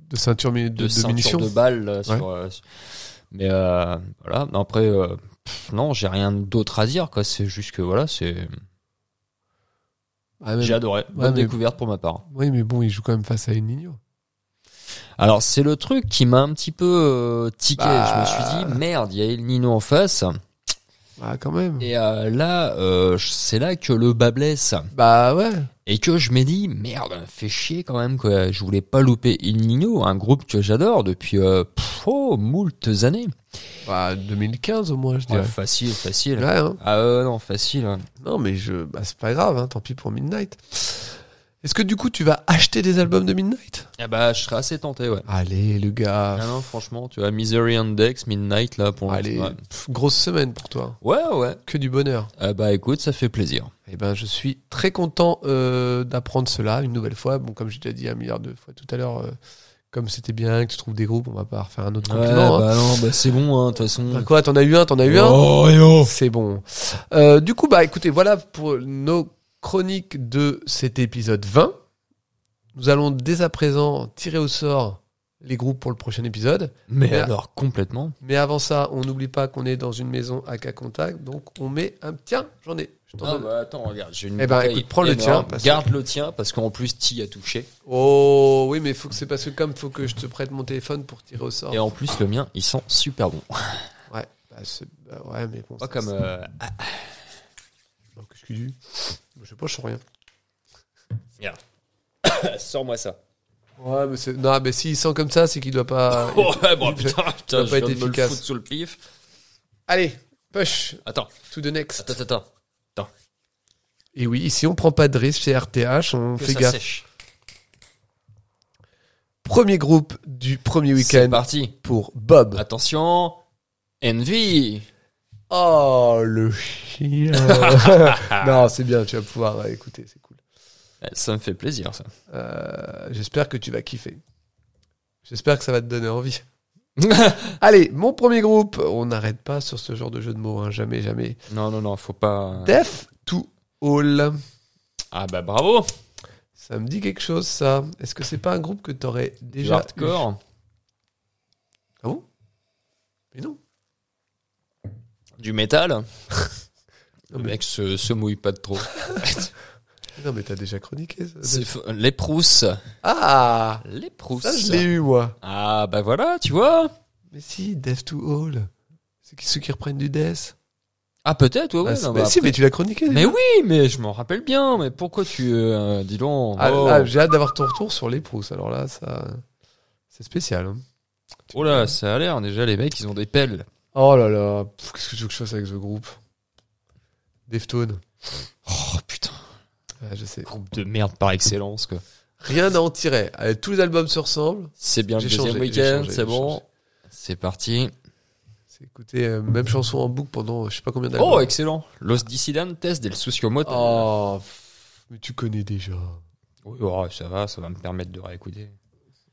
Speaker 2: De ceinture mi- de,
Speaker 3: de,
Speaker 2: de
Speaker 3: ceinture
Speaker 2: munitions.
Speaker 3: de balle. là, sur, euh, sur- mais euh, voilà, Non, après euh, pff, non j'ai rien d'autre à dire quoi, c'est juste que voilà c'est
Speaker 2: Ah, mais-
Speaker 3: j'ai adoré, bonne
Speaker 2: mais-
Speaker 3: découverte pour ma part.
Speaker 2: Oui, mais bon, il joue quand même face à une ligne.
Speaker 3: Alors c'est le truc qui m'a un petit peu euh, tiqué,
Speaker 2: Bah.
Speaker 3: je me suis dit merde il y a El Nino en face.
Speaker 2: Ah, quand même.
Speaker 3: Et euh, là, euh, c'est là que le bas blesse.
Speaker 2: Bah ouais.
Speaker 3: Et que je me dis, merde, fait chier quand même, quoi. Je voulais pas louper Il Nino, un groupe que j'adore depuis euh, pff, oh, moultes années.
Speaker 2: Bah, 2015 au moins, je
Speaker 3: Ouais,
Speaker 2: dirais.
Speaker 3: facile, facile.
Speaker 2: Ouais, hein.
Speaker 3: Ah euh, non, facile.
Speaker 2: Non, mais je, bah, c'est pas grave, hein, tant pis pour Midnight. Est-ce que du coup, tu vas acheter des albums de Midnight
Speaker 3: Ah bah, je serais assez tenté, ouais.
Speaker 2: Allez, le gars.
Speaker 3: Ah non, franchement, tu vois, Misery Index, Midnight, là, pour
Speaker 2: Allez,
Speaker 3: Ouais,
Speaker 2: pff, grosse semaine pour toi.
Speaker 3: ouais. ouais.
Speaker 2: Que du bonheur.
Speaker 3: Ah bah, écoute, ça fait plaisir.
Speaker 2: Eh ben, je suis très content euh, d'apprendre cela une nouvelle fois. Bon, comme j'ai déjà dit un milliard de fois tout à l'heure, euh, comme c'était bien que tu trouves des groupes, on va pas refaire un autre compliment. hein.
Speaker 3: bah non, bah c'est bon, hein, de toute façon.
Speaker 2: Enfin, quoi, t'en as eu un, t'en as eu un
Speaker 3: Oh, et oh.
Speaker 2: C'est bon. Euh, du coup, bah écoutez, voilà pour nos chroniques de cet épisode 20. Nous allons dès à présent tirer au sort les groupes pour le prochain épisode.
Speaker 3: Mais
Speaker 2: Merde.
Speaker 3: alors, complètement.
Speaker 2: Mais avant ça, on n'oublie pas qu'on est dans une maison à cas contact, donc on met un. Tiens, j'en ai. Je t'en
Speaker 3: Ah
Speaker 2: donne.
Speaker 3: bah attends, regarde, j'ai une
Speaker 2: Eh ben,
Speaker 3: bouteille
Speaker 2: écoute, prends le
Speaker 3: énorme.
Speaker 2: tien, parce que-
Speaker 3: Garde le tien, parce qu'en plus, t'y as touché.
Speaker 2: Oh oui, mais faut que c'est parce que comme faut que je te prête mon téléphone pour tirer au sort.
Speaker 3: Et en plus, le mien, il sent
Speaker 2: [laughs]
Speaker 3: super bon.
Speaker 2: Ouais, bah, c'est- bah, ouais, mais bon.
Speaker 3: Pas
Speaker 2: ça,
Speaker 3: comme...
Speaker 2: c'est-
Speaker 3: euh, ah,
Speaker 2: Oh, Qu'est-ce que tu dis Je sais pas, je sens rien.
Speaker 3: [laughs]
Speaker 2: [laughs]
Speaker 3: Sors-moi ça.
Speaker 2: Ouais, mais c'est. Non, mais s'il sent comme ça, c'est qu'il doit [laughs] pas.
Speaker 3: Oh, ouais, bon, putain, putain,
Speaker 2: pas
Speaker 3: je
Speaker 2: être
Speaker 3: viens de me le
Speaker 2: efficace.
Speaker 3: foutre sous le pif.
Speaker 2: Allez, push,
Speaker 3: Attends,
Speaker 2: to the next.
Speaker 3: attends, attends.
Speaker 2: Et oui, ici on prend pas de risque chez RTH, on
Speaker 3: Que
Speaker 2: fait
Speaker 3: ça
Speaker 2: gaffe.
Speaker 3: sèche.
Speaker 2: Premier groupe du premier
Speaker 3: C'est
Speaker 2: week-end
Speaker 3: parti.
Speaker 2: pour Bob.
Speaker 3: Attention. Envy.
Speaker 2: Oh le
Speaker 3: [laughs]
Speaker 2: chien Non, c'est bien, tu vas pouvoir euh, écouter, c'est cool.
Speaker 3: Eh, Ça me fait plaisir, ça.
Speaker 2: Euh, J'espère que tu vas kiffer. J'espère que ça va te donner envie. [laughs] Allez, mon premier groupe, on n'arrête pas sur ce genre de jeu de mots, hein, jamais, jamais.
Speaker 3: non, non, non, faut pas...
Speaker 2: Death to All.
Speaker 3: Ah bah bravo.
Speaker 2: Ça me dit quelque chose, ça. Est-ce que c'est pas un groupe que t'aurais
Speaker 3: Du
Speaker 2: déjà. eu
Speaker 3: hardcore.
Speaker 2: Ah bon Mais non.
Speaker 3: Du métal.
Speaker 2: Non,
Speaker 3: Le
Speaker 2: Ah, mais-
Speaker 3: mec se, se mouille pas
Speaker 2: [laughs]
Speaker 3: de trop.
Speaker 2: Non, mais t'as déjà chroniqué ça.
Speaker 3: C'est f- Les Prousses.
Speaker 2: Ah
Speaker 3: Les Prousses.
Speaker 2: Ça, je l'ai eu, moi.
Speaker 3: Ah bah voilà, tu vois.
Speaker 2: Mais si, Death to All. C'est qui- ceux qui reprennent du Death.
Speaker 3: Ah peut-être, ouais, ouais.
Speaker 2: Ah,
Speaker 3: non,
Speaker 2: c'est-
Speaker 3: bah,
Speaker 2: bah, si, mais tu l'as chroniqué.
Speaker 3: Mais oui, mais je m'en rappelle bien. Mais pourquoi tu... euh, dis donc.
Speaker 2: Ah,
Speaker 3: oh.
Speaker 2: ah, J'ai hâte d'avoir ton retour sur les prousses. Alors là, ça. C'est spécial. hein.
Speaker 3: Oh là, ça a l'air. Déjà, les mecs, ils ont des pelles.
Speaker 2: Oh là là. pff, Qu'est-ce que tu veux que je fasse avec ce groupe Deftone.
Speaker 3: Oh putain,
Speaker 2: Ah, je sais.
Speaker 3: groupe de merde par excellence, quoi.
Speaker 2: Rien à en tirer. Allez, tous les albums se ressemblent.
Speaker 3: C'est bien le
Speaker 2: J'ai
Speaker 3: deuxième
Speaker 2: changé,
Speaker 3: week-end,
Speaker 2: j'ai changé,
Speaker 3: c'est
Speaker 2: j'ai
Speaker 3: bon.
Speaker 2: changé.
Speaker 3: C'est parti.
Speaker 2: C'est écouter euh, même chanson en boucle pendant euh, je sais pas combien d'albums.
Speaker 3: Oh, euh, excellent. Los Dissidentes del Sociomote.
Speaker 2: Oh, pff, mais tu connais déjà.
Speaker 3: Oui, oh, ça va, ça va me permettre de réécouter.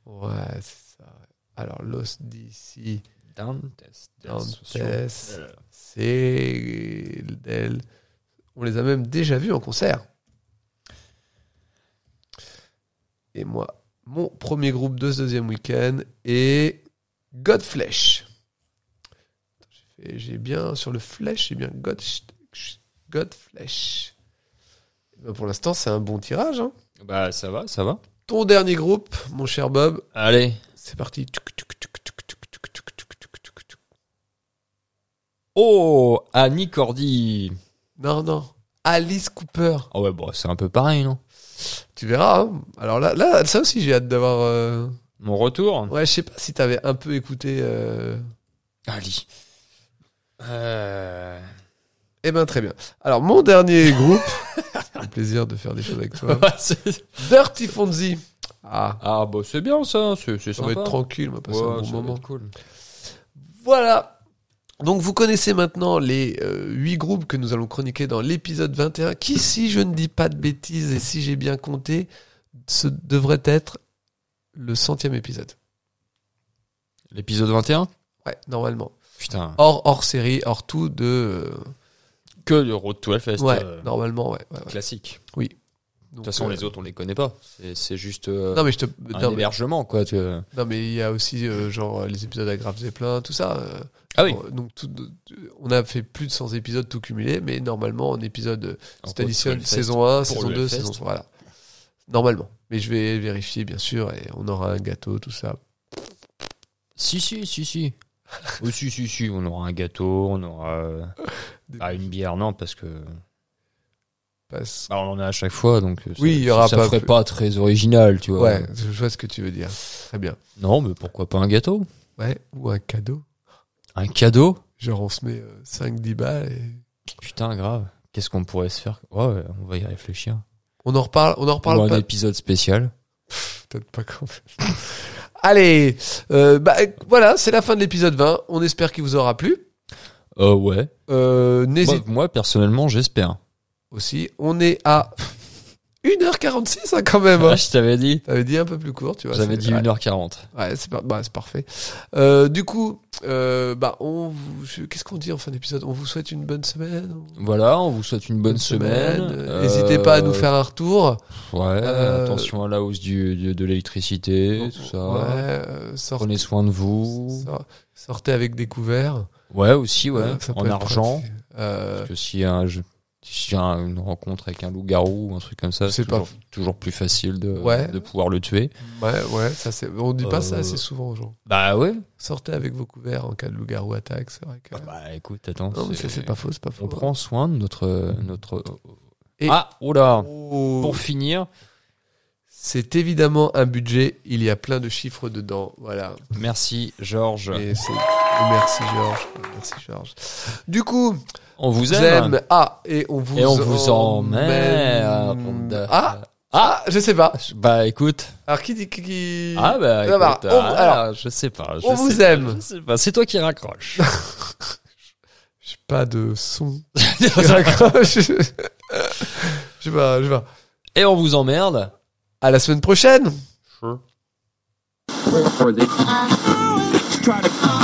Speaker 2: Ouais, c'est ça. Alors, Los DC.
Speaker 3: Dantes del Euh,
Speaker 2: Dantes.
Speaker 3: Sociomote.
Speaker 2: C'est d'elle. On les a même déjà vus en concert. Et moi, mon premier groupe de ce deuxième week-end est Godflesh. J'ai fait- J'ai bien sur le flesh, j'ai bien God, Godflesh. Eh ben, Pour l'instant, c'est un bon tirage. hein.
Speaker 3: Bah, ça va, ça va.
Speaker 2: Ton dernier groupe, mon cher Bob,
Speaker 3: Allez.
Speaker 2: c'est parti. Tuc, tuc, tuc, tuc, tuc, tuc, tuc, tuc, tuc, tuc, tuc.
Speaker 3: Oh, Annie Cordy.
Speaker 2: Non, non. Alice Cooper.
Speaker 3: Ah ouais, bon, c'est un peu pareil, non
Speaker 2: Tu verras. hein. Alors là, là, ça aussi, j'ai hâte d'avoir. euh,
Speaker 3: Mon retour
Speaker 2: Ouais, je sais pas si t'avais un peu écouté. euh,
Speaker 3: Ali. Euh...
Speaker 2: Eh ben, très bien. Alors, mon dernier groupe. [laughs] le plaisir de faire des choses avec [laughs]
Speaker 3: [laughs]
Speaker 2: toi. Dirty Fonzie. Ah,
Speaker 3: ah, bah, c'est bien ça, c'est c'est
Speaker 2: ça va
Speaker 3: sympa.
Speaker 2: être tranquille, on va passer
Speaker 3: Ouais,
Speaker 2: un
Speaker 3: ça
Speaker 2: bon
Speaker 3: va
Speaker 2: moment.
Speaker 3: être cool.
Speaker 2: Voilà. Donc vous connaissez maintenant les euh, huit groupes que nous allons chroniquer dans l'épisode 21, qui si je ne dis pas de bêtises et si j'ai bien compté, ce devrait être le centième épisode.
Speaker 3: L'épisode 21
Speaker 2: Ouais, normalement.
Speaker 3: Putain,
Speaker 2: Hors, hors série, hors tout de... euh,
Speaker 3: que le Road to Hellfest.
Speaker 2: ouais,
Speaker 3: euh,
Speaker 2: normalement, ouais. ouais, ouais.
Speaker 3: Classique.
Speaker 2: Donc,
Speaker 3: De toute façon,
Speaker 2: euh,
Speaker 3: les autres, on les connaît pas. C'est c'est juste euh,
Speaker 2: Non mais, je te...
Speaker 3: un
Speaker 2: non, mais-
Speaker 3: hébergement, quoi. que-
Speaker 2: non, mais il y a aussi euh, genre les épisodes à Graves et plein, tout ça. euh,
Speaker 3: Ah oui,
Speaker 2: Bon, donc tout- on a fait plus de 100 épisodes tout cumulé, mais normalement en épisode
Speaker 3: En
Speaker 2: c'est additionne
Speaker 3: road to Hellfest.
Speaker 2: saison 1,
Speaker 3: pour
Speaker 2: saison
Speaker 3: le
Speaker 2: 2,
Speaker 3: Hellfest.
Speaker 2: saison 3, voilà. Normalement. Mais je vais vérifier bien sûr et on aura un gâteau, tout ça.
Speaker 3: Si, si, si, si.
Speaker 2: [laughs]
Speaker 3: oh, si, si, si, on aura un gâteau, on aura euh,
Speaker 2: Des-
Speaker 3: ah, une bière, non, parce que
Speaker 2: Passe.
Speaker 3: bah, on en a à chaque fois, donc euh, ça-
Speaker 2: Oui, il y
Speaker 3: ça-
Speaker 2: aura
Speaker 3: ça
Speaker 2: pas
Speaker 3: ferait
Speaker 2: plus.
Speaker 3: pas très original, tu vois.
Speaker 2: Ouais, je vois ce que tu veux dire. Très bien.
Speaker 3: Non, mais pourquoi pas un gâteau
Speaker 2: Ouais, ou un cadeau.
Speaker 3: Un cadeau
Speaker 2: Genre on se met 5-10 balles et
Speaker 3: Putain, grave. Qu'est-ce qu'on pourrait se faire Ouais, ouais, on va y réfléchir.
Speaker 2: on en reparle, on en
Speaker 3: Ou
Speaker 2: reparle
Speaker 3: un
Speaker 2: pas.
Speaker 3: épisode spécial.
Speaker 2: Peut-être pas quand même. Allez, euh, bah, voilà, c'est la fin de l'épisode 20. On espère qu'il vous aura plu.
Speaker 3: Euh, ouais.
Speaker 2: Euh,
Speaker 3: Moi,
Speaker 2: N'hésitez
Speaker 3: moi, personnellement, j'espère.
Speaker 2: aussi. On est à 1h46 hein, quand même. hein.
Speaker 3: Ah, je t'avais dit.
Speaker 2: T'avais dit un peu plus court, tu vois.
Speaker 3: J'avais
Speaker 2: c'est-
Speaker 3: dit
Speaker 2: ouais.
Speaker 3: 1h40.
Speaker 2: Ouais, c'est par- bah, c'est parfait. Euh, du coup, euh, bah, on vous... je- qu'est-ce qu'on dit en fin d'épisode On vous souhaite une bonne semaine Bonne
Speaker 3: Voilà, on vous souhaite une bonne, semaine.
Speaker 2: Euh, N'hésitez pas à nous faire un retour.
Speaker 3: Ouais,
Speaker 2: Euh, Oh,
Speaker 3: attention à la hausse du, du- de l'électricité, tout ça.
Speaker 2: Ouais, euh, sort-
Speaker 3: Prenez soin de vous.
Speaker 2: sort- sortez avec des couverts.
Speaker 3: Ouais, aussi, ouais.
Speaker 2: Euh, ça peut
Speaker 3: en
Speaker 2: être
Speaker 3: argent.
Speaker 2: pratique. Euh,
Speaker 3: Parce que si un jeu- si j'ai un- une rencontre avec un loup-garou ou un truc comme ça,
Speaker 2: C'est
Speaker 3: c'est
Speaker 2: pas
Speaker 3: toujours, toujours plus facile de,
Speaker 2: Ouais.
Speaker 3: de pouvoir le tuer.
Speaker 2: ouais, ouais, ça c'est. On dit pas ça
Speaker 3: Euh,
Speaker 2: assez souvent aux gens.
Speaker 3: Bah ouais.
Speaker 2: Sortez avec vos couverts en cas de loup-garou attaque, c'est vrai que.
Speaker 3: Bah écoute, attends.
Speaker 2: non, mais ça c'est pas faux, c'est pas faux.
Speaker 3: On prend soin de notre. notre...
Speaker 2: Et-
Speaker 3: Ah, oh là
Speaker 2: Oh.
Speaker 3: Pour finir,
Speaker 2: C'est évidemment un budget, il y a plein de chiffres dedans, voilà.
Speaker 3: merci Georges.
Speaker 2: Et c'est- oh, Merci Georges, merci Georges. Du coup,
Speaker 3: On vous
Speaker 2: vous
Speaker 3: aime.
Speaker 2: aime. Ah, et on vous
Speaker 3: Et on vous euh,
Speaker 2: emmène.
Speaker 3: emmerde.
Speaker 2: Ah, ah, je sais pas.
Speaker 3: Bah écoute.
Speaker 2: Alors qui dit qui- qui
Speaker 3: Ah bah
Speaker 2: Ah bah,
Speaker 3: écoute,
Speaker 2: on-
Speaker 3: ah,
Speaker 2: alors,
Speaker 3: je sais pas. je
Speaker 2: on vous
Speaker 3: sais pas,
Speaker 2: aime.
Speaker 3: je sais pas, C'est toi qui
Speaker 2: [laughs]
Speaker 3: raccroche.
Speaker 2: J'ai pas de son. [laughs] J'accroche. je sais pas, je sais pas.
Speaker 3: Et on vous emmerde.
Speaker 2: À la semaine prochaine.
Speaker 4: for this. Try to